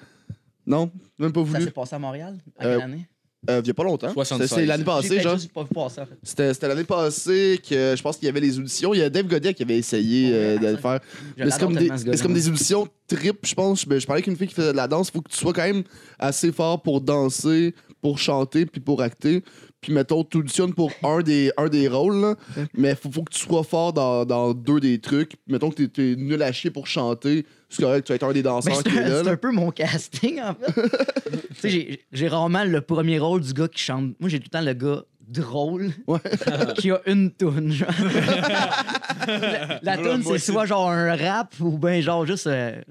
[SPEAKER 4] Non, même pas
[SPEAKER 5] Ça
[SPEAKER 4] voulu.
[SPEAKER 5] s'est passé à Montréal, à
[SPEAKER 4] Euh,
[SPEAKER 5] quelle année?
[SPEAKER 4] Euh, il y a pas longtemps.
[SPEAKER 6] 76.
[SPEAKER 4] C'est- C'est l'année
[SPEAKER 5] J'ai
[SPEAKER 4] passée,
[SPEAKER 5] peut-être
[SPEAKER 4] genre.
[SPEAKER 5] juste pas vu passer, en fait.
[SPEAKER 4] C'était c'était l'année passée que euh, je pense qu'il y avait les auditions. Il y a Dave Godet qui avait essayé euh, de le faire.
[SPEAKER 5] Je
[SPEAKER 4] Mais c'est
[SPEAKER 5] l'adore
[SPEAKER 4] comme, des,
[SPEAKER 5] tellement, ce
[SPEAKER 4] mais
[SPEAKER 5] gars-là.
[SPEAKER 4] c'est comme des auditions trip, je pense. Je, je parlais avec une fille qui faisait de la danse. Faut que tu sois quand même assez fort pour danser, pour chanter, puis pour acter. Puis mettons, tu auditionnes pour un des, un des rôles, là. mais faut, faut que tu sois fort dans, dans deux des trucs. Puis mettons que t'es- t'es nul à chier pour chanter. C'est correct, tu vas être un des
[SPEAKER 5] Ben,
[SPEAKER 4] danseurs qui
[SPEAKER 5] c'est
[SPEAKER 4] est là.
[SPEAKER 5] un, c'est un
[SPEAKER 4] là.
[SPEAKER 5] peu mon casting, en fait. tu sais, j'ai- j'ai rarement le premier rôle du gars qui chante. Moi, j'ai tout le temps le gars drôle
[SPEAKER 4] Ouais.
[SPEAKER 5] qui a une toune. genre. la la toune, c'est soit genre un rap ou bien genre juste. euh,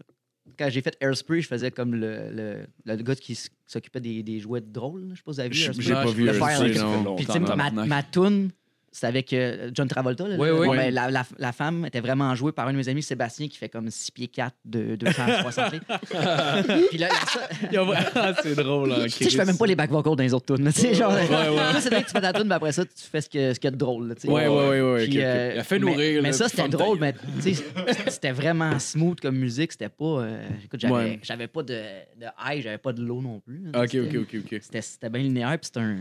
[SPEAKER 5] quand j'ai fait Airspray, je faisais comme le, le, le gars qui s- s'occupait des, des jouets de drôle. Je sais pas si vous avez vu.
[SPEAKER 3] J'ai
[SPEAKER 5] Airspray.
[SPEAKER 6] Non,
[SPEAKER 5] je
[SPEAKER 3] j'ai pas vu
[SPEAKER 5] peux
[SPEAKER 3] le
[SPEAKER 5] le faire,
[SPEAKER 3] film,
[SPEAKER 5] là,
[SPEAKER 3] non.
[SPEAKER 5] Puis, tu sais, ma, ma toune, c'est avec euh, John Travolta. là,
[SPEAKER 6] Oui,
[SPEAKER 5] le-
[SPEAKER 6] oui.
[SPEAKER 5] bon, ben,
[SPEAKER 3] Oui.
[SPEAKER 5] la, la- la femme était vraiment jouée par un de mes amis, Sébastien, qui fait comme 6 pieds 4 de 260 livres. Puis là, la seule-
[SPEAKER 3] Ah, c'est drôle, hein,
[SPEAKER 5] tu sais, je fais même pas les back vocals dans les autres tunes. là, Tu sais, genre, Toi, c'est vrai que tu fais ta tune, mais après ça, tu fais ce que- ce qu'il y a de drôle. là, tu sais.
[SPEAKER 3] Ouais, ouais, ouais, ouais,
[SPEAKER 5] Puis,
[SPEAKER 3] ok, ok.
[SPEAKER 5] euh,
[SPEAKER 6] Il a fait
[SPEAKER 5] mais-
[SPEAKER 6] nourrir,
[SPEAKER 5] Mais
[SPEAKER 6] là,
[SPEAKER 5] ça,
[SPEAKER 6] puis
[SPEAKER 5] c'était
[SPEAKER 6] ferme ta
[SPEAKER 5] drôle, mais tu sais, c'était vraiment smooth comme musique. C'était pas. euh, écoute, j'avais
[SPEAKER 3] Ouais.
[SPEAKER 5] j'avais pas de, de high, j'avais pas de low non plus. là,
[SPEAKER 3] Ok,
[SPEAKER 5] c'était-
[SPEAKER 3] ok, ok, ok.
[SPEAKER 5] c'était- C'était bien linéaire, puis c'était un.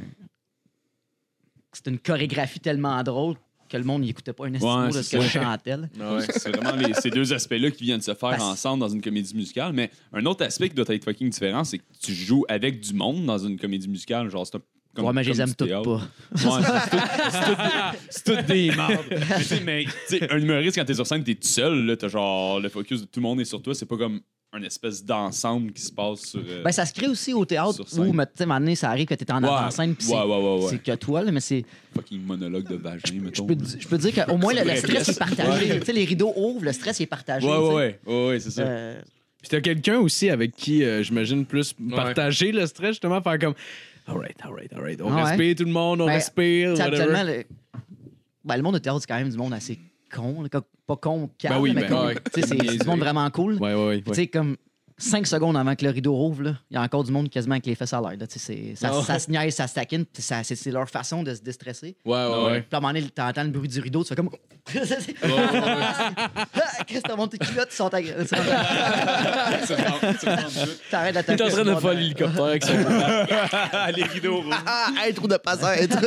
[SPEAKER 5] C'était une chorégraphie tellement drôle que le monde n'écoutait pas un estime
[SPEAKER 2] Ouais,
[SPEAKER 5] de
[SPEAKER 2] c'est
[SPEAKER 5] ce que
[SPEAKER 2] ça.
[SPEAKER 5] je chantais. là.
[SPEAKER 2] Ah Ouais, c'est vraiment les- ces deux aspects-là qui viennent se faire
[SPEAKER 5] Parce-
[SPEAKER 2] ensemble dans une comédie musicale. Mais un autre aspect qui doit être fucking différent, c'est que tu joues avec du monde dans une comédie musicale. Genre, c'est un- comme-
[SPEAKER 5] ouais, mais je les
[SPEAKER 2] comme
[SPEAKER 5] aime
[SPEAKER 2] du
[SPEAKER 5] toutes
[SPEAKER 2] théâtre.
[SPEAKER 5] pas.
[SPEAKER 2] Ouais, c'est tout- c'est tout des- c'est toutes des mardes. Mais tu sais, Mais tu sais, un humoriste, quand t'es sur scène, t'es tout seul. là, T'as genre le focus de tout le monde est sur toi. C'est pas comme un espèce d'ensemble qui se passe sur. euh,
[SPEAKER 5] Ben, ça se crée aussi au théâtre
[SPEAKER 2] Sur scène.
[SPEAKER 5] où, mais, tu sais, à un moment donné, ça arrive que t'es en
[SPEAKER 2] ouais,
[SPEAKER 5] avant-scène, puis
[SPEAKER 2] ouais,
[SPEAKER 5] c'est-
[SPEAKER 2] ouais, ouais, ouais.
[SPEAKER 5] c'est que toi, là, mais c'est.
[SPEAKER 2] Fucking monologue de vagin,
[SPEAKER 5] Je
[SPEAKER 2] mettons.
[SPEAKER 5] peux, di- je peux dire qu'au moins, le, le
[SPEAKER 2] Vraie
[SPEAKER 5] stress
[SPEAKER 2] pièce.
[SPEAKER 5] est partagé. Tu sais, les rideaux ouvrent, le stress il est partagé.
[SPEAKER 2] Ouais,
[SPEAKER 5] tu sais.
[SPEAKER 2] ouais, ouais, ouais, ouais, c'est ça.
[SPEAKER 5] Euh,
[SPEAKER 3] Puis t'as quelqu'un aussi avec qui, euh, j'imagine, plus partager le stress, justement, faire comme Alright, alright, alright. On
[SPEAKER 5] Ah ouais.
[SPEAKER 3] respire tout le monde, on
[SPEAKER 5] Ben,
[SPEAKER 3] respire.
[SPEAKER 5] tu sais,
[SPEAKER 3] whatever.
[SPEAKER 5] habituellement, le, ben, le monde de théâtre, c'est quand même du monde assez con. là, comme- pas con, calme,
[SPEAKER 3] oui,
[SPEAKER 5] mais
[SPEAKER 3] ben,
[SPEAKER 5] con.
[SPEAKER 6] ouais.
[SPEAKER 5] Tu sais, c'est c'est du monde vraiment cool.
[SPEAKER 3] Ouais, ouais, ouais.
[SPEAKER 5] Puis, Tu sais, comme cinq secondes avant que le rideau rouvre, là, il y a encore du monde quasiment avec les fesses à l'air. là, tu sais, c'est- Ça, ça se niaise, ça se taquine, puis ça- c'est c'est leur façon de se déstresser.
[SPEAKER 6] Ouais, ouais,
[SPEAKER 5] Puis à un moment donné, t'entends le bruit du rideau, tu fais comme. Qu'est-ce que t'as monté de culottes, ils sont à- T'arrêtes la
[SPEAKER 6] Il est en train de voler
[SPEAKER 5] hein.
[SPEAKER 6] l'hélicoptère avec son
[SPEAKER 2] les rideaux rouges.
[SPEAKER 4] Ah, être ou ne pas être.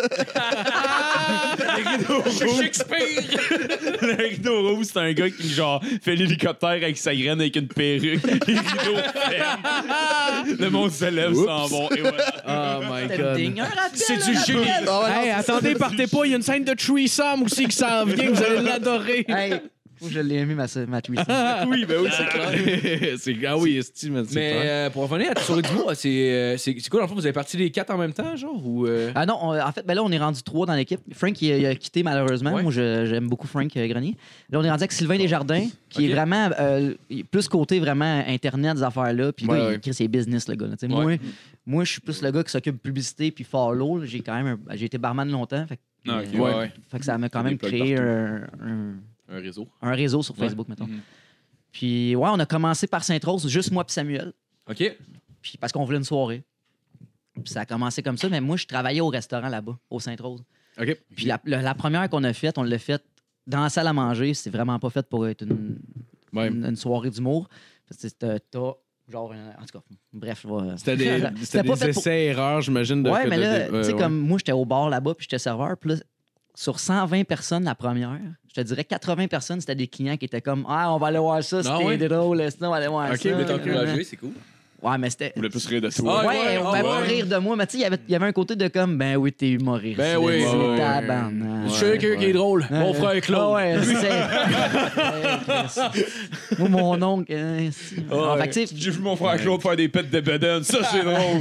[SPEAKER 6] Shakespeare!
[SPEAKER 2] Le rideau rouge, c'est un gars qui, genre, fait l'hélicoptère avec sa graine avec une perruque. Les rideaux ferment. Le monde se lève, s'en vont. Et voilà.
[SPEAKER 3] Oh my god.
[SPEAKER 6] hein.
[SPEAKER 5] Ah, C'est
[SPEAKER 2] du génie.
[SPEAKER 4] Ah ouais, non,
[SPEAKER 3] Hey, attendez, partez pas, il y a une scène de threesome aussi qui s'en vient, vous allez l'adorer.
[SPEAKER 5] Hey, moi, je l'ai aimé, ma, ma tweet.
[SPEAKER 2] Oui, ben oui, c'est clair.
[SPEAKER 3] c'est ah oui, esti, mais c'est
[SPEAKER 6] Mais
[SPEAKER 3] clair.
[SPEAKER 6] euh, pour revenir à Souris du mot, c'est euh, c'est c'est quoi, dans le fond, vous avez parti les quatre en même temps, genre? Ou, euh,
[SPEAKER 5] Ah non, on- en fait, ben là, on est rendu trois dans l'équipe. Frank, il, a- il a quitté malheureusement.
[SPEAKER 6] Ouais.
[SPEAKER 5] Moi, je- j'aime beaucoup Frank euh, Grenier. Là, on est rendu avec Sylvain Desjardins, qui est
[SPEAKER 6] Ok.
[SPEAKER 5] vraiment euh, il est plus côté vraiment Internet, des affaires-là. Puis le
[SPEAKER 6] Ouais,
[SPEAKER 5] gars,
[SPEAKER 6] ouais.
[SPEAKER 5] il crée ses business, le gars. là. Tu sais, Moi,
[SPEAKER 6] Ouais.
[SPEAKER 5] moi je suis plus le gars qui s'occupe de publicité puis follow. là. J'ai quand même un- ben, j'ai été barman longtemps. Fait, que-
[SPEAKER 2] Ah, ok.
[SPEAKER 5] euh,
[SPEAKER 6] Ouais, ouais.
[SPEAKER 5] fait que ça m'a quand
[SPEAKER 2] Des
[SPEAKER 5] même
[SPEAKER 2] plugs
[SPEAKER 5] créé un- un,
[SPEAKER 2] Un réseau.
[SPEAKER 5] un réseau sur Facebook, mettons.
[SPEAKER 6] Mhm.
[SPEAKER 5] Puis, ouais, on a commencé par Sainte-Rose, juste moi puis Samuel,
[SPEAKER 6] OK.
[SPEAKER 5] puis parce qu'on voulait une soirée. Puis ça a commencé comme ça, mais moi, je travaillais au restaurant là-bas, au Sainte-Rose.
[SPEAKER 3] OK.
[SPEAKER 5] Puis la, la- la première qu'on a faite, on l'a faite dans la salle à manger. C'est vraiment pas fait pour être une,
[SPEAKER 3] Ouais.
[SPEAKER 5] une, une soirée d'humour. Parce que c'est, euh, t'as, genre, un- en tout cas, bref. je vais-
[SPEAKER 3] C'était des,
[SPEAKER 5] C'était
[SPEAKER 3] c'était
[SPEAKER 5] pas
[SPEAKER 3] des
[SPEAKER 5] fait pour-
[SPEAKER 3] essais-erreurs, j'imagine. de-
[SPEAKER 5] ouais,
[SPEAKER 3] que
[SPEAKER 5] mais
[SPEAKER 3] de-
[SPEAKER 5] là,
[SPEAKER 3] de-
[SPEAKER 5] tu sais,
[SPEAKER 3] ouais, ouais.
[SPEAKER 5] comme moi, j'étais au bar là-bas, puis j'étais serveur. Puis là, sur 120 personnes la première, je te dirais 80 personnes, c'était des clients qui étaient comme Ah, on va aller voir ça, c'était
[SPEAKER 6] ouais.
[SPEAKER 5] drôle, sinon on va aller voir
[SPEAKER 6] OK,
[SPEAKER 5] ça.
[SPEAKER 6] mais t'es
[SPEAKER 5] nanana.
[SPEAKER 6] encouragé, c'est cool.
[SPEAKER 5] Ouais, mais c'était.
[SPEAKER 2] On voulait plus rire de
[SPEAKER 5] Ouais,
[SPEAKER 2] toi.
[SPEAKER 6] Ah, ouais,
[SPEAKER 5] on
[SPEAKER 6] ah,
[SPEAKER 5] pouvait pas
[SPEAKER 6] ouais.
[SPEAKER 5] rire de moi, mais tu sais, il y avait- il y avait un côté de comme, ben oui, t'es humoriste.
[SPEAKER 6] Ben oui,
[SPEAKER 5] c'est
[SPEAKER 6] ouais, ouais.
[SPEAKER 5] tabarnak.
[SPEAKER 6] Je suis quelqu'un qui est drôle. Mon
[SPEAKER 5] Euh,
[SPEAKER 6] frère Claude.
[SPEAKER 5] ah ouais, c'est- Ouais, Chris. Moi, mon oncle. hein, c'est- Ah, fait que, tu sais,
[SPEAKER 2] J'ai vu mon frère Claude faire des pets de bedaine. Ça, c'est drôle.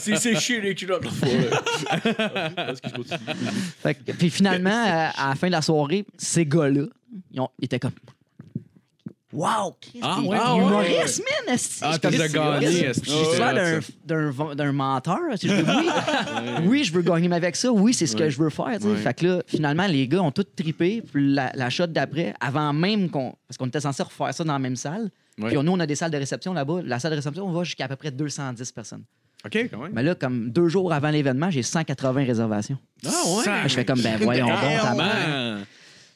[SPEAKER 6] C'est c'est chier les culottes.
[SPEAKER 5] fait que- puis finalement, à, à la fin de la soirée, ces gars-là, ils, ont- ils étaient comme. Wow! Chris,
[SPEAKER 3] Ah,
[SPEAKER 5] t'es-
[SPEAKER 3] ouais,
[SPEAKER 5] t'es
[SPEAKER 3] ouais,
[SPEAKER 5] humoriste, man! esti,
[SPEAKER 3] Ah,
[SPEAKER 5] je
[SPEAKER 3] t'as
[SPEAKER 5] Chris,
[SPEAKER 3] déjà
[SPEAKER 5] c'est humoriste.
[SPEAKER 3] gagné, esti.
[SPEAKER 5] J'ai
[SPEAKER 3] c'est
[SPEAKER 5] souvent
[SPEAKER 3] hot, ça.
[SPEAKER 5] d'un, d'un, ven- d'un menteur. tu sais, je dis, oui, oui, je veux gagner ma vie avec ça. Oui, c'est ce que je veux faire. tu sais. Fait que là, finalement, les gars ont tous trippé. Puis la, la shot d'après, avant même qu'on. Parce qu'on était censé refaire ça dans la même salle.
[SPEAKER 3] Ouais.
[SPEAKER 5] Puis nous, on a des salles de réception là-bas. La salle de réception, on va jusqu'à à peu près 210 personnes.
[SPEAKER 3] OK, quand même.
[SPEAKER 5] Mais là, comme deux jours avant l'événement, j'ai 180 réservations.
[SPEAKER 3] Ah ouais.
[SPEAKER 5] Je fais comme, ben voyons donc, ta
[SPEAKER 3] Man.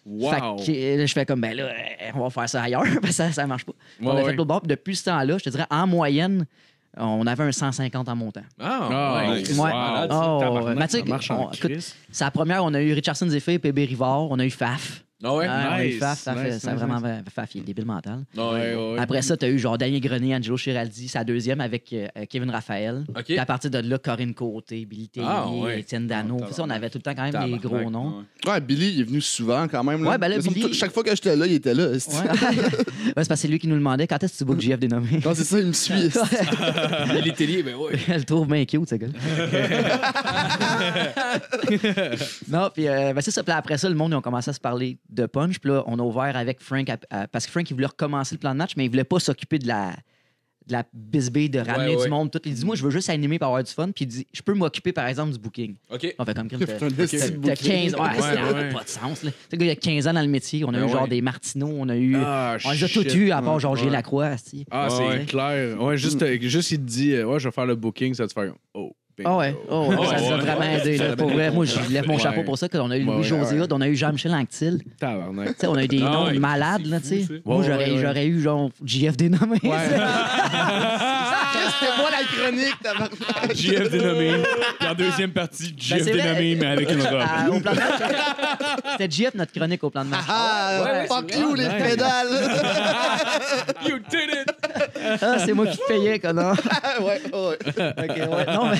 [SPEAKER 3] Wow.
[SPEAKER 5] fait que, euh, je fais comme, ben là, euh, on va faire ça ailleurs, parce que ça, ça marche pas. Puis on a
[SPEAKER 3] Ouais,
[SPEAKER 5] fait
[SPEAKER 3] ouais.
[SPEAKER 5] l'autre bord. Puis Depuis ce temps-là, je te dirais, en moyenne, on avait un 150 en montant.
[SPEAKER 6] Ah, ouais.
[SPEAKER 3] nice.
[SPEAKER 5] Ouais.
[SPEAKER 3] Wow.
[SPEAKER 5] Oh, ouais. Mais tu sais,
[SPEAKER 3] Ça marche en
[SPEAKER 5] on- écoute,
[SPEAKER 3] crise.
[SPEAKER 5] c'est la première, on a eu Richardson Zephyr, PB Rivard, on a eu Faf.
[SPEAKER 6] Ah ouais?
[SPEAKER 5] Ouais, on a eu
[SPEAKER 3] nice,
[SPEAKER 5] Faf, ça,
[SPEAKER 3] nice,
[SPEAKER 5] fait- ça a
[SPEAKER 3] nice,
[SPEAKER 5] vraiment fait- Faf, il est débile mental.
[SPEAKER 6] Ah ouais, ouais.
[SPEAKER 5] Après ça, tu as eu genre Daniel Grenier, Angelo Chiraldi, sa deuxième avec euh, euh, Kevin Raphaël.
[SPEAKER 6] OK.
[SPEAKER 5] Puis à partir de là, Corinne Côté, Billy Tellier,
[SPEAKER 6] Ah, ouais.
[SPEAKER 5] Étienne Dano. Puis ça, on avait tout le temps quand même des
[SPEAKER 6] Tabarnak,
[SPEAKER 5] gros noms.
[SPEAKER 4] Ouais, Billy, il est venu souvent quand même. Là.
[SPEAKER 5] Ouais, ben là,
[SPEAKER 4] Il me semble
[SPEAKER 5] Billy-
[SPEAKER 4] que Chaque fois que j'étais là, il était là.
[SPEAKER 5] Ouais. Ouais, c'est parce que c'est lui qui nous demandait quand est-ce que tu book JF dénommé.
[SPEAKER 4] Non, c'est ça, il me suit.
[SPEAKER 6] Il est lié, ben ouais.
[SPEAKER 5] Elle le trouve bien cute, ce gars. non, puis euh, ben, c'est ça. Puis après ça, le monde, ils ont commencé à se parler de punch. Puis là, on a ouvert avec Frank. à- à- parce que Frank, il voulait recommencer le plan de match, mais il voulait pas s'occuper de la de la bisbille, de ramener
[SPEAKER 6] Ouais, ouais.
[SPEAKER 5] du monde. Tout. Il dit, moi, je veux juste animer pour avoir du fun. Puis il dit, je peux m'occuper, par exemple, du booking.
[SPEAKER 6] OK.
[SPEAKER 5] On fait comme crime.
[SPEAKER 4] un
[SPEAKER 5] T'as
[SPEAKER 4] esti de
[SPEAKER 5] t'as 15 ans. Ouais,
[SPEAKER 6] Ouais,
[SPEAKER 5] ça n'a
[SPEAKER 6] ouais.
[SPEAKER 5] pas de sens. là. Tu sais, gars, il y a 15 ans dans le métier. On a eu
[SPEAKER 6] Ben
[SPEAKER 5] genre
[SPEAKER 6] ouais.
[SPEAKER 5] des Martineaux. On a eu.
[SPEAKER 3] Ah,
[SPEAKER 5] on les a tous
[SPEAKER 3] shit.
[SPEAKER 5] eu, à part genre
[SPEAKER 3] Ouais.
[SPEAKER 5] Gilles Lacroix. esti.
[SPEAKER 3] Ah, c'est
[SPEAKER 6] Ouais.
[SPEAKER 3] clair. Ouais,
[SPEAKER 5] Hmm.
[SPEAKER 3] juste, euh, juste il te dit, euh, ouais, je vais faire le booking, ça te fait comme, oh. bingo.
[SPEAKER 5] Ah ouais, oh ouais,
[SPEAKER 6] Oh
[SPEAKER 5] ça nous a
[SPEAKER 6] ouais.
[SPEAKER 5] vraiment aidé. là, pour vrai. Moi, je lève mon
[SPEAKER 3] Ouais.
[SPEAKER 5] chapeau pour ça. qu'on a eu
[SPEAKER 3] Ouais,
[SPEAKER 5] Louis
[SPEAKER 3] ouais,
[SPEAKER 5] José
[SPEAKER 3] ouais.
[SPEAKER 5] Hood, on a eu Jean-Michel Anctil. Tu
[SPEAKER 3] Tabarnak.
[SPEAKER 5] sais, on a eu des
[SPEAKER 6] Ah
[SPEAKER 5] noms
[SPEAKER 6] ouais,
[SPEAKER 5] malades. Là, tu sais. Moi,
[SPEAKER 3] Ouais,
[SPEAKER 5] j'aurais,
[SPEAKER 3] ouais, ouais.
[SPEAKER 5] j'aurais eu genre JF dénommé.
[SPEAKER 4] C'était moi la chronique, tabarnak.
[SPEAKER 2] JF dénommé. Puis en deuxième partie, JF
[SPEAKER 5] Ben, c'est vrai.
[SPEAKER 2] dénommé, mais avec une robe.
[SPEAKER 5] Ah, au plan de match, c'était JF notre chronique au plan de match.
[SPEAKER 4] Ah, fuck you, les pédales.
[SPEAKER 6] You did it!
[SPEAKER 5] Ah, c'est moi qui te payais, connard.
[SPEAKER 4] Ah, ouais, ouais.
[SPEAKER 5] Ok, ouais. Non, mais.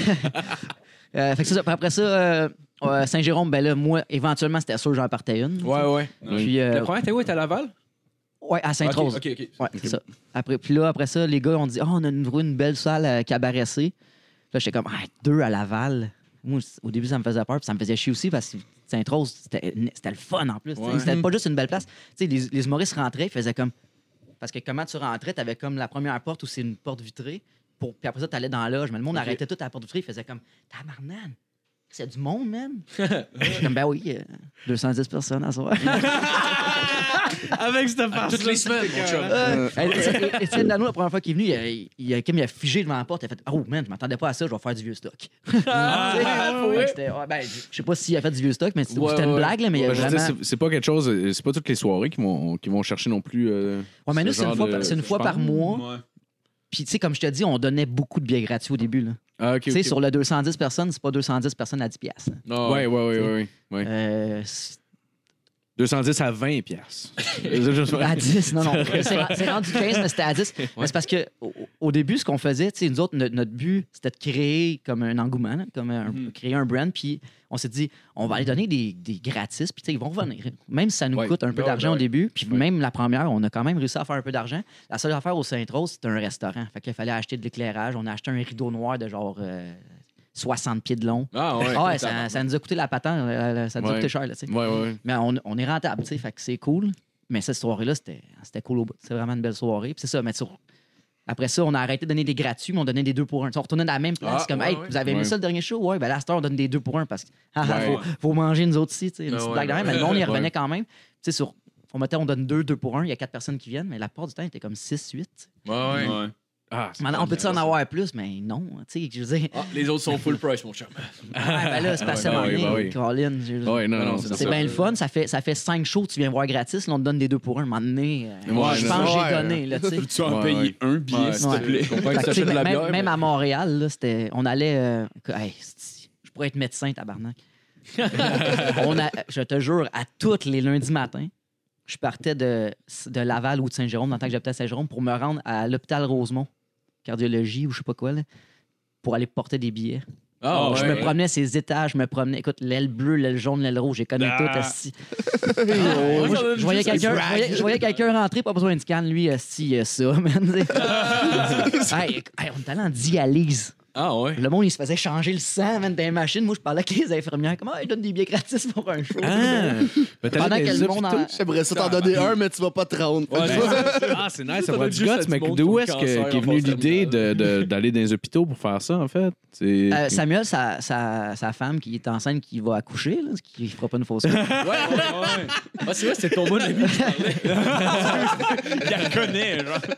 [SPEAKER 5] Euh, fait que c'est ça. Puis Après ça, euh, euh, Saint-Jérôme, ben là, moi, éventuellement, c'était sûr que j'en partais une.
[SPEAKER 6] Ouais, ouais.
[SPEAKER 5] Puis, euh,
[SPEAKER 6] Le premier, t'es où? T'es à Laval?
[SPEAKER 5] ouais, à Sainte-Rose.
[SPEAKER 6] OK, OK.
[SPEAKER 5] Ouais, c'est ça. Après, puis là, après ça, les gars ont dit Ah, on a une, une belle salle à cabaret C. Là, j'étais comme Ah, deux à Laval. Moi, c- au début, ça me faisait peur, puis ça me faisait chier aussi parce que Saint-Rose, c'était c'était le fun en plus. tu sais.
[SPEAKER 6] Ouais.
[SPEAKER 5] C'était pas juste une belle place. Tu sais, les, les humoristes rentraient, ils faisaient comme. Parce que comment tu rentrais, t'avais comme la première porte où c'est une porte vitrée. Pour... Puis après ça, t'allais dans la loge. Mais le monde arrêtait tout à la porte vitrée, il faisait comme Tabarnane, C'est du monde, même. Je suis comme, ben oui, euh, 210 personnes à soir.
[SPEAKER 3] Avec cette face
[SPEAKER 7] Toutes les semaines, mon chum.
[SPEAKER 5] Euh, Et- et- Étienne Dano, la première fois qu'il est venu, il a, il a, comme il a figé devant la porte. Il a fait Oh man, je m'attendais pas à ça, je vais faire du vieux stock. Tu sais? Fait que c'était- ouais, ben, je sais pas s'il a fait du vieux stock, mais c'était
[SPEAKER 6] Ouais,
[SPEAKER 5] c'était une
[SPEAKER 6] ouais.
[SPEAKER 5] blague, là, mais il y a
[SPEAKER 3] Ouais, je veux dire,
[SPEAKER 5] vraiment.
[SPEAKER 3] c'est- C'est pas quelque chose, euh, c'est pas toutes les soirées qui vont, qui vont chercher non plus. euh,
[SPEAKER 5] Ouais, mais
[SPEAKER 3] ce
[SPEAKER 5] nous, c'est
[SPEAKER 3] genre
[SPEAKER 5] une fois,
[SPEAKER 3] de-
[SPEAKER 5] par- c'est une
[SPEAKER 3] je
[SPEAKER 5] fois
[SPEAKER 3] pense.
[SPEAKER 5] par mois.
[SPEAKER 2] Ouais.
[SPEAKER 5] Puis, tu sais, comme je te dis, on donnait beaucoup de billets gratuits au début. là.
[SPEAKER 3] Ah, ok.
[SPEAKER 5] Tu sais,
[SPEAKER 3] ok.
[SPEAKER 5] sur le 210 personnes, c'est pas 210 personnes à 10 piastres. là.
[SPEAKER 3] Ouais, ouais, ouais, ouais, ouais. ouais.
[SPEAKER 5] Euh, c'est-
[SPEAKER 3] 210 à 20 piastres.
[SPEAKER 5] à 10, non, non. C'est ra- c'est rendu 15, mais c'était à 10. Mais c'est parce que au, au début, ce qu'on faisait, tu sais, nous autres, no- notre, but, c'était de créer comme un engouement, là, comme un-
[SPEAKER 6] Mm-hmm.
[SPEAKER 5] créer un brand. Puis on s'est dit, on va aller donner des, des gratis, puis tu sais, ils vont revenir. Même si ça nous
[SPEAKER 6] Ouais.
[SPEAKER 5] coûte un peu
[SPEAKER 6] Ouais,
[SPEAKER 5] d'argent
[SPEAKER 6] ouais.
[SPEAKER 5] au début, puis
[SPEAKER 6] Ouais.
[SPEAKER 5] même la première, on a quand même réussi à faire un peu d'argent. La seule affaire au Saint-Rose, c'était un restaurant. Fait qu'il fallait acheter de l'éclairage. On a acheté un rideau noir de genre euh, 60 pieds de long.
[SPEAKER 6] Ah, ouais.
[SPEAKER 5] Ah ouais, ça, ça nous a coûté la patente, euh, ça nous a
[SPEAKER 3] Ouais.
[SPEAKER 5] coûté cher, là, tu sais.
[SPEAKER 3] Ouais, ouais.
[SPEAKER 5] Mais on, on est rentable, tu sais, fait que c'est cool. Mais cette soirée-là, c'était c'était cool au bout. C'est vraiment une belle soirée. Puis c'est ça, mais tu- Après ça, on a arrêté de donner des gratuits, mais on donnait des deux pour un. Tu sais, on retournait dans la même place.
[SPEAKER 6] Ah,
[SPEAKER 5] comme,
[SPEAKER 6] ouais,
[SPEAKER 5] hey,
[SPEAKER 6] ouais.
[SPEAKER 5] vous avez aimé
[SPEAKER 3] Ouais.
[SPEAKER 5] ça le dernier show? Ouais, ben là, à cette heure, on donne des deux pour un parce que ah, ah,
[SPEAKER 3] Ouais.
[SPEAKER 5] faut, faut manger nous autres ici. tu sais, Une
[SPEAKER 6] Ah,
[SPEAKER 5] petite
[SPEAKER 6] ouais,
[SPEAKER 5] blague de même.
[SPEAKER 6] ouais.
[SPEAKER 5] Mais le monde, il revenait
[SPEAKER 3] Ouais.
[SPEAKER 5] quand même. Tu sais, sur. On mettait, on donne deux, deux pour un. Il y a quatre personnes qui viennent, mais la part du temps, il était comme six, huit.
[SPEAKER 6] Ouais, ouais.
[SPEAKER 2] Ouais.
[SPEAKER 3] Ah,
[SPEAKER 5] Maintenant, on peut-tu en avoir plus? Mais non. Tu sais, je veux dire,
[SPEAKER 6] Ah, les autres sont full price, mon chum.
[SPEAKER 5] ah, ben là, c'est pas ça,
[SPEAKER 3] Ah, ouais, bah oui.
[SPEAKER 5] Caroline. je veux dire.
[SPEAKER 3] Ouais, non,
[SPEAKER 6] Ah,
[SPEAKER 3] non,
[SPEAKER 6] non,
[SPEAKER 3] c'est
[SPEAKER 6] c'est
[SPEAKER 5] C'est
[SPEAKER 3] ça.
[SPEAKER 5] bien le fun, ça fait, ça fait cinq shows, que tu viens voir gratis, là, on te donne des deux pour un, un moment donné. euh,
[SPEAKER 3] Ouais,
[SPEAKER 5] je
[SPEAKER 3] c'est
[SPEAKER 5] pense que
[SPEAKER 4] ça.
[SPEAKER 5] j'ai donné, là, tu sais.
[SPEAKER 2] Tu en
[SPEAKER 3] Ouais,
[SPEAKER 2] payer
[SPEAKER 3] ouais.
[SPEAKER 2] un billet,
[SPEAKER 6] Ouais,
[SPEAKER 2] s'il
[SPEAKER 5] ouais.
[SPEAKER 2] te plaît.
[SPEAKER 6] Je comprends
[SPEAKER 5] Fait
[SPEAKER 6] que
[SPEAKER 5] que,
[SPEAKER 6] ça
[SPEAKER 5] tu sais,
[SPEAKER 6] fait de la
[SPEAKER 5] même,
[SPEAKER 6] bière.
[SPEAKER 5] même à Montréal, là, c'était, on allait. euh, que- hey, c'est- je pourrais être médecin, tabarnak. on a, je te jure, à tous les lundis matins, je partais de, de Laval ou de Saint-Jérôme, dans le temps que j'habitais à Saint-Jérôme, pour me rendre à l'hôpital Rosemont, cardiologie ou je sais pas quoi, là, pour aller porter des billets.
[SPEAKER 6] Ah,
[SPEAKER 5] je
[SPEAKER 6] ouais.
[SPEAKER 5] me promenais ces étages, je me promenais. Écoute, l'aile bleue, l'aile jaune, l'aile rouge, j'ai connu
[SPEAKER 2] Ah.
[SPEAKER 5] tout. esti. Moi, je- je voyais quelqu'un je voyais- je voyais quelqu'un rentrer, pas besoin de scan, lui, euh, si ça, man. hey, hey, on est allé en dialyse.
[SPEAKER 6] Ah, ouais.
[SPEAKER 5] Le monde, il se faisait changer le sang, man, dans les machines. Moi, je parlais avec les infirmières. Comment ils donnent des billets gratis pour un show?
[SPEAKER 3] Ah, mais t'as
[SPEAKER 5] Pendant
[SPEAKER 3] des
[SPEAKER 5] que le
[SPEAKER 3] hôpitaux-
[SPEAKER 5] monde en...
[SPEAKER 4] J'aimerais ça t'en donner un, mais tu vas pas te rendre.
[SPEAKER 6] Ouais,
[SPEAKER 4] Fait que-
[SPEAKER 3] Ah, c'est nice, ça
[SPEAKER 6] Ça
[SPEAKER 3] prend
[SPEAKER 6] donne
[SPEAKER 3] du
[SPEAKER 6] juste à
[SPEAKER 3] guts,
[SPEAKER 6] du
[SPEAKER 3] mais
[SPEAKER 6] monde
[SPEAKER 3] d'où
[SPEAKER 6] qui a
[SPEAKER 3] est-ce
[SPEAKER 6] du
[SPEAKER 3] que
[SPEAKER 6] cancer
[SPEAKER 3] qu'est
[SPEAKER 6] en
[SPEAKER 3] venue
[SPEAKER 6] phase
[SPEAKER 3] l'idée de-
[SPEAKER 6] terminale.
[SPEAKER 3] de- d'aller dans les hôpitaux pour faire ça, en fait? C'est-
[SPEAKER 5] Euh, Samuel, sa, sa, sa femme qui est enceinte, qui va accoucher, là, qui fera pas une fausse couche.
[SPEAKER 6] Ouais, ouais, ouais. Ah, c'est vrai, c'est ton bon ami.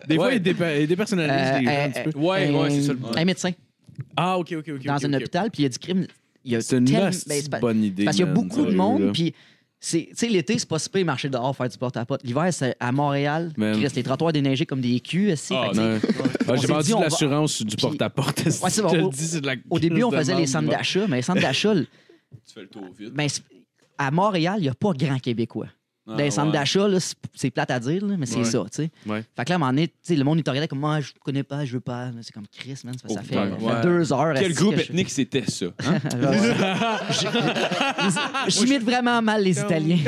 [SPEAKER 3] Des fois,
[SPEAKER 6] Ouais.
[SPEAKER 3] ils dépa- ils dépersonnalisent les gens
[SPEAKER 5] Euh,
[SPEAKER 3] un petit peu.
[SPEAKER 6] Ouais, ouais, c'est ça le
[SPEAKER 5] Un- Un médecin
[SPEAKER 3] Ah, OK, OK, OK.
[SPEAKER 5] dans
[SPEAKER 3] ok,
[SPEAKER 5] un
[SPEAKER 3] ok.
[SPEAKER 5] hôpital, puis il y a du crime. Il y a
[SPEAKER 3] C'est une
[SPEAKER 5] tellement-
[SPEAKER 3] hostie
[SPEAKER 5] ben, c'est pas-
[SPEAKER 3] bonne idée.
[SPEAKER 5] Parce qu'il y a
[SPEAKER 3] man,
[SPEAKER 5] beaucoup de
[SPEAKER 3] sérieux, là.
[SPEAKER 5] monde, puis c'est, tu sais, l'été, c'est pas si pire marcher dehors, faire du porte-à-porte. L'hiver, c'est à Montréal,
[SPEAKER 3] Man.
[SPEAKER 5] qui reste les trottoirs déneigés comme des culs. esti. Fait que, tu sais,
[SPEAKER 3] Non. Ah,
[SPEAKER 5] On
[SPEAKER 3] J'ai
[SPEAKER 5] s'est
[SPEAKER 3] vendu
[SPEAKER 5] dit, on
[SPEAKER 3] de
[SPEAKER 5] va-
[SPEAKER 3] l'assurance du
[SPEAKER 5] Puis-
[SPEAKER 3] porte-à-porte.
[SPEAKER 5] Ouais, c'est
[SPEAKER 3] Je
[SPEAKER 5] bon.
[SPEAKER 3] te dis, c'est de la
[SPEAKER 5] Au début, on
[SPEAKER 3] crise de
[SPEAKER 5] faisait les
[SPEAKER 3] merde.
[SPEAKER 5] centres d'achat, mais les centres d'achat, le-
[SPEAKER 2] Tu fais le tour vite.
[SPEAKER 5] ben, c'est- à Montréal, il n'y a pas grand Québécois. Dans les centres d'achat, là, c'est- c'est plate à dire, là, mais c'est
[SPEAKER 3] Ah, Ouais.
[SPEAKER 5] ça, tu sais.
[SPEAKER 3] Ouais.
[SPEAKER 5] Fait que là, à un moment donné, tu sais, le monde, il te regardait comme, moi, je te connais pas, je veux pas. Là, C'est comme Chris, man, ça fait, ça fait-
[SPEAKER 6] ouais.
[SPEAKER 5] ça fait
[SPEAKER 6] Ouais.
[SPEAKER 5] deux heures.
[SPEAKER 2] Quel
[SPEAKER 5] esti,
[SPEAKER 2] groupe
[SPEAKER 5] que je-
[SPEAKER 2] ethnique c'était ça?
[SPEAKER 5] Ouais, ouais. J'ai- J'imite euh, vraiment mal les Italiens.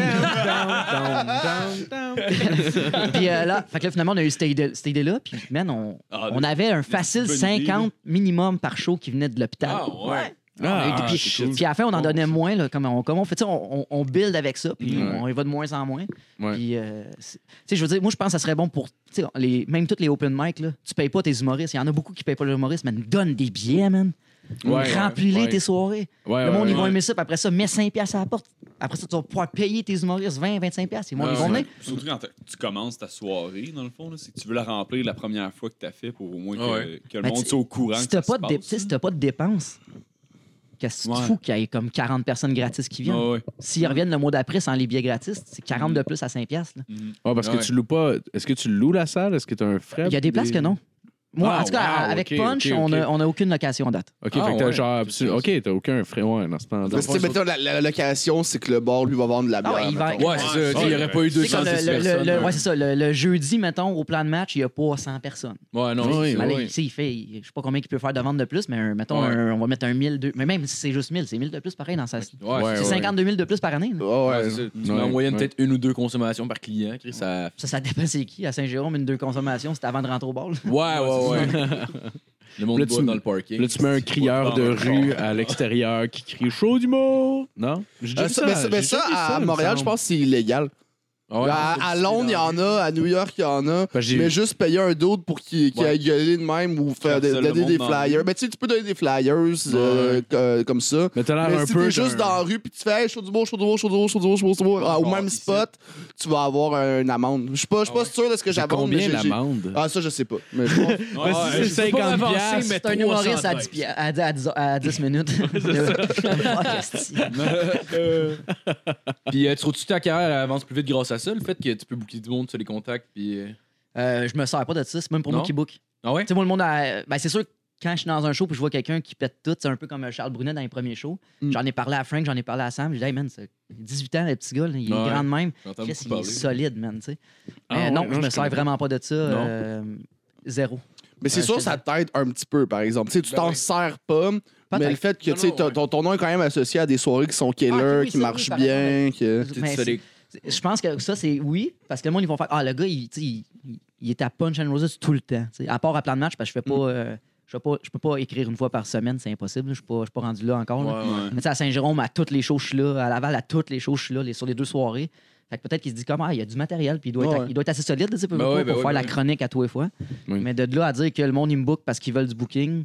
[SPEAKER 5] puis euh, là, fait que là, finalement, on a eu cette idée- cette idée-là. Puis, man, on,
[SPEAKER 2] Ah,
[SPEAKER 5] on avait un facile
[SPEAKER 2] bonne idée,
[SPEAKER 5] 50 minimum par show qui venait de l'hôpital.
[SPEAKER 6] Ah, ouais.
[SPEAKER 5] On a eu des-
[SPEAKER 3] Ah,
[SPEAKER 5] puis,
[SPEAKER 3] c'est cool.
[SPEAKER 5] puis à la fin, on en donnait moins. Là, comme on, comme on fait, tu sais, on, on- on build avec ça, puis
[SPEAKER 3] Ouais.
[SPEAKER 5] on y va de moins en moins.
[SPEAKER 3] Ouais.
[SPEAKER 5] Puis, euh, c'est- tu sais, je veux dire, moi, je pense que ça serait bon pour, tu sais, les, même toutes les open mic, là, tu payes pas tes humoristes. Il y en a beaucoup qui payent pas les humoristes, mais donne des billets, man.
[SPEAKER 3] ah, Ouais,
[SPEAKER 5] Remplis-les
[SPEAKER 3] ouais.
[SPEAKER 5] tes soirées.
[SPEAKER 3] Ouais,
[SPEAKER 5] Le monde,
[SPEAKER 3] Ah ouais,
[SPEAKER 5] ils vont
[SPEAKER 3] ouais.
[SPEAKER 5] aimer ça, puis après ça, mets 5$ piastres à la porte. Après ça, tu vas pouvoir payer tes humoristes 20, 25$. piastres. Ils vont, ils vont venir.
[SPEAKER 2] Surtout quand t'as- tu commences ta soirée, dans le fond, là, c'est que tu veux la remplir la première fois que tu as fait pour au moins que,
[SPEAKER 6] Ouais.
[SPEAKER 2] que le
[SPEAKER 5] Ben,
[SPEAKER 2] monde
[SPEAKER 5] tu-
[SPEAKER 2] soit au courant.
[SPEAKER 5] Si
[SPEAKER 2] que ça
[SPEAKER 5] t'as pas,
[SPEAKER 2] se
[SPEAKER 5] de dé-
[SPEAKER 2] passe.
[SPEAKER 5] tu sais, si t'as pas de dépenses, qu'est-ce que tu te
[SPEAKER 2] Ouais.
[SPEAKER 5] fous qu'il y ait comme 40 personnes gratis qui viennent?
[SPEAKER 2] Ouais, ouais.
[SPEAKER 5] S'ils reviennent le mois d'après sans les billets gratis, c'est 40 de plus à 5$. piastres, là.
[SPEAKER 3] Ah, parce
[SPEAKER 6] Ouais.
[SPEAKER 3] que tu loues pas. Est-ce que tu loues la salle? Est-ce que tu as un frais?
[SPEAKER 5] Il y a des places que non. Moi,
[SPEAKER 3] Ah,
[SPEAKER 5] en tout cas,
[SPEAKER 3] wow,
[SPEAKER 5] avec
[SPEAKER 3] ok,
[SPEAKER 5] Punch,
[SPEAKER 3] ok, ok.
[SPEAKER 5] on n'a aucune location en date.
[SPEAKER 3] Ok,
[SPEAKER 6] Ah,
[SPEAKER 3] fait que t'as
[SPEAKER 6] ouais.
[SPEAKER 3] genre. absolu- Ok, t'as aucun frais. Ouais, non, c'est pas.
[SPEAKER 4] Parce que, tu sais, mettons, la, la location, c'est que le bar, lui, va vendre de la bière.
[SPEAKER 5] Ah ouais, il va-
[SPEAKER 4] mettons.
[SPEAKER 6] Ouais, c'est ça. Il n'y aurait pas eu
[SPEAKER 5] C'est comme
[SPEAKER 6] 200
[SPEAKER 5] le- le- le- le- ouais, c'est ça. Le, le jeudi, mettons, au plan de match, il n'y a pas 100 personnes.
[SPEAKER 6] Ouais, non.
[SPEAKER 3] Oui,
[SPEAKER 6] c'est-
[SPEAKER 5] Mais là,
[SPEAKER 3] oui.
[SPEAKER 5] il- tu sais, il fait, il- je sais pas combien il peut faire de ventes de plus, mais un- mettons,
[SPEAKER 6] Ouais.
[SPEAKER 5] un- on va mettre un 1000, deux- mais même si c'est juste 1000, c'est 1000 de plus pareil dans sa.
[SPEAKER 6] Ouais,
[SPEAKER 3] Ouais,
[SPEAKER 5] C'est 52 000 de plus par année. là.
[SPEAKER 4] Ah ouais.
[SPEAKER 6] Ouais, c'est- Tu
[SPEAKER 3] Ouais,
[SPEAKER 6] mets en moyenne
[SPEAKER 3] ouais.
[SPEAKER 6] peut-être une ou deux consommations par client. Chris, ça...
[SPEAKER 5] Ça, ça dépend c'est qui. À Saint-Jérôme, une deux consommations, c'était avant de rentrer au bol.
[SPEAKER 6] Ouais, ouais, ouais. le monde
[SPEAKER 3] Là,
[SPEAKER 6] boit
[SPEAKER 3] tu-
[SPEAKER 6] dans le parking.
[SPEAKER 3] Là, tu mets un crieur de rue à l'extérieur qui crie chaud d'humour. Non? J'ai
[SPEAKER 4] Euh,
[SPEAKER 3] déjà
[SPEAKER 4] ça,
[SPEAKER 3] vu
[SPEAKER 4] mais ça, mais
[SPEAKER 3] j'ai
[SPEAKER 4] ça,
[SPEAKER 3] déjà vu
[SPEAKER 4] à
[SPEAKER 3] il me
[SPEAKER 4] Montréal, je
[SPEAKER 3] semble.
[SPEAKER 4] pense que c'est illégal.
[SPEAKER 6] Ah ouais,
[SPEAKER 4] à,
[SPEAKER 6] c'est
[SPEAKER 4] à
[SPEAKER 6] difficile,
[SPEAKER 4] Londres, il y
[SPEAKER 6] hein.
[SPEAKER 4] en a. À New York, il y en a.
[SPEAKER 3] Ben, j'ai-
[SPEAKER 4] mais juste payer un d'autre pour qu'il qu'il
[SPEAKER 2] Ouais.
[SPEAKER 4] aille gueuler de même ou faire
[SPEAKER 2] Comme ça, le
[SPEAKER 4] donner
[SPEAKER 2] monde
[SPEAKER 4] des
[SPEAKER 2] dans
[SPEAKER 4] flyers. Mais tu sais, tu peux donner des flyers euh, euh, comme ça.
[SPEAKER 3] Mais t'as l'air
[SPEAKER 4] Mais
[SPEAKER 3] un
[SPEAKER 4] si
[SPEAKER 3] peu.
[SPEAKER 4] t'es juste
[SPEAKER 3] d'un-
[SPEAKER 4] dans la rue puis tu fais hey, chaud du beau, chaud du beau, chaud du beau, chaud du beau, chaud du beau, ah, au
[SPEAKER 2] Encore
[SPEAKER 4] même
[SPEAKER 2] ici.
[SPEAKER 4] spot, tu vas avoir une amende. Je suis pas, je suis pas sûr de ce que
[SPEAKER 3] C'est
[SPEAKER 4] j'avais.
[SPEAKER 3] combien
[SPEAKER 4] mais j'ai- j'ai-
[SPEAKER 3] l'amende?
[SPEAKER 4] Ah, ça, je sais pas. Mais je pense-
[SPEAKER 3] Ben,
[SPEAKER 2] Ouais,
[SPEAKER 3] si c'est
[SPEAKER 6] je peux pas
[SPEAKER 3] 50
[SPEAKER 6] avancer,
[SPEAKER 3] piastres,
[SPEAKER 6] mais
[SPEAKER 5] C'est un
[SPEAKER 6] 300
[SPEAKER 5] humoriste à 10,
[SPEAKER 6] piastres.
[SPEAKER 5] pi- à, dix- à dix- à 10 minutes. Ah, Ouais,
[SPEAKER 6] Puis euh, tu trouves-tu que ta carrière elle avance plus vite grâce à ça, le fait que tu peux booker du monde, tu les contacts, puis. euh,
[SPEAKER 5] euh, je me sers pas de ça, c'est même pour
[SPEAKER 6] Non?
[SPEAKER 5] moi qui book. Tu
[SPEAKER 6] Ah ouais?
[SPEAKER 5] sais, moi, le monde. a- Ben, c'est sûr que quand je suis dans un show puis je vois quelqu'un qui pète tout, c'est un peu comme euh, Charles Brunet dans les premiers shows.
[SPEAKER 6] Hmm.
[SPEAKER 4] Mm.
[SPEAKER 5] J'en ai parlé à Frank, j'en ai parlé à Sam. J'ai dit, hey man, c'est 18 ans, le petit gars, là, il est
[SPEAKER 6] Ouais.
[SPEAKER 5] grand de même.
[SPEAKER 6] J'entends
[SPEAKER 5] Chris,
[SPEAKER 6] beaucoup
[SPEAKER 5] il est
[SPEAKER 6] parler.
[SPEAKER 5] solide, man, tu sais.
[SPEAKER 3] Ah
[SPEAKER 5] Mais
[SPEAKER 3] ouais,
[SPEAKER 5] non,
[SPEAKER 3] non,
[SPEAKER 5] je
[SPEAKER 3] je
[SPEAKER 5] me sers
[SPEAKER 3] connais.
[SPEAKER 5] vraiment pas de ça.
[SPEAKER 6] Non.
[SPEAKER 5] euh, Zéro.
[SPEAKER 4] Mais c'est
[SPEAKER 5] Ouais,
[SPEAKER 4] sûr,
[SPEAKER 5] c'est
[SPEAKER 4] ça t'aide un petit peu, par exemple. Tu sais, tu
[SPEAKER 6] Ben
[SPEAKER 4] t'en
[SPEAKER 6] oui.
[SPEAKER 4] sers pas, mais
[SPEAKER 5] Peut-être.
[SPEAKER 4] le fait que
[SPEAKER 6] Non,
[SPEAKER 4] tu sais,
[SPEAKER 6] non,
[SPEAKER 4] ton,
[SPEAKER 6] ouais.
[SPEAKER 4] ton- ton nom est quand même associé à des soirées qui sont killer,
[SPEAKER 5] Ah, oui,
[SPEAKER 4] qui
[SPEAKER 5] ça, oui,
[SPEAKER 4] marchent
[SPEAKER 5] par
[SPEAKER 4] bien. Que...
[SPEAKER 5] Mais
[SPEAKER 6] T'es
[SPEAKER 5] c'est-
[SPEAKER 6] solide.
[SPEAKER 5] Je pense que ça, c'est oui, parce que le monde, ils vont faire Ah, le gars, il, tu sais, il, il- il est à Punch and Roses tout le temps. tu sais, à part à plein de matchs, parce que je fais
[SPEAKER 6] Mm.
[SPEAKER 5] pas. euh, je fais pas, je peux pas écrire une fois par semaine, c'est impossible. là, Je suis pas, je suis pas rendu là encore. là.
[SPEAKER 6] Ouais, ouais.
[SPEAKER 5] Mais tu sais, à Saint-Jérôme, à toutes les shows, je suis là. À Laval, à toutes les shows, je suis là, les- sur les deux soirées. Fait que peut-être qu'il se dit comme, ah, il y a du matériel, puis il doit,
[SPEAKER 4] Ouais,
[SPEAKER 5] être,
[SPEAKER 4] ouais.
[SPEAKER 5] il doit être assez solide, tu sais, pour,
[SPEAKER 6] Ben
[SPEAKER 5] pour
[SPEAKER 6] ouais, ben
[SPEAKER 5] faire
[SPEAKER 6] ouais,
[SPEAKER 5] la
[SPEAKER 6] ben
[SPEAKER 5] chronique à tous les fois.
[SPEAKER 3] Oui.
[SPEAKER 5] Mais de là à dire que le monde, il me book parce qu'ils veulent du booking,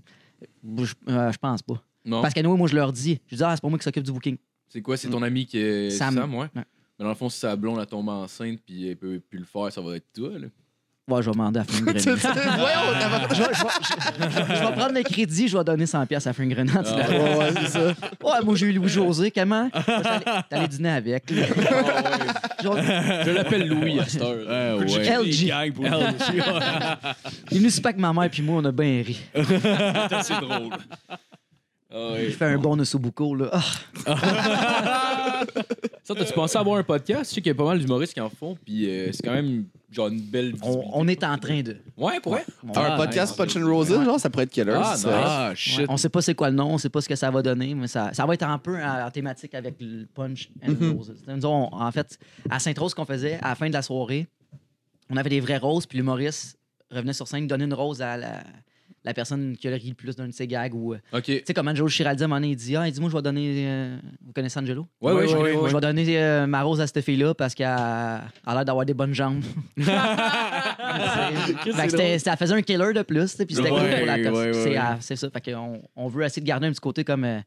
[SPEAKER 5] je, euh, je pense pas.
[SPEAKER 6] Non.
[SPEAKER 5] Parce qu'à nous, moi, je leur dis, je dis, ah, c'est pas moi qui s'occupe du booking.
[SPEAKER 6] C'est quoi? C'est ton ami qui est
[SPEAKER 5] Sam.
[SPEAKER 6] Sam, ouais?
[SPEAKER 5] Ouais.
[SPEAKER 6] Mais dans le fond, si sa blonde, elle tombe enceinte, puis elle peut plus le faire, ça va être toi, là.
[SPEAKER 5] Ouais, je vais demander à Frank Grenade.
[SPEAKER 4] Tu sais, voyons,
[SPEAKER 5] je, vais, je vais- je- je vais prendre le crédit, je vais donner 100 pièces à Frank Grenade.
[SPEAKER 6] Ah,
[SPEAKER 4] t'as- Ouais, ouais, c'est ça.
[SPEAKER 5] Ouais, moi j'ai eu Louis José, comment Moi, j'étais allé- T'es allé dîner avec. là. Genre,
[SPEAKER 6] Je l'appelle Louis à cette heure.
[SPEAKER 3] Ouais,
[SPEAKER 5] je-
[SPEAKER 3] ouais.
[SPEAKER 5] LG.
[SPEAKER 2] Gang pour
[SPEAKER 5] Il est venu super avec ma mère puis moi on a bien ri.
[SPEAKER 2] c'est drôle.
[SPEAKER 6] Ah
[SPEAKER 5] Il
[SPEAKER 6] ouais.
[SPEAKER 5] fait un bon Osubuko là. Ah,
[SPEAKER 6] Ça, t'as-tu pensé avoir un podcast? Je sais qu'il y a pas mal d'humoristes qui en font, puis euh, c'est quand même genre une belle
[SPEAKER 5] on,
[SPEAKER 6] visibilité.
[SPEAKER 5] on est en train de.
[SPEAKER 6] Ouais, pour vrai?
[SPEAKER 5] On,
[SPEAKER 4] un podcast
[SPEAKER 6] ouais.
[SPEAKER 4] Punch and Roses, genre, ça pourrait être killer.
[SPEAKER 6] Ah,
[SPEAKER 4] ça.
[SPEAKER 6] non.
[SPEAKER 3] Ah,
[SPEAKER 5] ouais,
[SPEAKER 3] shit.
[SPEAKER 5] on sait pas c'est quoi le nom, on sait pas ce que ça va donner, mais ça, ça va être un peu en, en thématique avec le punch and roses. Nous, on- en fait, à Sainte-Rose, ce qu'on faisait, à la fin de la soirée, on avait des vraies roses, puis l'humoriste revenait sur scène, donnait une rose à la, la personne qui a ri le plus d'un de ses gags ou. euh,
[SPEAKER 6] Ok. Ouais,
[SPEAKER 5] Tu sais, comme Angelo Chiraldi, à un moment donné, il dit Ah, il dit, moi, je vais donner. euh, Vous connaissez Angelo
[SPEAKER 6] ouais,
[SPEAKER 3] Ouais,
[SPEAKER 6] ouais.
[SPEAKER 3] ouais,
[SPEAKER 6] ouais,
[SPEAKER 5] Je vais donner euh, ma rose à cette fille-là parce qu'elle a elle a l'air d'avoir des bonnes jambes. C'est- fait que c'était- ça faisait un killer de plus, tu sais, puis c'était cool
[SPEAKER 3] Ouais,
[SPEAKER 5] pour la personne.
[SPEAKER 3] ouais, ouais,
[SPEAKER 5] C'est,
[SPEAKER 3] ouais.
[SPEAKER 5] ah, c'est ça. Fait qu'on on veut essayer de garder un petit côté comme euh,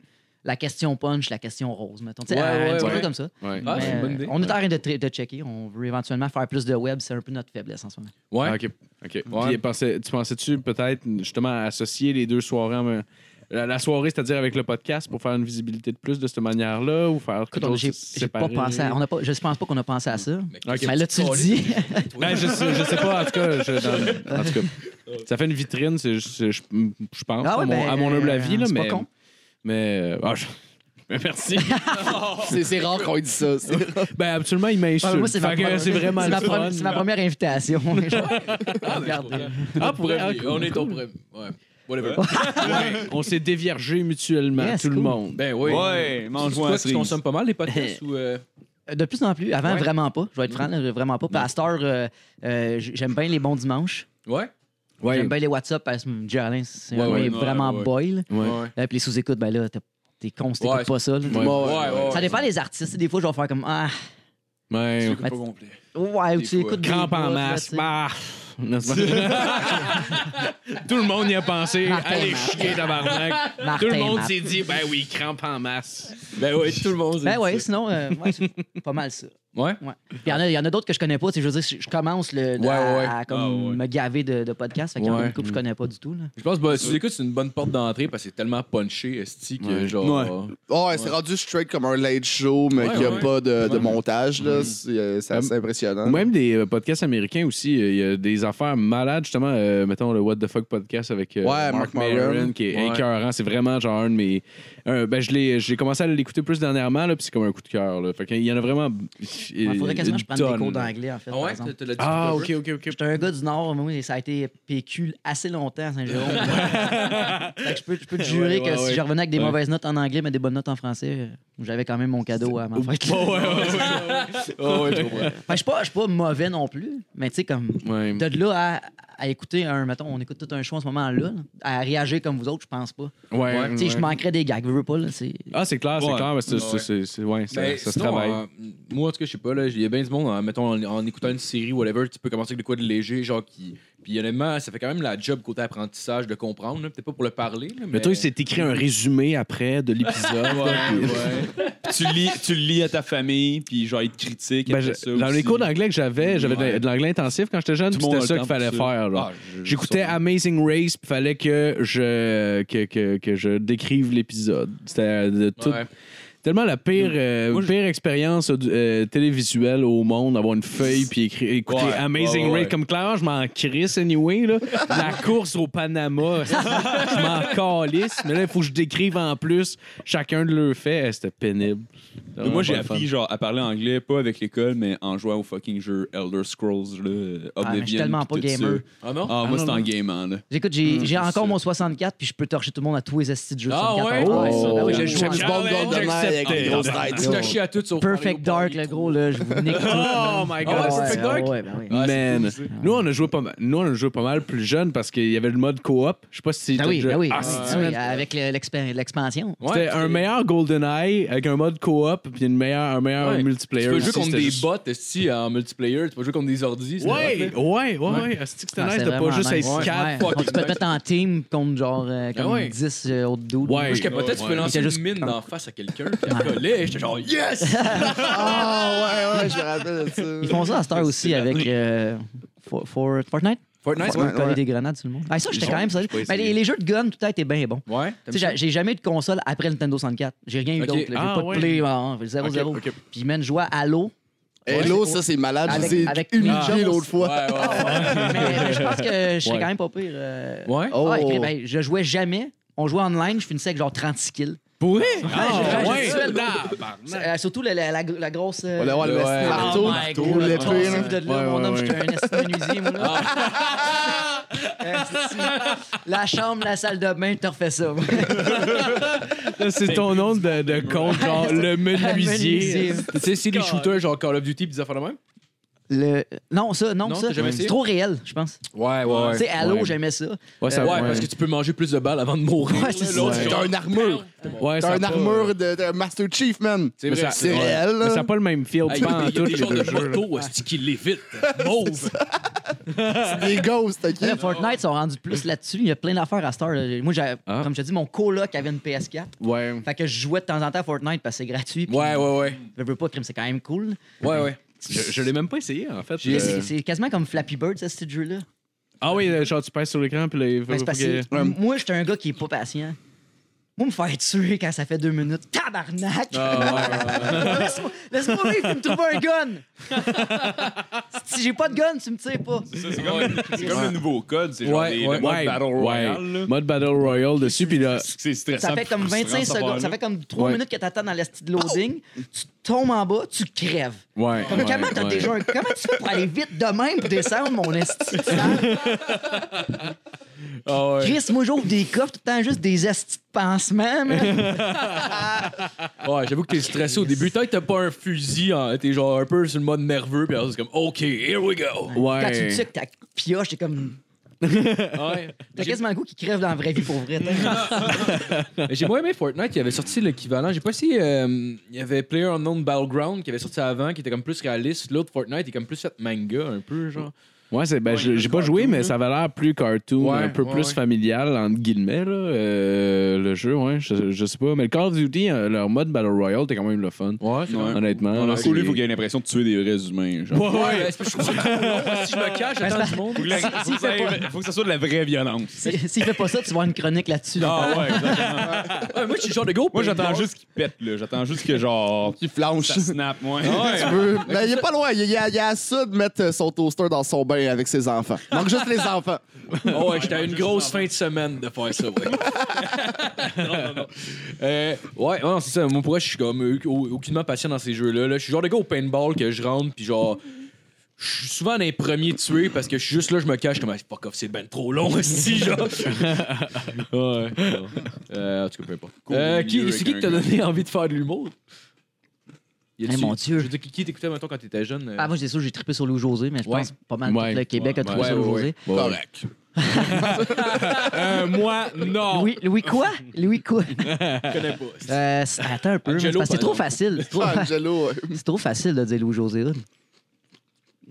[SPEAKER 5] la question punch, la question rose, mettons. Tu sais, euh,
[SPEAKER 6] Ouais,
[SPEAKER 5] un
[SPEAKER 6] ouais,
[SPEAKER 5] petit
[SPEAKER 6] ouais.
[SPEAKER 5] peu comme ça.
[SPEAKER 3] Ouais.
[SPEAKER 6] Ah,
[SPEAKER 5] Mais,
[SPEAKER 6] c'est une bonne idée.
[SPEAKER 5] euh, on est en train de, tra- de checker. On veut éventuellement faire plus de web. C'est un peu notre faiblesse en ce moment.
[SPEAKER 6] Ouais.
[SPEAKER 3] Ah, OK. OK. Puis, pensais- tu pensais-tu peut-être justement associer les deux soirées en même- la, la soirée, c'est-à-dire avec le podcast, pour faire une visibilité de plus de cette manière-là ou faire quelque
[SPEAKER 5] Écoute, on-
[SPEAKER 3] chose
[SPEAKER 5] j'ai, j'ai
[SPEAKER 3] séparé?
[SPEAKER 5] pas pensé à- on a pas, je pense pas qu'on a pensé à ça.
[SPEAKER 3] Ok.
[SPEAKER 5] Mais là, tu le dis.
[SPEAKER 3] Ben, je, sais, je sais pas, en tout cas. Je, dans- en tout cas, ça fait une vitrine, c'est juste- c'est- je, je pense,
[SPEAKER 5] Ah ouais,
[SPEAKER 3] à, mon,
[SPEAKER 5] ben,
[SPEAKER 3] à mon humble avis. Là,
[SPEAKER 5] c'est pas
[SPEAKER 3] mais,
[SPEAKER 5] con.
[SPEAKER 3] Mais. euh, ah, je- ben, merci.
[SPEAKER 4] C'est- C'est rare qu'on dit ça. c'est-
[SPEAKER 3] ben, absolument, il m'insulte.
[SPEAKER 5] Ouais, moi, c'est ma
[SPEAKER 3] Fait que
[SPEAKER 5] première-
[SPEAKER 3] c'est vraiment
[SPEAKER 5] c'est
[SPEAKER 3] le
[SPEAKER 5] ma première-
[SPEAKER 3] fun.
[SPEAKER 5] c'est ma première invitation.
[SPEAKER 6] ben,
[SPEAKER 5] Regardez.
[SPEAKER 3] Ah, pour vrai, ah,
[SPEAKER 6] On
[SPEAKER 3] cool,
[SPEAKER 6] est au
[SPEAKER 3] cool.
[SPEAKER 6] premier. Ouais. Whatever.
[SPEAKER 3] On s'est déviergés mutuellement,
[SPEAKER 5] Yes,
[SPEAKER 3] tout le
[SPEAKER 5] cool.
[SPEAKER 3] monde.
[SPEAKER 6] Ben oui.
[SPEAKER 2] Ouais, mange-moi
[SPEAKER 6] Toi,
[SPEAKER 2] un
[SPEAKER 6] tu
[SPEAKER 2] cerise.
[SPEAKER 6] consommes pas mal les podcasts ou. euh,
[SPEAKER 5] De plus en plus. Avant,
[SPEAKER 6] Ouais.
[SPEAKER 5] vraiment pas. Je vais être franc, là, vraiment pas. Puis à cette heure, euh, euh, j- j'aime bien les bons dimanches.
[SPEAKER 6] Ouais.
[SPEAKER 3] Ouais.
[SPEAKER 5] J'aime bien les WhatsApp parce que Geraldine, c'est
[SPEAKER 6] Ouais,
[SPEAKER 5] un
[SPEAKER 6] ouais, ouais,
[SPEAKER 5] est vraiment
[SPEAKER 6] ouais.
[SPEAKER 5] boy. là.
[SPEAKER 3] Ouais.
[SPEAKER 5] Euh, puis les sous-écoutes, ben là, t'es- t'es con si t'écoutes
[SPEAKER 6] Ouais,
[SPEAKER 5] pas ça. là.
[SPEAKER 3] Ouais.
[SPEAKER 6] Ouais, ouais.
[SPEAKER 5] Ça dépend des artistes. Des fois, je vais faire comme Ah,
[SPEAKER 3] Ouais.
[SPEAKER 6] C'est pas
[SPEAKER 5] Ouais.
[SPEAKER 6] complet.
[SPEAKER 5] ouais, ou tu
[SPEAKER 6] Des fois.
[SPEAKER 5] écoutes. des
[SPEAKER 3] Crampe en
[SPEAKER 5] bouts, là,
[SPEAKER 3] masse.
[SPEAKER 5] tu sais.
[SPEAKER 3] Bah. Non, c'est pas- Tout le monde y a pensé.
[SPEAKER 5] Martin
[SPEAKER 3] Allez
[SPEAKER 5] Matt.
[SPEAKER 3] chier, tabarnak.
[SPEAKER 5] Martin
[SPEAKER 3] Tout le monde
[SPEAKER 5] Matt.
[SPEAKER 3] s'est dit, ben oui, crampe en masse.
[SPEAKER 6] Ben oui, tout le monde. c'est
[SPEAKER 5] Ben ouais,
[SPEAKER 6] ça.
[SPEAKER 5] sinon, euh, ouais, c'est pas mal ça.
[SPEAKER 6] Ouais.
[SPEAKER 5] Ouais. Puis il y en a, il y en a d'autres que je connais pas. tu sais, Je veux dire, je je commence le,
[SPEAKER 6] Ouais,
[SPEAKER 5] à,
[SPEAKER 6] ouais.
[SPEAKER 5] à comme
[SPEAKER 2] Ah, ouais.
[SPEAKER 5] me gaver de, de podcasts. Fait qu'il y en a
[SPEAKER 6] Ouais.
[SPEAKER 5] une couple que je connais pas du tout. Là.
[SPEAKER 6] Je pense que bah, si tu écoutes, c'est une bonne porte d'entrée parce que c'est tellement punché, esti, que
[SPEAKER 3] Ouais.
[SPEAKER 6] genre. euh,
[SPEAKER 4] Ah Ouais, c'est rendu straight comme un late show, mais
[SPEAKER 6] Ouais,
[SPEAKER 4] qu'il n'y a
[SPEAKER 6] ouais.
[SPEAKER 4] pas de, de
[SPEAKER 6] Ouais.
[SPEAKER 4] montage. là. C'est euh, c'est assez impressionnant.
[SPEAKER 3] Ou même des euh, podcasts américains aussi. euh, Il y a des affaires malades, justement. euh, mettons le What the Fuck podcast avec euh,
[SPEAKER 4] Ouais,
[SPEAKER 3] Mark
[SPEAKER 4] Mark Maron.
[SPEAKER 3] Maron, qui est
[SPEAKER 6] Ouais.
[SPEAKER 3] écœurant. C'est vraiment genre un de mes. un- ben, je l'ai j'ai commencé à l'écouter plus dernièrement, là, puis c'est comme un coup de cœur. là. Fait qu'il y en a vraiment. euh,
[SPEAKER 5] Il faudrait quasiment que je
[SPEAKER 3] une
[SPEAKER 5] prenne des
[SPEAKER 3] tonne,
[SPEAKER 5] cours
[SPEAKER 3] là.
[SPEAKER 5] d'anglais, en fait.
[SPEAKER 6] Ah
[SPEAKER 5] par
[SPEAKER 6] ouais,
[SPEAKER 5] exemple.
[SPEAKER 6] t'as t'as la
[SPEAKER 3] Ah, ok,
[SPEAKER 6] difficulté.
[SPEAKER 3] ok, ok.
[SPEAKER 5] J'étais un gars du Nord, moi, ça a été PQ assez longtemps à Saint-Jérôme. Fait que je peux, je peux te jurer
[SPEAKER 3] Ouais, ouais,
[SPEAKER 5] que
[SPEAKER 3] ouais.
[SPEAKER 5] si je revenais avec des mauvaises notes en anglais, mais des bonnes notes en français, euh, j'avais quand même mon cadeau à ma fête.
[SPEAKER 3] Ouais, ouais, ouais.
[SPEAKER 6] Ah ouais, je comprends.
[SPEAKER 5] Fait que je suis pas, je suis pas mauvais non plus, mais tu sais, comme.
[SPEAKER 3] Ouais.
[SPEAKER 5] De là à, à écouter un, mettons, on écoute tout un show en ce moment-là, là, à réagir comme vous autres, je pense pas.
[SPEAKER 3] Ouais,
[SPEAKER 5] Tu sais, je manquerais des gags, je veux pas, là, c'est...
[SPEAKER 3] Ah, c'est clair, c'est
[SPEAKER 2] Ouais.
[SPEAKER 3] clair. mais c'est- c'est-
[SPEAKER 6] Ouais.
[SPEAKER 3] c'est- c'est- Ouais, ça
[SPEAKER 6] Ben,
[SPEAKER 3] ça se
[SPEAKER 6] sinon,
[SPEAKER 3] travaille.
[SPEAKER 6] euh, moi, en tout cas, je sais pas, là, il y a bien du monde, en, mettons, en, en écoutant une série, whatever, tu peux commencer avec de quoi de léger, genre qui. Puis honnêtement, ça fait quand même la job côté apprentissage de comprendre, là, peut-être pas pour le parler. là, mais
[SPEAKER 3] Mais toi, il s'est écrit un résumé après de l'épisode.
[SPEAKER 6] Ouais, ouais.
[SPEAKER 2] Puis tu, lis, tu le lis à ta famille, puis genre, ils te critiquent.
[SPEAKER 3] Ben,
[SPEAKER 2] après
[SPEAKER 3] je-
[SPEAKER 2] ça
[SPEAKER 3] dans les
[SPEAKER 2] aussi.
[SPEAKER 3] cours d'anglais que j'avais, j'avais de-
[SPEAKER 2] Ouais.
[SPEAKER 3] de l'anglais intensif quand j'étais jeune,
[SPEAKER 2] Tout
[SPEAKER 3] puis
[SPEAKER 2] le monde
[SPEAKER 3] c'était
[SPEAKER 2] a
[SPEAKER 3] ça
[SPEAKER 2] le
[SPEAKER 3] qu'il
[SPEAKER 2] temps
[SPEAKER 3] fallait
[SPEAKER 2] pour ça.
[SPEAKER 3] faire. genre.
[SPEAKER 2] Ah, je-
[SPEAKER 3] J'écoutais
[SPEAKER 2] sûrement.
[SPEAKER 3] Amazing Race, puis fallait que je que, que, que je décrive l'épisode. C'était euh, de tout-
[SPEAKER 6] Ouais.
[SPEAKER 3] tellement la pire euh,
[SPEAKER 2] Moi, je-
[SPEAKER 3] pire expérience audio- euh, télévisuelle au monde, avoir une feuille puis écri- écouter
[SPEAKER 2] Ouais,
[SPEAKER 3] Amazing
[SPEAKER 2] ouais, ouais.
[SPEAKER 3] Race comme clairement je m'en crisse anyway là. la course au Panama, je m'en calisse, mais là il faut que je décrive en plus chacun de leurs faits, c'était pénible. C'était
[SPEAKER 2] Mais moi,
[SPEAKER 3] vraiment
[SPEAKER 2] j'ai
[SPEAKER 3] pas le Ah, fun.
[SPEAKER 2] appris genre, à parler anglais, pas avec l'école, mais en jouant au fucking jeu Elder Scrolls, là, Oblivion.
[SPEAKER 5] mais je suis tellement
[SPEAKER 2] puis
[SPEAKER 5] pas
[SPEAKER 2] tout
[SPEAKER 5] gamer.
[SPEAKER 2] ça.
[SPEAKER 6] Ah non?
[SPEAKER 2] Ah,
[SPEAKER 5] non,
[SPEAKER 2] moi, c'est
[SPEAKER 5] non.
[SPEAKER 2] en gamant, là.
[SPEAKER 5] J'écoute, j'ai j'ai
[SPEAKER 2] je
[SPEAKER 5] encore
[SPEAKER 2] sais.
[SPEAKER 5] mon 64, puis je peux torcher tout le monde à tous les astis de jeux de
[SPEAKER 6] Ah
[SPEAKER 5] 64
[SPEAKER 6] ouais?
[SPEAKER 5] heures.
[SPEAKER 6] Ouais,
[SPEAKER 5] Ah
[SPEAKER 6] ça,
[SPEAKER 3] Ben
[SPEAKER 5] ouais,
[SPEAKER 6] ouais,
[SPEAKER 5] je
[SPEAKER 6] j'ai
[SPEAKER 5] joue
[SPEAKER 6] joué
[SPEAKER 5] encore.
[SPEAKER 4] Ball GoldenEye avec une grosse tête.
[SPEAKER 6] T'as chié à tout sauf.
[SPEAKER 5] Perfect Dark, le gros, là, je vous nique tout.
[SPEAKER 3] Oh my god,
[SPEAKER 6] Ah ouais,
[SPEAKER 5] Ah ouais,
[SPEAKER 3] Perfect Dark.
[SPEAKER 5] ah ouais, ben oui.
[SPEAKER 3] Man. Nous, on a joué pas mal. Nous, on a joué pas mal plus jeune parce qu'il y avait le mode coop. Je sais pas si
[SPEAKER 5] Ben
[SPEAKER 3] t'as
[SPEAKER 5] oui,
[SPEAKER 3] déjà-
[SPEAKER 5] ben oui,
[SPEAKER 3] Ah,
[SPEAKER 5] ben oui,
[SPEAKER 3] c'est-
[SPEAKER 5] ben oui, avec le- l'expé- l'expansion.
[SPEAKER 3] C'était un meilleur GoldenEye avec un mode coop puis une meilleure, un meilleur
[SPEAKER 6] Ouais.
[SPEAKER 3] multiplayer.
[SPEAKER 6] Tu peux jouer
[SPEAKER 3] aussi,
[SPEAKER 6] contre
[SPEAKER 3] c'était
[SPEAKER 6] des
[SPEAKER 3] juste-
[SPEAKER 6] bots si en multiplayer, tu peux jouer contre des ordis. c'était
[SPEAKER 3] Ouais,
[SPEAKER 6] hot,
[SPEAKER 3] ouais, ouais, ouais. Asti que C'était
[SPEAKER 5] Ah,
[SPEAKER 3] nice
[SPEAKER 5] c'est
[SPEAKER 3] de pas
[SPEAKER 5] vraiment
[SPEAKER 3] juste
[SPEAKER 5] nice.
[SPEAKER 3] être
[SPEAKER 5] Ouais, ouais.
[SPEAKER 3] quatre. Ben
[SPEAKER 5] Tu peux te mettre en team contre genre euh, comme
[SPEAKER 6] Ah ouais.
[SPEAKER 5] 10 euh, autres dudes.
[SPEAKER 6] là.
[SPEAKER 3] Ouais.
[SPEAKER 6] Moi, je capotais, tu peux lancer
[SPEAKER 5] J'étais juste-
[SPEAKER 6] une mine d'en face à quelqu'un, puis elle collait, j'étais genre yes!
[SPEAKER 4] Ah, ouais, ouais, je me rappelle de ça.
[SPEAKER 5] Ils font ça à cette heure aussi avec euh, For- For- Fortnite.
[SPEAKER 6] Fortnite,
[SPEAKER 5] Tu
[SPEAKER 4] Ouais,
[SPEAKER 5] peux coller
[SPEAKER 4] ouais.
[SPEAKER 5] des grenades sur le monde. Ah, ça, j'étais quand même sérieux.
[SPEAKER 3] pas
[SPEAKER 5] Ben, les,
[SPEAKER 3] essayé.
[SPEAKER 5] les jeux de gun, tout à été bien bon.
[SPEAKER 6] Ouais.
[SPEAKER 5] Tu sais, j'ai- j'ai jamais eu de console après le Nintendo 64. J'ai rien eu
[SPEAKER 6] Ok.
[SPEAKER 5] d'autre. là. J'ai
[SPEAKER 3] Ah,
[SPEAKER 5] pas de
[SPEAKER 3] ouais.
[SPEAKER 5] play, hein, 0-0.
[SPEAKER 6] Ok, ok.
[SPEAKER 5] Puis, man, je jouais à l'eau.
[SPEAKER 4] Hello, ça, c'est malade.
[SPEAKER 5] Avec-
[SPEAKER 4] Je
[SPEAKER 5] avec
[SPEAKER 4] avec humilié
[SPEAKER 5] Ninja.
[SPEAKER 4] l'autre fois.
[SPEAKER 6] Ouais, ouais.
[SPEAKER 5] mais, mais je pense que je serais quand même pas pire. euh.
[SPEAKER 6] Ouais?
[SPEAKER 5] Ah,
[SPEAKER 4] Oh.
[SPEAKER 5] écrit, ben, je jouais jamais. On jouait online, je finissais avec genre 36 kills.
[SPEAKER 3] Pourri?
[SPEAKER 5] Ah,
[SPEAKER 3] Ah,
[SPEAKER 5] j'ai-
[SPEAKER 3] ouais.
[SPEAKER 5] j'ai- Euh, surtout la, la- la- la grosse. euh,
[SPEAKER 4] On allait voir le
[SPEAKER 6] Ouais.
[SPEAKER 4] petit marteau,
[SPEAKER 5] Oh my
[SPEAKER 4] ou
[SPEAKER 5] God,
[SPEAKER 4] l'épée,
[SPEAKER 5] on
[SPEAKER 4] là.
[SPEAKER 5] s'en fout de là,
[SPEAKER 3] Ouais,
[SPEAKER 5] mon
[SPEAKER 3] ouais,
[SPEAKER 5] homme,
[SPEAKER 3] ouais.
[SPEAKER 5] j'étais un esti de menuisier, moi, là. Euh, c'est- c'est- La chambre, la salle de bain, je te refais ça. moi.
[SPEAKER 3] Là, C'est ton nom de, de compte, genre le menuisier.
[SPEAKER 5] Menuisier.
[SPEAKER 6] Tu sais, c'est des shooters genre Call of Duty pis des affaires de même?
[SPEAKER 5] Le- Non, ça, non,
[SPEAKER 6] Non,
[SPEAKER 5] ça.
[SPEAKER 6] t'as jamais
[SPEAKER 5] C'est
[SPEAKER 6] essayé?
[SPEAKER 5] trop réel, je pense.
[SPEAKER 6] Ouais, ouais,
[SPEAKER 5] Tu sais, Halo, j'aimais ça.
[SPEAKER 3] Ouais, ça-
[SPEAKER 6] Ouais, parce que tu peux manger plus de balles avant de mourir.
[SPEAKER 5] Ouais, c'est ça.
[SPEAKER 6] L'autre,
[SPEAKER 4] T'as
[SPEAKER 6] genre,
[SPEAKER 4] une armure.
[SPEAKER 3] Ouais, ça
[SPEAKER 4] T'as
[SPEAKER 3] a
[SPEAKER 4] une
[SPEAKER 3] pas-
[SPEAKER 4] armure de de Master Chief, man.
[SPEAKER 6] C'est
[SPEAKER 3] Mais
[SPEAKER 6] vrai.
[SPEAKER 3] ça-
[SPEAKER 4] C'est
[SPEAKER 6] Ouais.
[SPEAKER 4] réel,
[SPEAKER 3] Mais ça
[SPEAKER 4] là.
[SPEAKER 3] n'a pas le même feel.
[SPEAKER 6] Hey,
[SPEAKER 3] pas en
[SPEAKER 6] il y a
[SPEAKER 3] tout,
[SPEAKER 6] des
[SPEAKER 3] les
[SPEAKER 6] genres
[SPEAKER 3] deux
[SPEAKER 6] de
[SPEAKER 3] jeux. là.
[SPEAKER 6] motos, est-ce qu'il évite? Mauve!
[SPEAKER 4] Des ghosts, OK?
[SPEAKER 5] Là, Fortnite, ils sont rendus plus là-dessus. Il y a plein d'affaires à Star. Moi, j'avais-
[SPEAKER 3] Ah.
[SPEAKER 5] comme je te dis, mon coloc avait une PS4.
[SPEAKER 3] Ouais.
[SPEAKER 5] Fait que je jouais de temps en temps à Fortnite parce que c'est gratuit. puis
[SPEAKER 6] Ouais, ouais, ouais.
[SPEAKER 5] Je veux pas, crime, c'est quand même cool.
[SPEAKER 6] Ouais, ouais.
[SPEAKER 3] Je, je l'ai même pas essayé, en fait.
[SPEAKER 5] Là,
[SPEAKER 3] Euh,
[SPEAKER 5] C'est c'est quasiment comme Flappy Bird, ça, ce jeu-là.
[SPEAKER 3] Ah oui, euh, genre, tu passes sur l'écran, puis là, il faut,
[SPEAKER 5] Ben, c'est
[SPEAKER 3] faut
[SPEAKER 5] parce
[SPEAKER 3] que-
[SPEAKER 5] que Moi, j'étais un gars qui est pas patient. Moi, me faire tuer quand ça fait deux minutes, tabarnak!
[SPEAKER 6] Ah,
[SPEAKER 5] Laisse-moi- Laisse-moi vivre, tu me trouves un gun! si j'ai pas de gun, tu me tires pas.
[SPEAKER 2] Ça, c'est comme, c'est comme le nouveau code, c'est genre
[SPEAKER 6] Ouais,
[SPEAKER 2] les-
[SPEAKER 6] ouais,
[SPEAKER 2] le mode
[SPEAKER 3] ouais,
[SPEAKER 2] Battle Royale.
[SPEAKER 3] ouais.
[SPEAKER 2] là.
[SPEAKER 3] Mode Battle Royale dessus, puis là.
[SPEAKER 2] C'est stressant.
[SPEAKER 5] Ça fait comme
[SPEAKER 2] frustrant,
[SPEAKER 5] 25
[SPEAKER 2] cette affaire-là.
[SPEAKER 5] secondes, ça fait comme 3
[SPEAKER 3] Ouais. Oh!
[SPEAKER 5] minutes que t'attends dans la petite loading, tu tombes en bas, tu crèves.
[SPEAKER 3] Ouais.
[SPEAKER 5] Comme comment t'as déjà un... Comment tu fais pour aller vite de même pour descendre mon esti de salle?
[SPEAKER 3] Ah
[SPEAKER 5] Chris, moi j'ouvre des coffres tout le temps juste des esti de pansements, man.
[SPEAKER 6] Ouais, j'avoue que t'es stressé au début. Tant que t'as pas un fusil, hein, t'es genre un peu sur le mode nerveux, pis alors c'est comme, OK, here we go.
[SPEAKER 3] Ouais.
[SPEAKER 5] Quand tu me tues avec ta pioche, t'es comme
[SPEAKER 6] Ouais.
[SPEAKER 5] T'as quasiment le goût qui crève dans la vraie vie pour vrai. t'as.
[SPEAKER 6] Mais J'ai moins aimé Fortnite qui avait sorti l'équivalent. J'ai pas si. euh, il y avait Player Unknown Battleground qui avait sorti avant, qui était comme plus réaliste. L'autre Fortnite est comme plus fait manga un peu, genre.
[SPEAKER 3] Ouais, c'est, ben, j'ai j'ai pas joué, mais ça avait l'air plus cartoon,
[SPEAKER 6] Ouais,
[SPEAKER 3] un peu
[SPEAKER 6] ouais,
[SPEAKER 3] plus
[SPEAKER 6] ouais.
[SPEAKER 3] familial, entre guillemets, là, euh, le jeu, ouais. Je, je sais pas. Mais le Call of Duty, euh, leur mode Battle Royale, t'es quand même le fun.
[SPEAKER 6] Ouais, c'est
[SPEAKER 2] Ouais.
[SPEAKER 3] Honnêtement.
[SPEAKER 2] Dans
[SPEAKER 3] là,
[SPEAKER 2] leur
[SPEAKER 3] c'est-
[SPEAKER 2] coulée, il faut qu'il y ait l'impression de tuer des vrais humains. Genre.
[SPEAKER 6] Ouais, ouais, c'est parce que je trouve ça trop long. Si je me cache, j'attends du monde.
[SPEAKER 2] Il faut, que ça ait- faut que ça soit de la vraie violence.
[SPEAKER 5] Si- S'il fait pas ça, tu vas avoir une chronique là-dessus. là.
[SPEAKER 2] Ah ouais, exactement.
[SPEAKER 6] Ouais, moi, je suis le genre de go.
[SPEAKER 2] Moi, j'attends juste qu'il pète, là. J'attends juste que, genre,
[SPEAKER 4] Qui flanche.
[SPEAKER 2] ça snap, moi.
[SPEAKER 4] Tu veux- Ben, il est pas loin. Il y a, il y a ça de mettre son toaster dans son bain avec ses enfants. Manque juste les enfants.
[SPEAKER 6] Oh, ouais, j'étais à une grosse fin de semaine de faire ça, ouais. Euh, ouais, non, c'est ça. Moi, pour vrai, je suis comme euh, au- aucunement patient dans ces jeux-là. là. Je suis le genre de gars au paintball que je rentre, puis genre. Je suis souvent dans les premiers tués parce que je suis juste là, je me cache comme Ah, fuck off, c'est ben trop long aussi, genre. ouais. Euh, en tout cas, peu importe.
[SPEAKER 2] Cours au
[SPEAKER 6] Euh, qui-
[SPEAKER 2] milieu
[SPEAKER 6] c'est
[SPEAKER 2] avec
[SPEAKER 6] qui qui
[SPEAKER 2] un
[SPEAKER 6] t'a
[SPEAKER 2] gars.
[SPEAKER 6] donné envie de faire de l'humour? Y
[SPEAKER 5] Eh,
[SPEAKER 6] a-tu-
[SPEAKER 5] mon Dieu.
[SPEAKER 6] Je veux dire, qui qui t'écoutait, mettons, quand t'étais jeune? euh,
[SPEAKER 5] Ah, moi, j'ai ça, j'ai trippé sur Louis José, mais je pense pas mal
[SPEAKER 3] Ouais.
[SPEAKER 5] tout le Québec a trippé
[SPEAKER 6] ouais,
[SPEAKER 5] sur
[SPEAKER 6] ouais,
[SPEAKER 5] Louis
[SPEAKER 6] ouais.
[SPEAKER 5] José.
[SPEAKER 2] Correct.
[SPEAKER 6] Euh, moi,
[SPEAKER 3] Ah.
[SPEAKER 6] non.
[SPEAKER 5] Louis, Louis quoi? Louis quoi?
[SPEAKER 6] Je connais pas.
[SPEAKER 5] Euh, c'est- attends un peu,
[SPEAKER 6] Angelo,
[SPEAKER 5] c'est parce que c'est
[SPEAKER 6] par
[SPEAKER 5] trop facile. C'est trop,
[SPEAKER 4] Ah, Angelo, ouais.
[SPEAKER 5] c'est trop facile de dire Louis José. là.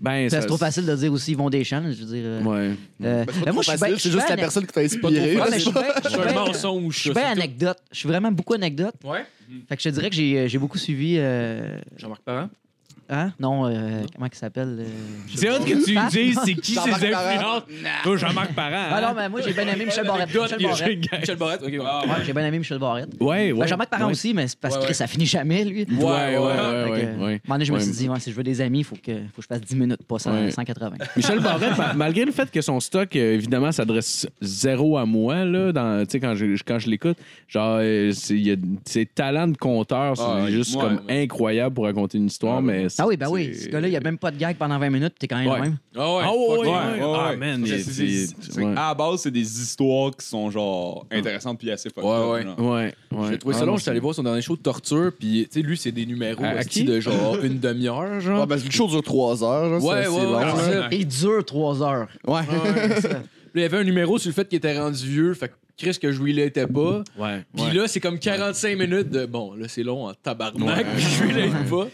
[SPEAKER 3] Ben,
[SPEAKER 5] C'est trop facile de dire aussi Yvon Deschamps. là, Je veux dire. euh,
[SPEAKER 3] Ouais.
[SPEAKER 5] euh,
[SPEAKER 4] Ben, c'est pas
[SPEAKER 5] ben,
[SPEAKER 4] trop
[SPEAKER 5] moi, je
[SPEAKER 4] facile,
[SPEAKER 5] suis bien. je
[SPEAKER 4] C'est
[SPEAKER 5] suis
[SPEAKER 4] juste
[SPEAKER 5] bien
[SPEAKER 4] la
[SPEAKER 5] ane-
[SPEAKER 4] personne qui t'a inspiré.
[SPEAKER 5] Ouais, mais je suis bien- je
[SPEAKER 6] Je
[SPEAKER 5] suis
[SPEAKER 6] suis
[SPEAKER 5] ben
[SPEAKER 6] un
[SPEAKER 5] bien-
[SPEAKER 6] mensonge.
[SPEAKER 5] Je suis bien anecdote. Je suis vraiment beaucoup anecdote.
[SPEAKER 6] Ouais.
[SPEAKER 5] Fait que je te dirais que j'ai j'ai beaucoup suivi. euh,
[SPEAKER 6] Jean-Marc Parent.
[SPEAKER 5] Hein? Non, euh, comment il s'appelle? euh,
[SPEAKER 3] C'est hâte que tu
[SPEAKER 5] Ah,
[SPEAKER 3] me dises c'est qui
[SPEAKER 4] Jean-Marc
[SPEAKER 3] ces
[SPEAKER 4] Parent.
[SPEAKER 3] influences. Toi, Jean-Marc Parent.
[SPEAKER 5] Ah
[SPEAKER 3] hein?
[SPEAKER 5] non, mais moi, j'ai bien aimé Michel Barrette.
[SPEAKER 3] Anecdote,
[SPEAKER 5] Michel
[SPEAKER 3] il y a-
[SPEAKER 5] Barrette.
[SPEAKER 6] Michel Barrette, ok.
[SPEAKER 5] Ouais, j'ai bien aimé Michel Barrette.
[SPEAKER 3] Ouais, ouais.
[SPEAKER 5] Ben, Jean-Marc Parent
[SPEAKER 3] Ouais.
[SPEAKER 5] aussi, mais c'est parce
[SPEAKER 6] Ouais,
[SPEAKER 5] que
[SPEAKER 6] ouais.
[SPEAKER 5] ça finit jamais, lui.
[SPEAKER 3] Ouais, ouais,
[SPEAKER 5] Fait que,
[SPEAKER 3] ouais, ouais,
[SPEAKER 5] euh, à un
[SPEAKER 3] ouais.
[SPEAKER 5] moment donné, je me
[SPEAKER 3] Ouais.
[SPEAKER 5] suis dit, ouais, si je veux des amis, il faut que, faut que je fasse 10 minutes, pas 100,
[SPEAKER 3] Ouais.
[SPEAKER 5] 180.
[SPEAKER 3] Michel Barrette, ma- malgré le fait que son stock, euh, évidemment, s'adresse zéro à moi, là, dans, tu sais, quand je, je- quand je l'écoute, genre, euh, c'est- il y a ses talents de conteur, c'est
[SPEAKER 2] Ah,
[SPEAKER 3] juste
[SPEAKER 2] ouais,
[SPEAKER 3] comme
[SPEAKER 2] ouais.
[SPEAKER 3] incroyable pour raconter une histoire,
[SPEAKER 2] Ah,
[SPEAKER 3] mais c'est-
[SPEAKER 5] Ah oui, ben oui,
[SPEAKER 3] c'est-
[SPEAKER 5] ce gars-là, il n'y a même pas de gag pendant 20 minutes, t'es quand même
[SPEAKER 3] Ouais.
[SPEAKER 5] le même.
[SPEAKER 6] Ah ouais.
[SPEAKER 3] Ah ouais, ouais,
[SPEAKER 2] Ouais,
[SPEAKER 3] ouais.
[SPEAKER 2] ouais,
[SPEAKER 3] Ah,
[SPEAKER 2] ouais.
[SPEAKER 3] man,
[SPEAKER 2] C'est-
[SPEAKER 3] il-
[SPEAKER 2] c'est-
[SPEAKER 3] il-
[SPEAKER 2] c'est-
[SPEAKER 3] ouais.
[SPEAKER 2] À la base, c'est des histoires qui sont genre intéressantes puis assez fucked
[SPEAKER 6] Ouais,
[SPEAKER 2] up,
[SPEAKER 6] ouais.
[SPEAKER 2] genre.
[SPEAKER 3] Ouais, ouais.
[SPEAKER 6] J'ai trouvé
[SPEAKER 3] Ah,
[SPEAKER 6] ça long,
[SPEAKER 3] non,
[SPEAKER 6] j'étais allé voir son dernier show de torture, puis tu sais, lui, c'est des numéros
[SPEAKER 3] À- à
[SPEAKER 6] hostie,
[SPEAKER 3] qui?
[SPEAKER 6] de genre une demi-heure, genre.
[SPEAKER 4] Ouais, ben, le show dure 3 heures.
[SPEAKER 6] Ouais,
[SPEAKER 4] Ouais,
[SPEAKER 6] ouais, ouais,
[SPEAKER 3] Ah
[SPEAKER 4] ouais.
[SPEAKER 6] c'est ça.
[SPEAKER 5] Et il dure 3 heures.
[SPEAKER 4] hein. Ouais.
[SPEAKER 6] Puis il y avait un numéro sur le fait qu'il était rendu vieux, fait que Chris que je lui l'étais pas.
[SPEAKER 3] Ouais,
[SPEAKER 6] Puis
[SPEAKER 3] ouais.
[SPEAKER 6] là, c'est comme 45 minutes de bon, là, c'est long en tabarnak, puis je lui l'aide pas.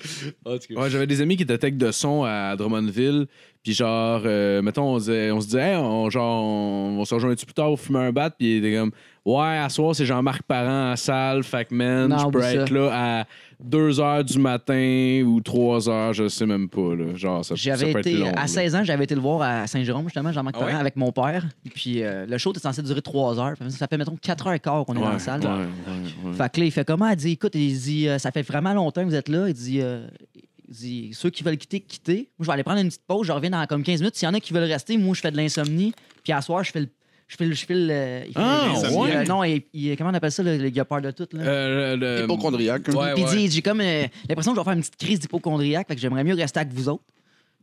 [SPEAKER 6] En tout cas.
[SPEAKER 3] Ouais, j'avais des amis qui étaient tech de son à Drummondville. Puis genre, euh, mettons, on, disait- on se disait, Hey, on, genre, on, on se rejoint un petit plus tard, on fume un bat. Puis il était comme, ouais, à soir, c'est Jean-Marc Parent à salle. Fait que man,
[SPEAKER 5] Non,
[SPEAKER 3] je peux
[SPEAKER 5] oublie
[SPEAKER 3] être
[SPEAKER 5] ça.
[SPEAKER 3] là à 2 h du matin ou 3 h, je sais même pas. Là. Genre, ça, ça
[SPEAKER 5] J'avais
[SPEAKER 3] peut
[SPEAKER 5] été,
[SPEAKER 3] être long. là.
[SPEAKER 5] à 16 ans, j'avais été le voir à Saint-Jérôme, justement, Jean-Marc
[SPEAKER 6] Ah
[SPEAKER 5] Parent,
[SPEAKER 6] ouais?
[SPEAKER 5] avec mon père. Puis euh, le show était censé durer 3 heures. Ça fait, mettons, 4 heures et quart qu'on est
[SPEAKER 3] Ouais,
[SPEAKER 5] dans la salle.
[SPEAKER 3] ouais, ouais, ouais.
[SPEAKER 5] Fait que là, il fait comment? Elle dit, écoute, il dit, euh, ça fait vraiment longtemps que vous êtes là. Il dit, euh, il dit, ceux qui veulent quitter, quitter. Moi, je vais aller prendre une petite pause, je reviens dans comme 15 minutes. S'il y en a qui veulent rester, moi, je fais de l'insomnie. Puis à soir, je fais le. Je fais le. Je fais le euh, il fait
[SPEAKER 3] Ah,
[SPEAKER 5] l'insomnie.
[SPEAKER 3] ouais.
[SPEAKER 5] Euh, non, il, il- comment on appelle ça, le, le- il a peur de tout, là?
[SPEAKER 3] Euh, le- le-
[SPEAKER 4] Hypochondriaque. hein.
[SPEAKER 6] Ouais,
[SPEAKER 5] Puis il
[SPEAKER 6] ouais.
[SPEAKER 5] dit, j'ai comme euh, l'impression que je vais faire une petite crise d'hypochondriaque, fait que j'aimerais mieux rester avec vous autres.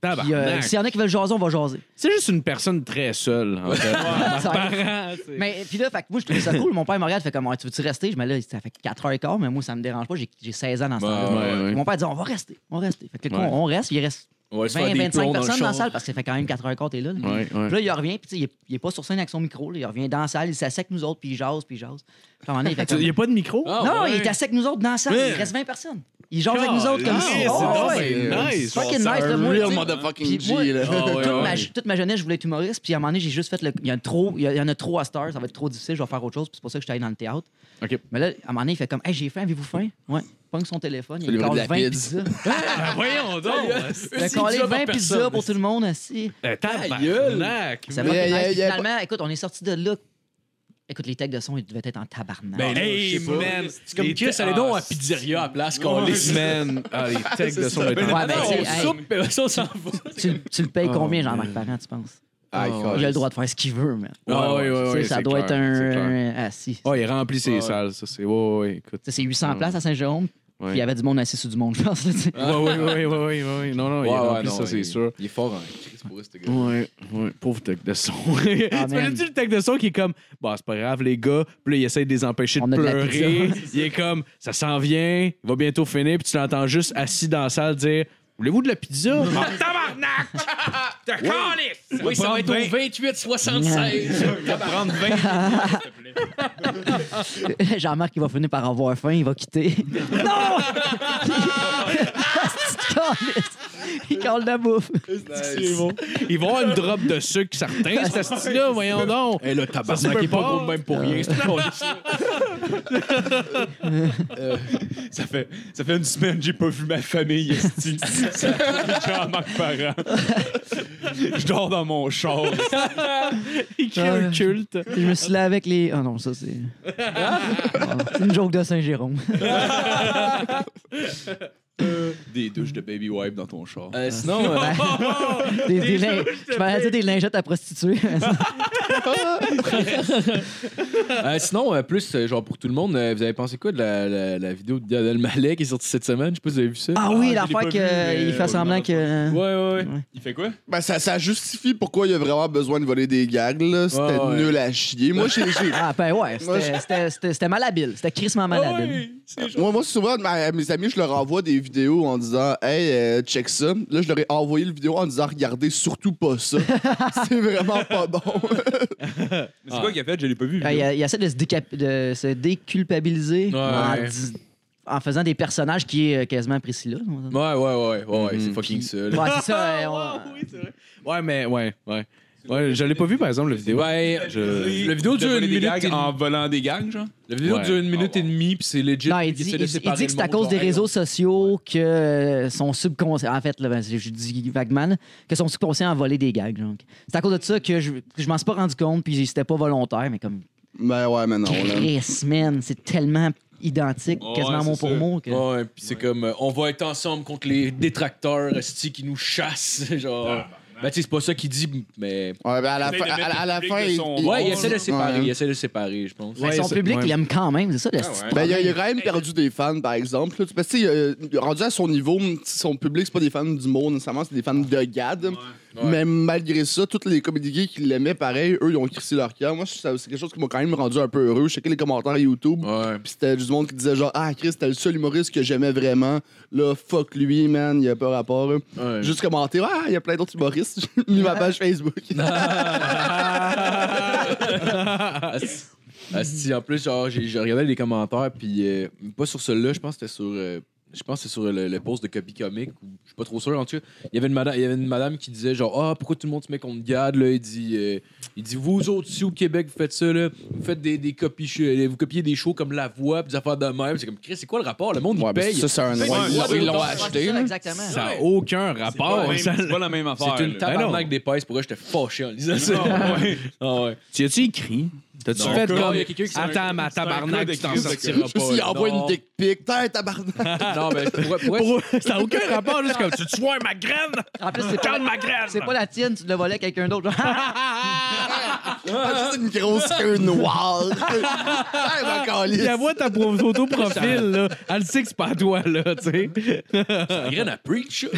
[SPEAKER 6] Ah,
[SPEAKER 3] tabarnak.
[SPEAKER 5] Puis euh, s'il y en a qui veulent jaser, on va jaser.
[SPEAKER 3] C'est juste une personne très seule, en fait.
[SPEAKER 6] Ah,
[SPEAKER 5] Ça va être- mais puis là, fait que moi, je trouve ça cool. Mon père me regarde, fait comme, Ah, tu veux-tu rester? Je me dis, là, ça fait 4h15, mais moi, ça me dérange pas. J'ai j'ai 16 ans dans ce
[SPEAKER 6] Bah,
[SPEAKER 5] temps-là.
[SPEAKER 3] ouais, ouais.
[SPEAKER 5] Puis Mon père dit, on va rester, on va rester. Fait que là,
[SPEAKER 3] Ouais.
[SPEAKER 5] on on reste, il reste
[SPEAKER 6] On va se faire
[SPEAKER 5] 20,
[SPEAKER 6] des plombs
[SPEAKER 5] 25
[SPEAKER 6] dans le
[SPEAKER 5] personnes dans la
[SPEAKER 6] char.
[SPEAKER 5] salle parce que ça fait quand même 4h15 t'es là. là.
[SPEAKER 3] Ouais, ouais.
[SPEAKER 5] Puis là, il revient, puis tu sais, il est- il est pas sur scène avec son micro. là. Il revient dans la salle, il s'assied avec nous autres, puis il jase, puis il jase. Puis à un moment donné, il fait
[SPEAKER 3] Il
[SPEAKER 5] comme-
[SPEAKER 3] n'y a pas de micro?
[SPEAKER 6] Ah,
[SPEAKER 5] non,
[SPEAKER 6] ouais.
[SPEAKER 5] il est assis avec nous autres dans la salle. Il reste 20 personnes. Il jase avec nous autres comme
[SPEAKER 3] Ah,
[SPEAKER 5] si.
[SPEAKER 3] c'est
[SPEAKER 5] Oh,
[SPEAKER 3] donc
[SPEAKER 5] ouais.
[SPEAKER 3] bien nice.
[SPEAKER 5] C'est Fucking nice, là, moi,
[SPEAKER 4] Real
[SPEAKER 5] tu sais. Puis
[SPEAKER 4] motherfucking
[SPEAKER 5] moi-
[SPEAKER 4] G, là. Oh, Ah
[SPEAKER 5] toute, ma, toute ma jeunesse, je voulais être humoriste. Puis à un moment donné, j'ai juste fait le. Il y, en a trop, il y en a trop à cette heure, ça va être trop difficile, je vais faire autre chose. Puis c'est pour ça que je suis allé dans le théâtre.
[SPEAKER 3] OK.
[SPEAKER 5] Mais là, à un moment donné, il fait comme Hey, j'ai faim, avez-vous faim? Ouais. Pogne son téléphone, il
[SPEAKER 4] le
[SPEAKER 5] colle
[SPEAKER 4] vrai de la
[SPEAKER 5] 20
[SPEAKER 4] pizza.
[SPEAKER 5] pizzas.
[SPEAKER 3] voyons donc!
[SPEAKER 5] Il a collé 20 pizzas pour tout le monde assis.
[SPEAKER 3] Tabarnak!
[SPEAKER 5] Ça
[SPEAKER 4] Mais
[SPEAKER 5] va
[SPEAKER 4] y a- y a- y a
[SPEAKER 5] Finalement, écoute, on est sorti de là. Écoute, les techs de son, ils devaient être en tabarnak.
[SPEAKER 6] Ben,
[SPEAKER 3] Hey, man!
[SPEAKER 6] C'est comme Chris, allez donc à Pizzeria à place qu'on les
[SPEAKER 3] Man! Ah, les techs de son
[SPEAKER 5] Ouais, mais
[SPEAKER 6] Ah,
[SPEAKER 5] tu
[SPEAKER 6] on
[SPEAKER 5] sais, hey,
[SPEAKER 6] soupe, mais ça, on s'en va.
[SPEAKER 5] tu, tu le payes combien, Jean-Marc Parent, tu penses?
[SPEAKER 4] Ah,
[SPEAKER 5] Il a le droit de faire ce qu'il veut, man.
[SPEAKER 3] Ah, ouais, ouais,
[SPEAKER 5] Tu sais,
[SPEAKER 3] ouais,
[SPEAKER 5] ça
[SPEAKER 3] c'est
[SPEAKER 5] doit
[SPEAKER 3] clair,
[SPEAKER 5] être
[SPEAKER 3] c'est clair.
[SPEAKER 5] un. Ah, si.
[SPEAKER 3] Ah, il remplit ses
[SPEAKER 6] Ouais.
[SPEAKER 3] salles, ça, c'est. Ouais, ouais, ouais, écoute.
[SPEAKER 5] Ça, C'est 800
[SPEAKER 3] Ouais.
[SPEAKER 5] places à Saint-Jérôme.
[SPEAKER 3] Ouais.
[SPEAKER 5] Puis il y avait du monde assis sur du monde, je pense. là, tu sais.
[SPEAKER 3] Ouais, ouais, ouais, ouais, ouais, ouais. Non, non, il
[SPEAKER 6] Ouais, ouais,
[SPEAKER 3] remplit
[SPEAKER 6] non,
[SPEAKER 3] ça, c'est
[SPEAKER 6] il-
[SPEAKER 3] sûr.
[SPEAKER 6] Il est fort en Chris pour eux, ce gars.
[SPEAKER 3] Ouais, ouais, pauvre tech de son. tu
[SPEAKER 5] Ah, man.
[SPEAKER 3] imagines-tu le tech de son qui est comme, bah, c'est pas grave, les gars, puis là, il essaie de les empêcher
[SPEAKER 5] On
[SPEAKER 3] de
[SPEAKER 5] a de la
[SPEAKER 3] pleurer. il est comme, ça s'en vient, il va bientôt finir, puis tu l'entends juste assis dans la salle dire, voulez-vous de la pizza? Ah,
[SPEAKER 6] Oui, ça va être au 28 76.
[SPEAKER 5] Jean-Marc, il va finir par avoir faim, il va quitter. Ah, non! Il calisse. il colle la bouffe.
[SPEAKER 3] Ils vont avoir une drop de sucre certain, cet assis-là, voyons donc.
[SPEAKER 6] Et le
[SPEAKER 3] Ça
[SPEAKER 6] tabarnak
[SPEAKER 3] se
[SPEAKER 6] il est
[SPEAKER 3] peut
[SPEAKER 6] pas
[SPEAKER 3] pas.
[SPEAKER 6] gros de même pour rien. c'est pas drôle.
[SPEAKER 2] Ça fait, ça fait une semaine que j'ai pas vu ma famille, esti. Ça- Jean-Marc Parent. Je dors dans mon char.
[SPEAKER 3] Il crée un
[SPEAKER 5] Ah.
[SPEAKER 3] culte.
[SPEAKER 5] Je me suis lavé avec les. Ah non, ça c'est. Ah, c'est une joke de Saint-Jérôme.
[SPEAKER 2] Des douches de baby wipe dans ton char.
[SPEAKER 6] Euh, Sinon, euh,
[SPEAKER 5] Des, des lin- Je vais dire des lingettes à prostituer.
[SPEAKER 6] Euh, sinon, euh, plus, euh, genre pour tout le monde, euh, vous avez pensé quoi de la, la- la vidéo de Gad Elmaleh qui est sortie cette semaine? Je sais pas si vous avez vu ça.
[SPEAKER 5] ah oui,
[SPEAKER 2] je l'ai pas
[SPEAKER 5] l'affaire
[SPEAKER 2] vu,
[SPEAKER 5] qu'il
[SPEAKER 2] mais-
[SPEAKER 5] fait semblant que.
[SPEAKER 6] Ouais, ouais, ouais.
[SPEAKER 2] Il fait quoi?
[SPEAKER 4] Ben, ça, ça justifie pourquoi il a vraiment besoin de voler des gags, là. C'était
[SPEAKER 6] Ouais, ouais.
[SPEAKER 4] nul à chier. Moi, j'ai- j'ai-
[SPEAKER 5] Ah ben
[SPEAKER 4] Moi,
[SPEAKER 5] ouais,
[SPEAKER 2] Ah
[SPEAKER 5] Ah, c'était- c'était c'était- c'était malhabile. C'était crissement malhabile.
[SPEAKER 2] C'est genre-
[SPEAKER 4] moi, moi, souvent, à mes amis, je leur envoie des vidéo en disant Hey, euh, check ça. Là, je leur ai envoyé le vidéo en disant Regardez surtout pas ça. c'est vraiment pas bon.
[SPEAKER 2] Mais c'est quoi qu'il a fait? Je l'ai pas vu.
[SPEAKER 5] Ah, il, a- il essaie de se, décap- de se déculpabiliser en,
[SPEAKER 6] Ouais.
[SPEAKER 5] dis- en faisant des personnages qui est euh, quasiment Priscilla. Ouais,
[SPEAKER 6] Ouais, ouais, ouais, ouais, ouais,
[SPEAKER 2] Mm.
[SPEAKER 6] c'est fucking
[SPEAKER 5] Puis-
[SPEAKER 6] ça. là.
[SPEAKER 5] c'est ça. ouais, on-
[SPEAKER 3] Ouais, mais ouais, ouais. Ouais, je l'ai pas vu, par exemple, la vidéo.
[SPEAKER 6] Ouais,
[SPEAKER 3] Je-
[SPEAKER 6] euh, la vidéo
[SPEAKER 2] De
[SPEAKER 6] dure une
[SPEAKER 2] voler des
[SPEAKER 6] minute,
[SPEAKER 2] gags
[SPEAKER 6] et...
[SPEAKER 2] en volant des gangs, genre?
[SPEAKER 6] la vidéo
[SPEAKER 3] Ouais.
[SPEAKER 6] dure une minute et demie, puis c'est legit.
[SPEAKER 5] Non, il
[SPEAKER 6] qu'il
[SPEAKER 5] dit,
[SPEAKER 6] essaie de
[SPEAKER 5] il- il
[SPEAKER 6] séparer
[SPEAKER 5] dit que
[SPEAKER 6] le
[SPEAKER 5] c'est à
[SPEAKER 6] monde,
[SPEAKER 5] cause des
[SPEAKER 6] genre,
[SPEAKER 5] réseaux sociaux que euh, son subconscient. En fait, là, ben, je dis vaguement, là, que son subconscient a volé des gags. genre. C'est à cause de ça que je, que je m'en suis pas rendu compte, puis c'était pas volontaire, mais comme.
[SPEAKER 2] Ben
[SPEAKER 4] mais ouais, mais non.
[SPEAKER 6] Oh,
[SPEAKER 4] Là.
[SPEAKER 5] Chris, man, c'est tellement identique,
[SPEAKER 2] Ouais,
[SPEAKER 5] quasiment
[SPEAKER 2] c'est
[SPEAKER 5] mot pour
[SPEAKER 2] ça.
[SPEAKER 5] mot. Que...
[SPEAKER 6] Euh, Ouais, ouais, puis c'est comme euh, on va être ensemble contre les détracteurs esti, qui nous chassent genre. ben tu sais, c'est pas ça qu'il dit mais
[SPEAKER 4] Ouais, ben à la,
[SPEAKER 2] Il
[SPEAKER 4] fin-
[SPEAKER 2] essaie de
[SPEAKER 4] à,
[SPEAKER 2] mettre
[SPEAKER 4] la- à la
[SPEAKER 2] le
[SPEAKER 4] fin.
[SPEAKER 2] public de son-
[SPEAKER 6] ouais, il
[SPEAKER 4] ouais.
[SPEAKER 6] essaie de séparer,
[SPEAKER 4] Ouais.
[SPEAKER 6] il essaie de séparer, je pense.
[SPEAKER 5] Mais son
[SPEAKER 3] c'est-
[SPEAKER 5] public,
[SPEAKER 3] ouais.
[SPEAKER 5] il aime quand même, c'est ça le
[SPEAKER 6] Ah
[SPEAKER 5] style.
[SPEAKER 6] ouais.
[SPEAKER 4] Ben, il a, il a quand même perdu des fans, par exemple. là. Tu- Parce que, tu sais, euh, rendu à son niveau, son public, c'est pas des fans du monde nécessairement, c'est des fans de GAD. Mais malgré ça, toutes les comédies gays qui l'aimaient, pareil, eux, ils ont crissé leur cœur. Moi, ça- c'est quelque chose qui m'a quand même rendu un peu heureux. Je checkais les commentaires YouTube.
[SPEAKER 6] Ouais.
[SPEAKER 4] Puis c'était du monde qui disait genre Ah Chris, t'es le seul humoriste que j'aimais vraiment. Là, fuck lui, man, il a pas rapport. là.
[SPEAKER 6] Ouais.
[SPEAKER 4] Juste commenter Ah, il y a plein d'autres humoristes. J'ai mis ma page Facebook.
[SPEAKER 6] Asti, en plus genre j'ai j'ai regardé les commentaires puis euh, pas sur celui-là, je pense que c'était sur euh, je pense que c'est sur le, le post de Copy Comic ou je suis pas trop sûr en tout cas. Il y avait une madame, il y avait une madame qui disait genre ah pourquoi tout le monde se met contre Gad là, il dit euh, il dit vous autres ici au Québec vous faites ça là, vous faites des des copies ch- euh, vous copiez des shows comme La Voix, puis des affaires de même, c'est comme Chris, c'est quoi le rapport Le monde
[SPEAKER 3] Ah,
[SPEAKER 6] il
[SPEAKER 3] ben,
[SPEAKER 6] paye.
[SPEAKER 4] c'est un.
[SPEAKER 6] Ouais,
[SPEAKER 2] Ouais,
[SPEAKER 6] ils l'ont- ils l'ont
[SPEAKER 5] Ouais, c'est
[SPEAKER 6] acheté.
[SPEAKER 5] ça, exactement.
[SPEAKER 3] Ça a aucun
[SPEAKER 2] C'est pas,
[SPEAKER 3] rapport.
[SPEAKER 2] la même-
[SPEAKER 3] ça.
[SPEAKER 2] Ah, c'est pas la même affaire.
[SPEAKER 6] C'est une
[SPEAKER 2] là.
[SPEAKER 6] tabarnak d'épaisse. Pourquoi j'étais fâché en lisant ça?
[SPEAKER 2] Ah, ouais.
[SPEAKER 6] Ah ouais.
[SPEAKER 3] Tu as-tu écrit? T'as-tu
[SPEAKER 2] Non.
[SPEAKER 3] fait
[SPEAKER 2] Encore,
[SPEAKER 3] comme.
[SPEAKER 2] il y a quelqu'un qui s'est-
[SPEAKER 3] Attends, ma
[SPEAKER 2] c'est un
[SPEAKER 3] tabarnak,
[SPEAKER 2] code
[SPEAKER 3] tu t'en
[SPEAKER 2] écrit,
[SPEAKER 3] sortiras
[SPEAKER 4] Juste, il
[SPEAKER 6] pas,
[SPEAKER 4] envoie
[SPEAKER 6] non.
[SPEAKER 4] une dick pic. T'es un tabarnak.
[SPEAKER 6] Non, mais pourquoi, pourquoi,
[SPEAKER 3] Pour eux, ça a aucun rapport, juste comme tu te vois ma graine!
[SPEAKER 5] En plus, c'est pas,
[SPEAKER 3] Calme ma graine!
[SPEAKER 5] c'est pas la tienne, tu le volais à quelqu'un d'autre.
[SPEAKER 4] C'est une grosse queue noire. hey, ma calisse.
[SPEAKER 3] La voix ta pro- photo-profil, là, elle sait que c'est pas à toi, là, tu sais.
[SPEAKER 6] la graine à preach?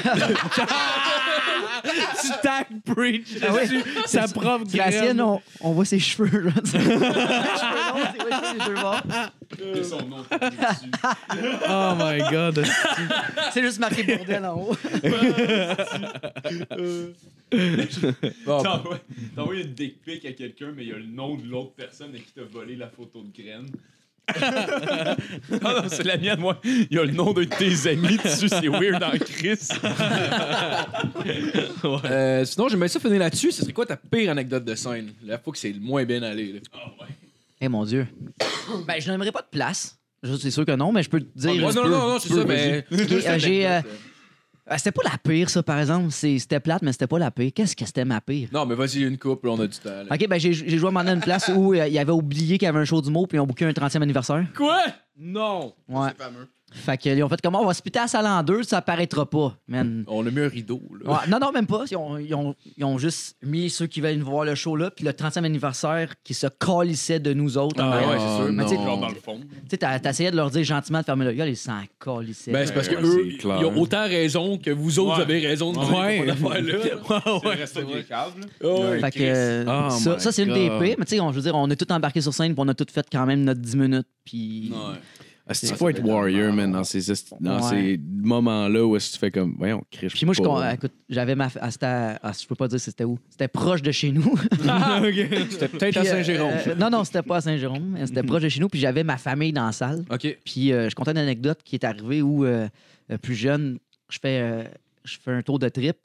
[SPEAKER 3] Tu tag preach
[SPEAKER 5] Ah ouais.
[SPEAKER 3] dessus, sa prof
[SPEAKER 5] C'est la
[SPEAKER 3] graine.
[SPEAKER 5] sienne, on, on voit ses cheveux. Là. Les cheveux longs, c'est ouais, les cheveux morts.
[SPEAKER 3] Oh my god.
[SPEAKER 5] C'est juste marqué Bourdel en haut.
[SPEAKER 6] Bon,
[SPEAKER 2] T'as envoyé- t'as envoyé une dick pic à quelqu'un, mais il y a le nom de l'autre personne à qui t'a volé la photo de graine. non, non, c'est la mienne, moi. Il y a le nom de tes amis dessus, c'est weird en Chris.
[SPEAKER 6] euh, sinon, j'aimerais ça finir là-dessus. Ce serait quoi ta pire anecdote de scène? La fois que c'est le moins bien allé. Là.
[SPEAKER 5] Eh mon Dieu. Ben, je n'aimerais pas de place. Je- C'est sûr que non, mais je peux te
[SPEAKER 6] Ouais,
[SPEAKER 3] Ah,
[SPEAKER 5] dire.
[SPEAKER 6] non, non, non, c'est ça, mais.
[SPEAKER 5] Ok, euh, j'ai, euh, euh, c'était pas la pire, ça, par exemple. C'est- C'était plate, mais c'était pas la pire. Qu'est-ce que c'était ma pire?
[SPEAKER 6] Non, mais vas-y, une coupe, là, on a du temps. là.
[SPEAKER 5] Ok, ben j'ai j'ai joué à un moment donné à une place où euh, il avait oublié qu'il y avait un show d'humour puis ils ont booké un 30e anniversaire.
[SPEAKER 6] Quoi? Non!
[SPEAKER 5] Ouais. Fait qu'ils ont fait comment? On va se péter à salle en deux, ça paraîtra pas, man.
[SPEAKER 6] On a mis un rideau, là.
[SPEAKER 5] Ouais, non, non, même pas. Ils ont, ils ont- ils ont juste mis ceux qui veulent voir le show là, puis le 30e anniversaire qui se calissait de nous autres. en arrière.
[SPEAKER 6] ouais, c'est sûr.
[SPEAKER 5] Mais tu sais,
[SPEAKER 6] non.
[SPEAKER 2] Genre dans le fond.
[SPEAKER 5] tu sais, t'as- t'essayais de leur dire gentiment de fermer le gueule, ils s'en calissaient.
[SPEAKER 6] Ben, c'est parce que
[SPEAKER 2] Ouais,
[SPEAKER 6] eux,
[SPEAKER 2] c'est
[SPEAKER 6] ils
[SPEAKER 2] clair.
[SPEAKER 6] ont autant raison que vous autres
[SPEAKER 2] Ouais.
[SPEAKER 6] avez raison de
[SPEAKER 3] Ouais.
[SPEAKER 6] dire qu'on a fait là.
[SPEAKER 2] C'est le reste des câbles.
[SPEAKER 6] Ouais.
[SPEAKER 5] Fait que, euh,
[SPEAKER 3] Oh
[SPEAKER 5] ça,
[SPEAKER 3] my
[SPEAKER 5] ça, c'est une des
[SPEAKER 3] God.
[SPEAKER 5] pires. Mais tu sais, on- je veux dire, on a tout embarqué sur scène, puis on a tout fait quand même notre 10 minutes, puis.
[SPEAKER 6] Ah,
[SPEAKER 3] Est-ce qu'il faut Ah, être warrior, man, dans ces, dans
[SPEAKER 5] Ouais.
[SPEAKER 3] ces moments-là où est-ce que tu fais comme, voyons, Chris.
[SPEAKER 5] Puis moi, je,
[SPEAKER 3] peux
[SPEAKER 5] con-
[SPEAKER 3] pas.
[SPEAKER 5] écoute, j'avais ma. ah, c'était à- ah, je peux pas dire c'était où. C'était proche de chez nous.
[SPEAKER 6] Ah!
[SPEAKER 3] C'était peut-être
[SPEAKER 5] Puis, euh, euh, non, non, c'était pas à Saint-Jérôme. C'était proche de chez nous. Puis j'avais ma famille dans la salle.
[SPEAKER 6] Ok.
[SPEAKER 5] Puis euh, je comptais une anecdote qui est arrivée où, euh, euh, plus jeune, je fais, euh, je fais un tour de trip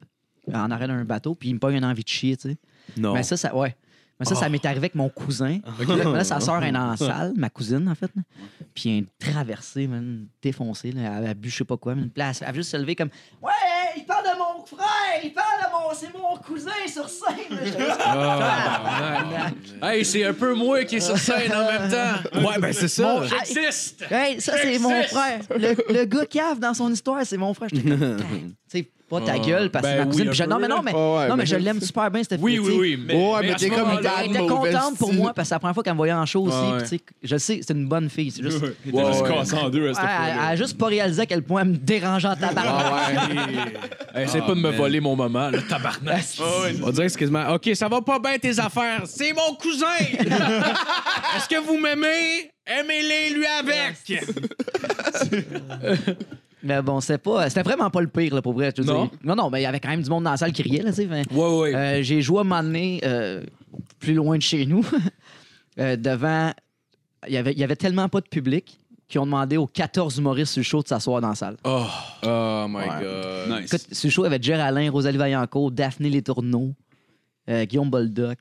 [SPEAKER 5] en arrêt d'un bateau, puis il me pogne une envie de chier, tu sais.
[SPEAKER 3] Non.
[SPEAKER 5] Mais ça, ça, ouais. Mais ça, ça m'est arrivé avec mon cousin. Là, là, sa soeur est dans la salle, ma cousine, en fait. là. Puis elle est traversée, man, défoncée. Là. Elle a bu, je sais pas quoi. mais une place. Elle a juste se lever comme Ouais, il parle de mon frère, il parle de mon. C'est mon cousin sur scène. Ah, J'étais juste comme, Tabarnak.
[SPEAKER 6] Hey, c'est un peu moi qui est sur scène en même temps.
[SPEAKER 3] Ouais, ben c'est
[SPEAKER 5] Ah,
[SPEAKER 3] ça.
[SPEAKER 6] J'existe!
[SPEAKER 5] Hey, ça, c'est mon frère. Le, le gars cave dans son histoire, c'est mon frère. J'étais comme, Putain, tu sais, pas ta gueule parce que
[SPEAKER 6] Ben
[SPEAKER 5] c'est ma
[SPEAKER 6] oui,
[SPEAKER 5] cousine.
[SPEAKER 6] un
[SPEAKER 5] Puis je- non,
[SPEAKER 6] peu,
[SPEAKER 5] mais non,
[SPEAKER 6] là.
[SPEAKER 5] mais,
[SPEAKER 4] Ouais, ouais,
[SPEAKER 5] non, mais
[SPEAKER 4] mais-
[SPEAKER 5] je l'aime super bien, cette
[SPEAKER 6] Oui,
[SPEAKER 5] fille,
[SPEAKER 6] oui,
[SPEAKER 5] tu sais.
[SPEAKER 6] oui.
[SPEAKER 4] Ouais, mais
[SPEAKER 6] à
[SPEAKER 4] t'es
[SPEAKER 6] ce
[SPEAKER 4] comme
[SPEAKER 6] moment-là,
[SPEAKER 4] une dame.
[SPEAKER 5] Elle était
[SPEAKER 4] Mauvaise
[SPEAKER 5] contente pour
[SPEAKER 4] style.
[SPEAKER 5] moi parce que c'est la première fois qu'elle me voyait en show aussi.
[SPEAKER 6] Ouais.
[SPEAKER 5] puis tu sais, Je sais, c'est une bonne fille. c'est juste-
[SPEAKER 2] Il était juste
[SPEAKER 6] ouais.
[SPEAKER 2] cassé en deux à cette
[SPEAKER 5] Ouais, elle, elle
[SPEAKER 2] fois-là.
[SPEAKER 5] a juste pas réalisé à quel point elle me dérangeait en tabac.
[SPEAKER 6] Hey, ah, ben, Essaye pas de me voler mon moment, le tabarnak.
[SPEAKER 3] On dirait excuse-moi. OK, ça va pas bien tes affaires. C'est mon cousin. Est-ce que vous m'aimez? Aimez-les lui avec.
[SPEAKER 5] Mais bon, c'était pas. C'était vraiment pas le pire, là, pour vrai. je veux
[SPEAKER 6] Non.
[SPEAKER 5] dire. non, non, mais il y avait quand même du monde dans la salle qui riait, là, tu sais. mais-
[SPEAKER 6] Ouais, ouais.
[SPEAKER 5] Euh, j'ai joué à un moment donné, euh, plus loin de chez nous, euh, devant. Il y avait- il y avait tellement pas de public qu'ils ont demandé aux 14 humoristes sur le show de s'asseoir dans la salle.
[SPEAKER 6] Oh, oh my
[SPEAKER 5] Ouais.
[SPEAKER 6] god.
[SPEAKER 2] Nice.
[SPEAKER 5] Écoute, sur le show, il y avait Géraldine, Rosalie Vaillancourt, Daphné Les Tourneaux, euh, Guillaume Boldoc.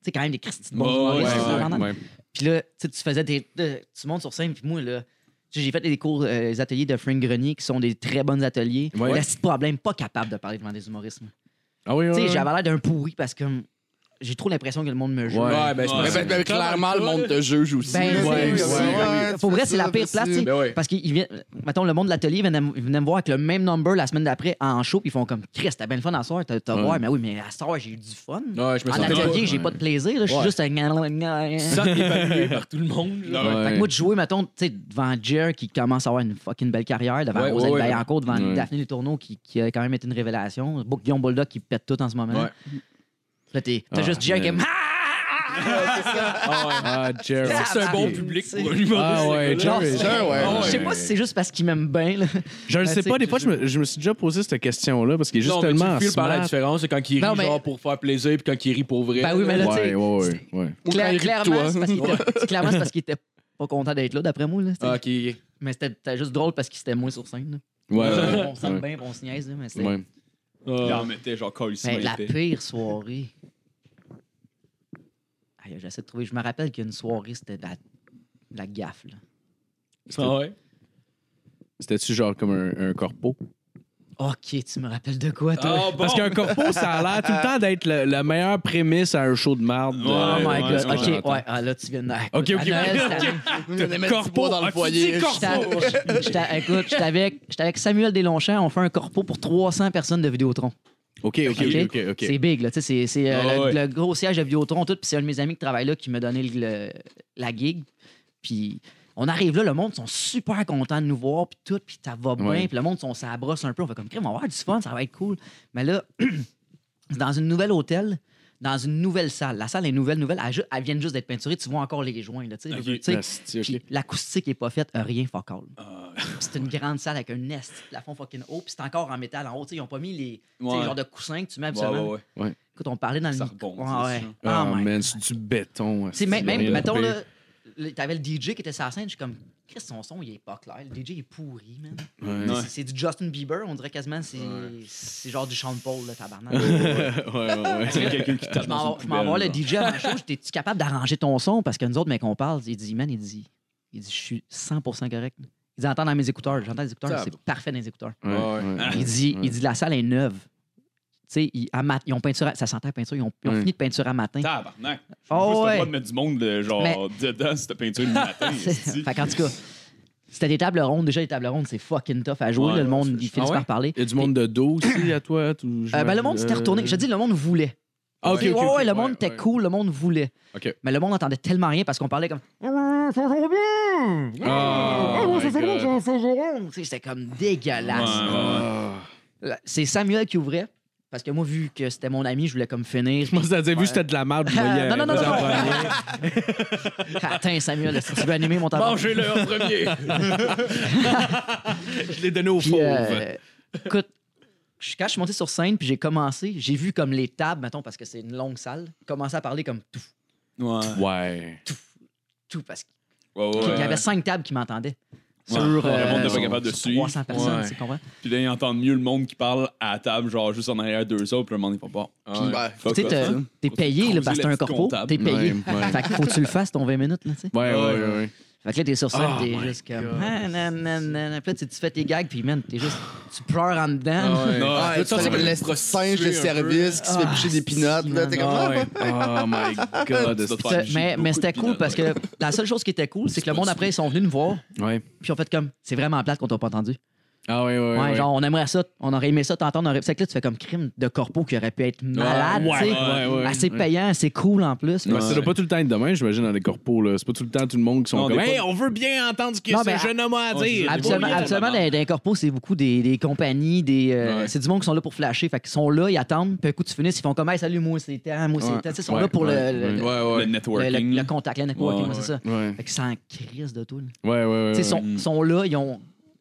[SPEAKER 5] C'est quand même des Christy
[SPEAKER 6] Oh,
[SPEAKER 5] de bons
[SPEAKER 2] Ouais,
[SPEAKER 5] humoristes,
[SPEAKER 2] ouais,
[SPEAKER 5] là,
[SPEAKER 2] ouais,
[SPEAKER 5] pendant-
[SPEAKER 2] ouais.
[SPEAKER 5] Puis là, tu sais, tu faisais des. de- Tu montes sur scène, puis moi, là. tu sais, J'ai fait des cours, euh, des ateliers de Frank Grenier qui sont des très bons ateliers.
[SPEAKER 6] Ouais.
[SPEAKER 5] Là, c'est le problème, pas capable de parler devant des humoristes. moi.
[SPEAKER 6] Ah oui,
[SPEAKER 5] Tu
[SPEAKER 6] ouais.
[SPEAKER 5] sais, j'avais l'air d'un pourri parce que hum, j'ai trop l'impression que le monde me joue.
[SPEAKER 6] Ouais.
[SPEAKER 2] Ouais, ben, c'est
[SPEAKER 4] Mais
[SPEAKER 2] pas-
[SPEAKER 4] ben, ben, clairement, le monde te juge aussi.
[SPEAKER 5] Ben,
[SPEAKER 4] là,
[SPEAKER 6] ouais,
[SPEAKER 4] tu sais,
[SPEAKER 6] ouais,
[SPEAKER 4] aussi,
[SPEAKER 6] ouais.
[SPEAKER 4] tu
[SPEAKER 5] Pour
[SPEAKER 4] fais
[SPEAKER 5] vrai, c'est la
[SPEAKER 4] ça,
[SPEAKER 5] pire
[SPEAKER 4] fais
[SPEAKER 5] place.
[SPEAKER 4] ça.
[SPEAKER 5] tu sais,
[SPEAKER 6] Ben ouais.
[SPEAKER 5] Parce qu'ils viennent, mettons, le monde de l'atelier venait, m- venait me voir avec le même number la semaine d'après en show, puis ils font comme Chris, t'as bien le fun à soir, t'as t'as voir. Mais oui, mais à soir, j'ai eu du fun.
[SPEAKER 6] Ouais, je me
[SPEAKER 5] en
[SPEAKER 6] sentais
[SPEAKER 5] atelier,
[SPEAKER 6] pas-
[SPEAKER 5] j'ai pas de plaisir. là, Je suis
[SPEAKER 6] Ouais.
[SPEAKER 5] juste un. gna-
[SPEAKER 6] Tu te sens évalué par tout le monde. genre.
[SPEAKER 5] Fait que moi, de jouer, mettons, tu sais, devant Jer qui commence à avoir une fucking belle carrière, devant
[SPEAKER 6] Ouais,
[SPEAKER 5] Rosalie
[SPEAKER 6] ouais, ouais.
[SPEAKER 5] Vaillancourt, devant
[SPEAKER 6] Ouais.
[SPEAKER 5] Daphné Les Tourneaux qui, qui a quand même été une révélation, Book Guillaume Boldoc qui pète tout en ce moment.
[SPEAKER 6] Ouais.
[SPEAKER 5] Là, t'es- t'as juste Jer qui est.
[SPEAKER 4] Ben
[SPEAKER 6] Ah, Jerry.
[SPEAKER 5] Ah,
[SPEAKER 6] C'est un bon
[SPEAKER 5] bah,
[SPEAKER 6] public
[SPEAKER 5] c'est-
[SPEAKER 6] pour un Ah, humoriste.
[SPEAKER 3] Ah ouais,
[SPEAKER 5] Genre,
[SPEAKER 3] Jerry.
[SPEAKER 4] Sure, ouais.
[SPEAKER 5] Je sais pas si c'est juste parce qu'il m'aime bien. là.
[SPEAKER 3] Je ne
[SPEAKER 5] Ben,
[SPEAKER 3] sais
[SPEAKER 5] tu
[SPEAKER 3] pas,
[SPEAKER 5] sais,
[SPEAKER 3] des fois, je me, je me suis déjà posé cette question-là parce qu'il est juste
[SPEAKER 6] Non, mais
[SPEAKER 3] tellement.
[SPEAKER 6] tu files par la
[SPEAKER 3] smart.
[SPEAKER 6] différence, c'est quand il rit
[SPEAKER 5] Non, mais-
[SPEAKER 6] genre pour faire plaisir puis quand il rit pour vrai.
[SPEAKER 5] Ben oui, mais là, tu sais,
[SPEAKER 3] Ouais, ouais, ouais, ouais.
[SPEAKER 4] Ou quand
[SPEAKER 5] Claire-
[SPEAKER 4] il rit de
[SPEAKER 5] clairement,
[SPEAKER 4] toi.
[SPEAKER 5] c'est parce qu'il était, clairement, c'est parce qu'il était pas content d'être là, d'après moi. Là, tu sais.
[SPEAKER 6] Ah, ok.
[SPEAKER 5] Mais c'était c'était juste drôle parce qu'il était moins sur scène. là.
[SPEAKER 3] Ouais, Euh, ouais,
[SPEAKER 5] on s'aime bien, puis on se niaise. là, mais c'était-
[SPEAKER 3] ouais.
[SPEAKER 2] Il
[SPEAKER 6] Ah.
[SPEAKER 2] en mettait genre colissement
[SPEAKER 5] Mais la
[SPEAKER 2] épais.
[SPEAKER 5] pire soirée. Aïe, J'essaie de trouver. Je me rappelle qu'une soirée, c'était de la, de la gaffe. Là.
[SPEAKER 6] Ah ouais.
[SPEAKER 3] C'était-tu genre comme un, un corpo?
[SPEAKER 5] Ok, tu me rappelles de quoi, toi?
[SPEAKER 6] Ah bon.
[SPEAKER 3] Parce qu'un corpo, ça a l'air tout le temps d'être le- la meilleure prémisse à un show de marde.
[SPEAKER 2] Ouais,
[SPEAKER 5] oh my
[SPEAKER 2] ouais,
[SPEAKER 5] god.
[SPEAKER 2] ouais,
[SPEAKER 5] ok, ouais. Ah, là, tu viens de. Ah,
[SPEAKER 3] Ok,
[SPEAKER 5] écoute,
[SPEAKER 3] ok,
[SPEAKER 5] à Noël,
[SPEAKER 3] ok.
[SPEAKER 5] cette année,
[SPEAKER 4] T'as mis du bois dans
[SPEAKER 5] Ah,
[SPEAKER 4] le foyer.
[SPEAKER 5] j'étais à-
[SPEAKER 4] Oh,
[SPEAKER 5] j'étais à- Écoute, j'étais avec, j'étais avec Samuel Deslongchamps. On fait un corpo pour 300 personnes de Vidéotron.
[SPEAKER 3] Ok, ok,
[SPEAKER 5] Ok.
[SPEAKER 3] ok, ok. Ah,
[SPEAKER 5] C'est big, là. tu sais, C'est, c'est, euh,
[SPEAKER 2] Ah
[SPEAKER 5] le-
[SPEAKER 2] ouais.
[SPEAKER 5] le, gros siège de Vidéotron, tout. Puis c'est un de mes amis qui travaille là qui m'a donné le- le- la gig. Puis on arrive là, le monde sont super contents de nous voir, puis tout, puis ça va bien.
[SPEAKER 3] Ouais.
[SPEAKER 5] Puis le monde, on s'abrosse un peu. On fait comme, Crime, on va avoir du fun, ça va être cool. Mais là, c'est dans une nouvelle hôtel, dans une nouvelle salle. La salle est nouvelle, nouvelle. Elle, ju- elle vient juste d'être peinturée. Tu vois encore les joints, là, tu sais. Tu sais,
[SPEAKER 3] Asti, ok.
[SPEAKER 5] puis l'acoustique n'est pas faite, euh, rien focal.
[SPEAKER 2] Ah.
[SPEAKER 5] C'est une grande salle avec un nest, plafond fucking haut, puis c'est encore en métal en haut. tu sais, Ils n'ont pas mis les tu sais,
[SPEAKER 2] Ouais.
[SPEAKER 5] genre de coussins que tu mets
[SPEAKER 2] Ouais,
[SPEAKER 5] absolument.
[SPEAKER 2] ouais, ouais.
[SPEAKER 5] Écoute, on parlait dans le
[SPEAKER 2] Ça
[SPEAKER 5] micro.
[SPEAKER 2] rebondit,
[SPEAKER 5] Ouais, ouais.
[SPEAKER 2] ça.
[SPEAKER 5] Oh
[SPEAKER 3] Ah,
[SPEAKER 5] my
[SPEAKER 3] man,
[SPEAKER 5] God.
[SPEAKER 3] c'est du béton.
[SPEAKER 5] Tu sais, même, même,
[SPEAKER 3] rien de
[SPEAKER 5] mettons,
[SPEAKER 3] pire.
[SPEAKER 5] là, le- t'avais le DJ qui était sur la scène, je suis comme, Chris, son son, il est pas clair. Le DJ est pourri, man.
[SPEAKER 3] Ouais.
[SPEAKER 5] C'est- C'est du Justin Bieber, on dirait quasiment, c'est c'est genre du Sean Paul, le tabarnak.
[SPEAKER 3] ouais, ouais, ouais.
[SPEAKER 2] C'est quelqu'un qui tape
[SPEAKER 5] Je
[SPEAKER 2] dans
[SPEAKER 5] m'en
[SPEAKER 2] une
[SPEAKER 5] je m'en vais voir le
[SPEAKER 2] poubelle,
[SPEAKER 5] DJ à ma show, j'étais-tu capable d'arranger ton son? Parce que nous autres, mais qu'on parle, il dit, man, il dit, il dit, je suis 100% correct. Il dit, entends dans mes écouteurs, j'entends les écouteurs, c'est Oh. parfait dans les écouteurs.
[SPEAKER 3] Ouais, ouais, ouais.
[SPEAKER 5] Il dit,
[SPEAKER 3] Ouais.
[SPEAKER 5] il dit la salle est neuve. Tu sais, ils, à mat- ils ont peinturé, à- ça sentait la peinture, ils ont, ils ont
[SPEAKER 3] Ouais.
[SPEAKER 5] fini de peinturer à matin.
[SPEAKER 2] Tabarnak. Juste
[SPEAKER 5] Oh,
[SPEAKER 2] le
[SPEAKER 5] ouais.
[SPEAKER 2] droit de mettre du monde euh, genre dedans cette peinture le matin.
[SPEAKER 5] C'est-
[SPEAKER 2] esti.
[SPEAKER 5] fait qu'en tout cas, c'était des tables rondes. Déjà, les tables rondes, c'est fucking tough à jouer.
[SPEAKER 2] Ouais,
[SPEAKER 5] là, le monde, il finit
[SPEAKER 6] Ah ouais?
[SPEAKER 5] par parler.
[SPEAKER 3] Il y a du monde de dos aussi à toi. tout-
[SPEAKER 5] Euh, ben, le monde s'était retourné. Je te dis, le monde voulait.
[SPEAKER 3] Ah, ok,
[SPEAKER 5] Tu sais,
[SPEAKER 3] ok,
[SPEAKER 5] ouais,
[SPEAKER 3] ok.
[SPEAKER 5] ouais, le
[SPEAKER 3] Ouais,
[SPEAKER 5] monde était
[SPEAKER 3] ouais.
[SPEAKER 5] cool, le monde voulait.
[SPEAKER 3] Ok.
[SPEAKER 5] Mais le monde entendait tellement rien parce qu'on parlait comme.
[SPEAKER 3] Ah, my God.
[SPEAKER 5] Tu sais, C'était comme dégueulasse.
[SPEAKER 2] Ouais,
[SPEAKER 3] Ah.
[SPEAKER 5] Là, Euh, C'est Samuel qui ouvrait. Parce que moi, vu que c'était mon ami, je voulais comme finir. Euh,
[SPEAKER 3] Je pense que t'as vu que c'était de la merde. je voyais-
[SPEAKER 5] non, non, non, non,
[SPEAKER 3] vas-y en
[SPEAKER 5] non.
[SPEAKER 3] premier.
[SPEAKER 5] Attends, Samuel, si tu veux animer mon tabac.
[SPEAKER 6] Mangez-le en premier.
[SPEAKER 3] Je l'ai donné au
[SPEAKER 5] Puis,
[SPEAKER 3] fauve.
[SPEAKER 5] euh, écoute, je- quand je suis monté sur scène, puis j'ai commencé, j'ai vu comme les tables, mettons, parce que c'est une longue salle, commencer à parler comme tout,
[SPEAKER 2] Ouais.
[SPEAKER 3] Ouais.
[SPEAKER 5] tout, parce qu'il
[SPEAKER 2] Ouais, ouais,
[SPEAKER 5] y
[SPEAKER 2] ouais.
[SPEAKER 5] avait cinq tables qui m'entendaient. Euh,
[SPEAKER 2] Ouais. Le monde n'est pas capable de
[SPEAKER 5] sur
[SPEAKER 2] suivre.
[SPEAKER 5] 300 personnes,
[SPEAKER 6] Ouais.
[SPEAKER 5] tu comprends?
[SPEAKER 2] Puis là, ils entendent mieux le monde qui parle à la table, genre juste en arrière d'eux autres, puis le monde, ils font pas. Ah
[SPEAKER 5] Puis, bah,
[SPEAKER 4] Ouais.
[SPEAKER 2] Fuck
[SPEAKER 5] tu sais,
[SPEAKER 2] off,
[SPEAKER 5] t'es-
[SPEAKER 2] hein.
[SPEAKER 5] t'es payé, là, parce que t'es un corpo,
[SPEAKER 2] Comptable.
[SPEAKER 5] t'es payé.
[SPEAKER 3] Ouais, ouais.
[SPEAKER 5] Fait qu'il faut que tu le fasses, ton 20 minutes, là, tu sais.
[SPEAKER 3] Ouais, ouais, ouais. ouais.
[SPEAKER 5] Fait que là, t'es sur scène,
[SPEAKER 3] Oh
[SPEAKER 5] t'es
[SPEAKER 3] my
[SPEAKER 5] juste comme... Ah, nan, nan, nan. Puis là, tu tu fais tes gags, puis man, t'es juste... Tu pleures en dedans.
[SPEAKER 3] Ah
[SPEAKER 5] là.
[SPEAKER 2] Non,
[SPEAKER 4] Ouais, tu sais, Ah, le singe de service qui se fait boucher des pinottes. là, T'es comme, ah,
[SPEAKER 3] Ah ouais. Oh my god.
[SPEAKER 2] Tu dois te
[SPEAKER 5] Ça,
[SPEAKER 2] faire bouger
[SPEAKER 5] mais
[SPEAKER 2] beaucoup
[SPEAKER 5] mais
[SPEAKER 2] de
[SPEAKER 5] c'était cool
[SPEAKER 2] peanuts,
[SPEAKER 5] parce
[SPEAKER 2] ouais.
[SPEAKER 5] que la seule chose qui était cool, c'est que le monde après, ils sont venus nous voir,
[SPEAKER 3] Ouais.
[SPEAKER 5] puis ils ont fait comme c'est vraiment plate qu'on t'a pas entendu.
[SPEAKER 3] Ah ouais, ouais.
[SPEAKER 5] Ouais,
[SPEAKER 3] ouais.
[SPEAKER 5] genre on aimerait ça, on aurait aimé ça t'entendre. on aurait- C'est que là, tu fais comme crime de corpo qui aurait pu être malade,
[SPEAKER 3] Ah, Ouais,
[SPEAKER 5] tu sais,
[SPEAKER 3] ouais, ouais,
[SPEAKER 5] assez
[SPEAKER 3] ouais.
[SPEAKER 5] payant, assez cool en plus.
[SPEAKER 3] Parce que ça doit pas tout le temps être demain, j'imagine, dans les corpos. là. C'est pas tout le temps tout le monde qui sont
[SPEAKER 2] Non,
[SPEAKER 3] comme
[SPEAKER 2] des
[SPEAKER 3] Hey,
[SPEAKER 2] fois-
[SPEAKER 3] on veut bien entendre ce que
[SPEAKER 5] Non,
[SPEAKER 3] ce
[SPEAKER 5] mais-
[SPEAKER 3] jeune homme
[SPEAKER 6] Ah,
[SPEAKER 3] a à dire.
[SPEAKER 5] Absolument,
[SPEAKER 2] Ouais.
[SPEAKER 5] absolument dans, dans les corpos, c'est beaucoup des, des compagnies, des, euh,
[SPEAKER 2] Ouais.
[SPEAKER 5] c'est du monde qui sont là pour flasher, fait qu'ils sont là, ils attendent, puis un coup tu finis, ils font comme hey, salut moi c'est temps, moi
[SPEAKER 3] Ouais.
[SPEAKER 5] c'est temps, Tu sais, ils sont
[SPEAKER 3] Ouais,
[SPEAKER 5] là pour le-
[SPEAKER 3] ouais,
[SPEAKER 5] le, le-
[SPEAKER 2] Le
[SPEAKER 5] le- le-
[SPEAKER 2] networking.
[SPEAKER 5] le contact, le networking,
[SPEAKER 2] Ouais,
[SPEAKER 5] ouais, c'est ça.
[SPEAKER 3] Ouais,
[SPEAKER 5] Fait qu'ils sont en crise de tout. là.
[SPEAKER 3] ouais, ouais. ouais,
[SPEAKER 6] Euh,
[SPEAKER 5] Tu sais,
[SPEAKER 3] ouais.
[SPEAKER 5] sont, sont là, ils ont.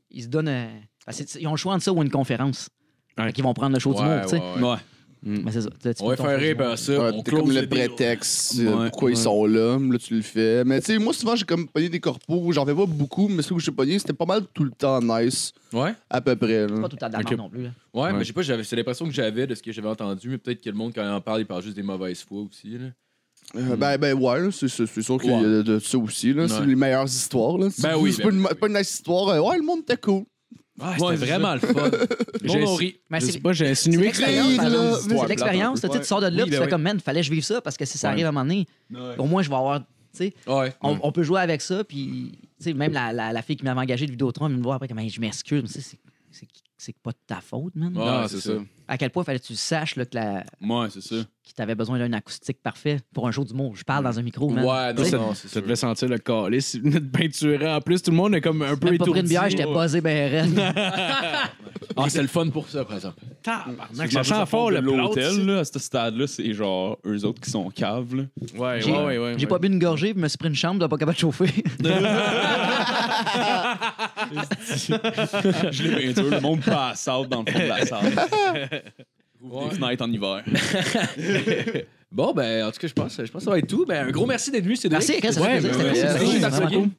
[SPEAKER 5] Ils se donnent. un- Parce que, ils ont le choix entre ça ou une conférence.
[SPEAKER 6] Ouais.
[SPEAKER 5] Fait qu'ils vont prendre le show du d'humour, tu sais.
[SPEAKER 6] ouais.
[SPEAKER 2] Ouais.
[SPEAKER 5] Mais c'est ça. tu sais, tu
[SPEAKER 6] On
[SPEAKER 5] peux
[SPEAKER 6] va
[SPEAKER 5] ton
[SPEAKER 6] faire
[SPEAKER 5] show
[SPEAKER 6] rire
[SPEAKER 5] d'humour.
[SPEAKER 6] par ça.
[SPEAKER 4] Ouais,
[SPEAKER 6] on
[SPEAKER 4] T'es
[SPEAKER 6] close
[SPEAKER 4] comme le
[SPEAKER 6] le débat.
[SPEAKER 4] prétexte, euh,
[SPEAKER 6] Ouais,
[SPEAKER 4] pourquoi ils sont là, là tu le fais. Mais tu sais, moi souvent j'ai comme pogné des corpos, j'en fais pas beaucoup, mais ce que j'ai pogné, c'était pas mal tout le temps nice,
[SPEAKER 6] Ouais,
[SPEAKER 4] à peu près. là.
[SPEAKER 5] Pas tout à la
[SPEAKER 6] Ok.
[SPEAKER 5] merde non plus. là.
[SPEAKER 6] ouais, mais je sais pas, j'avais- c'est l'impression que j'avais de ce que j'avais entendu, mais peut-être que le monde, quand il en parle, il parle juste des mauvaises fois aussi. Là.
[SPEAKER 4] Euh, ben, ben ouais, là, c'est c'est- c'est sûr qu'il y a
[SPEAKER 6] Mm. Ouais.
[SPEAKER 4] de, de ça aussi, là. C'est
[SPEAKER 6] Ouais.
[SPEAKER 4] les meilleures histoires, là. C'est-
[SPEAKER 6] Ben oui,
[SPEAKER 4] C'est
[SPEAKER 6] ben
[SPEAKER 4] pas, une-
[SPEAKER 6] oui.
[SPEAKER 4] pas une nice histoire. euh, ouais, le monde était cool.
[SPEAKER 6] Ouais,
[SPEAKER 2] Ouais,
[SPEAKER 6] c'était
[SPEAKER 2] c'est
[SPEAKER 6] vraiment le fun.
[SPEAKER 3] J'ai-
[SPEAKER 6] Mon ri.
[SPEAKER 5] Mais Ben,
[SPEAKER 3] Je
[SPEAKER 5] c'est
[SPEAKER 3] sais pas, j'ai
[SPEAKER 5] c'est
[SPEAKER 3] insinué que
[SPEAKER 4] Clé,
[SPEAKER 5] l'expérience. par
[SPEAKER 4] là,
[SPEAKER 5] exemple.
[SPEAKER 4] mais
[SPEAKER 5] C'est l'expérience. Tu sais, tu sors de là,
[SPEAKER 6] Oui,
[SPEAKER 5] puis tu
[SPEAKER 6] ben
[SPEAKER 5] fais
[SPEAKER 6] oui.
[SPEAKER 5] comme, man, fallait que je vive ça parce que si ça
[SPEAKER 6] Ouais.
[SPEAKER 5] arrive à un moment donné, au moins je vais avoir. tu sais,
[SPEAKER 6] Ouais.
[SPEAKER 5] On, on peut jouer avec ça, puis tu sais, même la, la, la fille qui m'avait engagé de Vidéotron elle me voir après, comme, Hey, je m'excuse, mais tu sais, c'est- c'est c'est pas de ta faute, man.
[SPEAKER 6] Ouais,
[SPEAKER 2] Ah,
[SPEAKER 6] c'est ça.
[SPEAKER 5] À quel point fallait que tu saches là, que la,
[SPEAKER 2] Ouais, c'est ça.
[SPEAKER 5] qu'il t'avait besoin d'un acoustique parfait pour un show d'humour. Je parle dans un micro, man.
[SPEAKER 6] Ouais,
[SPEAKER 5] Tu
[SPEAKER 6] non,
[SPEAKER 5] sais,
[SPEAKER 6] non, c'est
[SPEAKER 3] Ça
[SPEAKER 6] sûr.
[SPEAKER 3] devait sentir le calice, il venait de peinturer. En plus, tout le monde est comme un peu
[SPEAKER 5] Même pas pris une
[SPEAKER 3] étourdi.
[SPEAKER 5] bière, j'étais buzzé ben raide.
[SPEAKER 6] Ah, c'est le fun pour ça, par exemple.
[SPEAKER 3] Tabarnak,
[SPEAKER 2] Je
[SPEAKER 3] ça sent fort le
[SPEAKER 2] L'hôtel,
[SPEAKER 3] plot.
[SPEAKER 2] là, à ce stade-là, c'est genre eux autres qui sont caves, là.
[SPEAKER 6] Ouais,
[SPEAKER 5] J'ai-
[SPEAKER 6] ouais, ouais, ouais.
[SPEAKER 5] J'ai pas bu une gorgée, puis me suis pris une chambre, je dois pas capable de chauffer.
[SPEAKER 2] Je les peintures, le monde passe out dans le fond de la salle. Ouvre Des fenêtres en hiver.
[SPEAKER 6] Bon, ben, en tout cas, je pense, je pense que ça va être tout. Ben, un gros merci d'être venu, c'est
[SPEAKER 5] Merci, Chris, ça fait
[SPEAKER 3] Ouais,
[SPEAKER 5] plaisir,
[SPEAKER 3] ben
[SPEAKER 5] c'était
[SPEAKER 3] ouais,
[SPEAKER 5] plaisir,
[SPEAKER 3] ouais,
[SPEAKER 5] c'était
[SPEAKER 3] ouais,
[SPEAKER 5] vraiment
[SPEAKER 3] c'est
[SPEAKER 5] cool.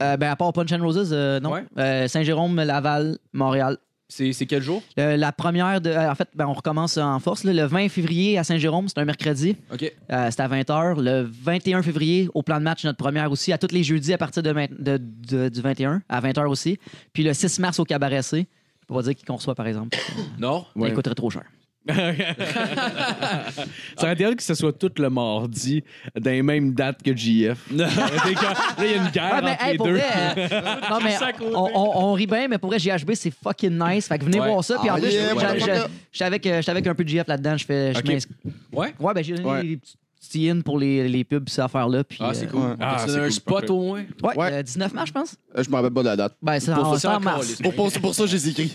[SPEAKER 5] Euh, ben, à part Punch and Roses, euh, non.
[SPEAKER 6] Ouais.
[SPEAKER 5] Euh, Saint-Jérôme, Laval, Montréal.
[SPEAKER 6] C'est c'est quel jour?
[SPEAKER 5] Euh, la première, de, euh, en fait, ben, on recommence en force. là. le 20 février à Saint-Jérôme, c'est un mercredi.
[SPEAKER 6] OK.
[SPEAKER 5] Euh, c'est à 20h. Le 21 février, au plan de match, notre première aussi, à tous les jeudis à partir de vingt- de- de- du 21, à 20h aussi. Puis le 6 mars au Cabaret C. Je peux pas dire qui qu'on reçoit, par exemple.
[SPEAKER 6] Non?
[SPEAKER 5] Ça coûterait trop cher.
[SPEAKER 3] Ça aurait été hâte que ce soit tout le mardi, dans les mêmes dates que JF. là, il y a une
[SPEAKER 5] Ouais,
[SPEAKER 3] guerre
[SPEAKER 5] mais
[SPEAKER 3] entre
[SPEAKER 5] hey,
[SPEAKER 3] les
[SPEAKER 5] pour
[SPEAKER 3] deux.
[SPEAKER 5] vrai, euh, non, mais on, on- on rit bien, mais pour vrai, GHB, c'est fucking nice. Fait que venez
[SPEAKER 6] Ouais.
[SPEAKER 5] voir ça. Puis en
[SPEAKER 4] Ah,
[SPEAKER 5] plus,
[SPEAKER 4] yeah,
[SPEAKER 5] j'a-
[SPEAKER 4] ouais.
[SPEAKER 5] j'a- j'étais avec, euh, j'étais avec un peu de GF là-dedans. Je fais. je
[SPEAKER 6] Ok.
[SPEAKER 5] m'inscris-
[SPEAKER 6] Ouais?
[SPEAKER 5] Ouais, ben j'ai donné
[SPEAKER 4] Ouais.
[SPEAKER 5] des petits petits in pour les, les pubs, ces affaires-là. Puis,
[SPEAKER 6] Ah, c'est
[SPEAKER 5] euh,
[SPEAKER 6] cool.
[SPEAKER 4] ouais.
[SPEAKER 6] On peut
[SPEAKER 3] Ah,
[SPEAKER 6] se
[SPEAKER 3] c'est
[SPEAKER 6] donner un
[SPEAKER 3] cool,
[SPEAKER 6] spot
[SPEAKER 3] parfait.
[SPEAKER 6] au moins.
[SPEAKER 5] Ouais,
[SPEAKER 4] Ouais.
[SPEAKER 5] euh, 19 mars, je pense.
[SPEAKER 4] Euh, je m'en rappelle pas de la date.
[SPEAKER 5] Ben, c'est
[SPEAKER 4] Pour
[SPEAKER 5] en,
[SPEAKER 4] ça,
[SPEAKER 5] c'est en mars.
[SPEAKER 4] Pour, pour- c'est pour ça que j'ai écrit.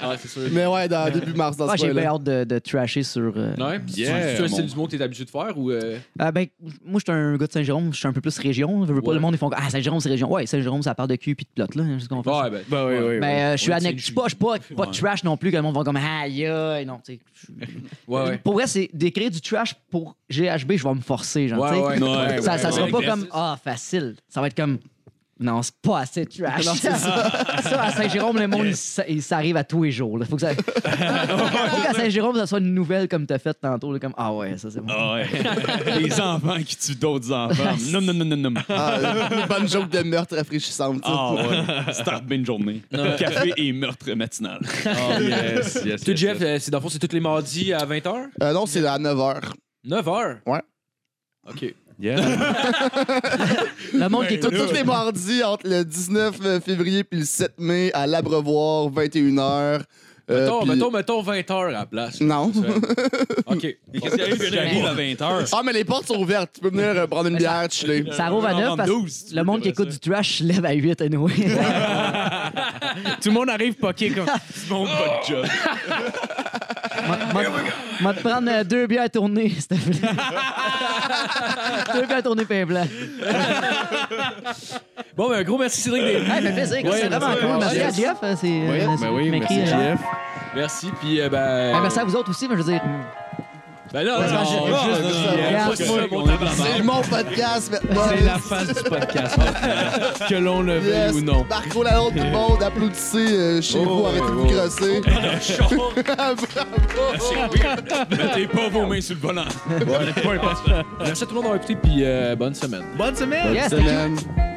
[SPEAKER 6] Ah, c'est sûr.
[SPEAKER 4] mais ouais, dans, début mars, dans
[SPEAKER 5] Ah,
[SPEAKER 4] ce
[SPEAKER 5] j'ai bien
[SPEAKER 4] coin-là.
[SPEAKER 5] hâte de, de trasher sur. euh,
[SPEAKER 6] Ouais,
[SPEAKER 2] Yeah,
[SPEAKER 6] c'est un style
[SPEAKER 2] mon-
[SPEAKER 6] du monde que t'es habitué de faire ou. euh,
[SPEAKER 5] euh, ben, moi, je suis un gars de Saint-Jérôme, je suis un peu plus région. Je veux pas
[SPEAKER 6] Ouais.
[SPEAKER 5] le monde, ils font Ah, Saint-Jérôme, c'est région. Ouais, Saint-Jérôme, ça part de cul puis de plot, là. C'est ce qu'on fait.
[SPEAKER 6] Ouais, ben.
[SPEAKER 3] Ben oui, oui, oui.
[SPEAKER 5] Mais euh, je suis
[SPEAKER 6] On est
[SPEAKER 5] anecdotique. Je suis pas, je suis pas, pas
[SPEAKER 2] Ouais.
[SPEAKER 5] trash non plus, que le monde va comme aïe, aïe, non, tu sais. je-
[SPEAKER 6] Ouais, ouais.
[SPEAKER 5] Pour vrai, c'est d'écrire du trash pour GHB, je vais me forcer, genre,
[SPEAKER 6] Ouais,
[SPEAKER 5] tu sais.
[SPEAKER 6] ouais,
[SPEAKER 2] Non, ouais,
[SPEAKER 5] ça, ça sera
[SPEAKER 2] ouais.
[SPEAKER 5] pas comme ah facile. Ça va être comme non, c'est pas assez trash. ça. à Saint-Jérôme, le monde, il s- il s'arrive à tous les jours. là. Faut que ça- Faut qu'à Saint-Jérôme, ça soit une nouvelle comme t'as fait tantôt. là, comme ah ouais, ça c'est bon.
[SPEAKER 2] Ah ouais. Les enfants qui tuent d'autres enfants. Non, non, non, non, non.
[SPEAKER 4] Ah, une bonne joke de meurtre rafraîchissante. tu sais.
[SPEAKER 2] Ah ouais. Start bien une journée. Café et meurtre matinal.
[SPEAKER 3] Oh, yes, yes,
[SPEAKER 6] Toi,
[SPEAKER 3] yes,
[SPEAKER 6] Jeff,
[SPEAKER 3] yes.
[SPEAKER 6] euh, c'est dans le fond, c'est tous les mardis à 20h?
[SPEAKER 4] Euh, non, c'est à 9h.
[SPEAKER 6] 9h?
[SPEAKER 4] Ouais.
[SPEAKER 6] OK.
[SPEAKER 3] Yeah.
[SPEAKER 5] Le monde qui est
[SPEAKER 4] Tous
[SPEAKER 5] tout.
[SPEAKER 4] tous les mardis, entre le 19 février puis le 7 mai, à l'Abreuvoir, 21h. euh,
[SPEAKER 6] Mettons,
[SPEAKER 4] puis-
[SPEAKER 6] mettons, mettons 20h à la place.
[SPEAKER 4] Non.
[SPEAKER 6] Ça- OK. ben,
[SPEAKER 2] Qu'est-ce qui arrive? J'arrive à 20h.
[SPEAKER 4] Ah, mais les portes sont ouvertes. Tu peux venir euh, prendre une bière, chiller.
[SPEAKER 5] Ça rouvre à 9 parce que le monde qui écoute du trash se lève à 8 anyway.
[SPEAKER 3] Tout le monde arrive poqué comme.
[SPEAKER 2] monde, pas de job.
[SPEAKER 5] M'a-
[SPEAKER 3] oh
[SPEAKER 5] m'a- M'a te prendre euh, deux bières tournées, s'il te plaît. deux bières tournées pain blanc.
[SPEAKER 6] Bon, ben, un gros merci, Cédric. d'être venu.
[SPEAKER 5] Hey, fait plaisir,
[SPEAKER 3] Ouais,
[SPEAKER 5] c'est vraiment
[SPEAKER 3] merci.
[SPEAKER 5] cool. Merci à
[SPEAKER 3] Yes.
[SPEAKER 5] Jeff. euh, C'est,
[SPEAKER 3] Oui,
[SPEAKER 5] euh,
[SPEAKER 3] ben oui,
[SPEAKER 5] il m'écrit,
[SPEAKER 3] merci,
[SPEAKER 5] euh,
[SPEAKER 3] Jeff.
[SPEAKER 6] Merci, puis euh,
[SPEAKER 5] Ben,
[SPEAKER 6] ben.
[SPEAKER 5] merci à vous autres aussi, mais je veux dire.
[SPEAKER 6] Ben là,
[SPEAKER 5] Ouais,
[SPEAKER 6] non,
[SPEAKER 5] parce que-
[SPEAKER 6] non,
[SPEAKER 5] juste-
[SPEAKER 6] non,
[SPEAKER 5] juste-
[SPEAKER 6] non,
[SPEAKER 5] regarde,
[SPEAKER 6] pas ça,
[SPEAKER 5] Ah, moi,
[SPEAKER 6] mon tabarnak.
[SPEAKER 4] C'est mon podcast maintenant.
[SPEAKER 3] C'est la face du podcast. que l'on le veuille
[SPEAKER 4] Yes.
[SPEAKER 3] ou non.
[SPEAKER 4] Marco Lalonde, tout le monde, applaudissez euh, chez
[SPEAKER 6] Oh,
[SPEAKER 4] vous, arrêtez de vous
[SPEAKER 6] ouais.
[SPEAKER 4] crosser. Bravo!
[SPEAKER 2] Mettez pas vos mains sur le volant.
[SPEAKER 6] Merci à tout le monde d'avoir écouté, puis euh, bonne semaine.
[SPEAKER 3] Bonne semaine.
[SPEAKER 5] Yes,
[SPEAKER 4] Semaine.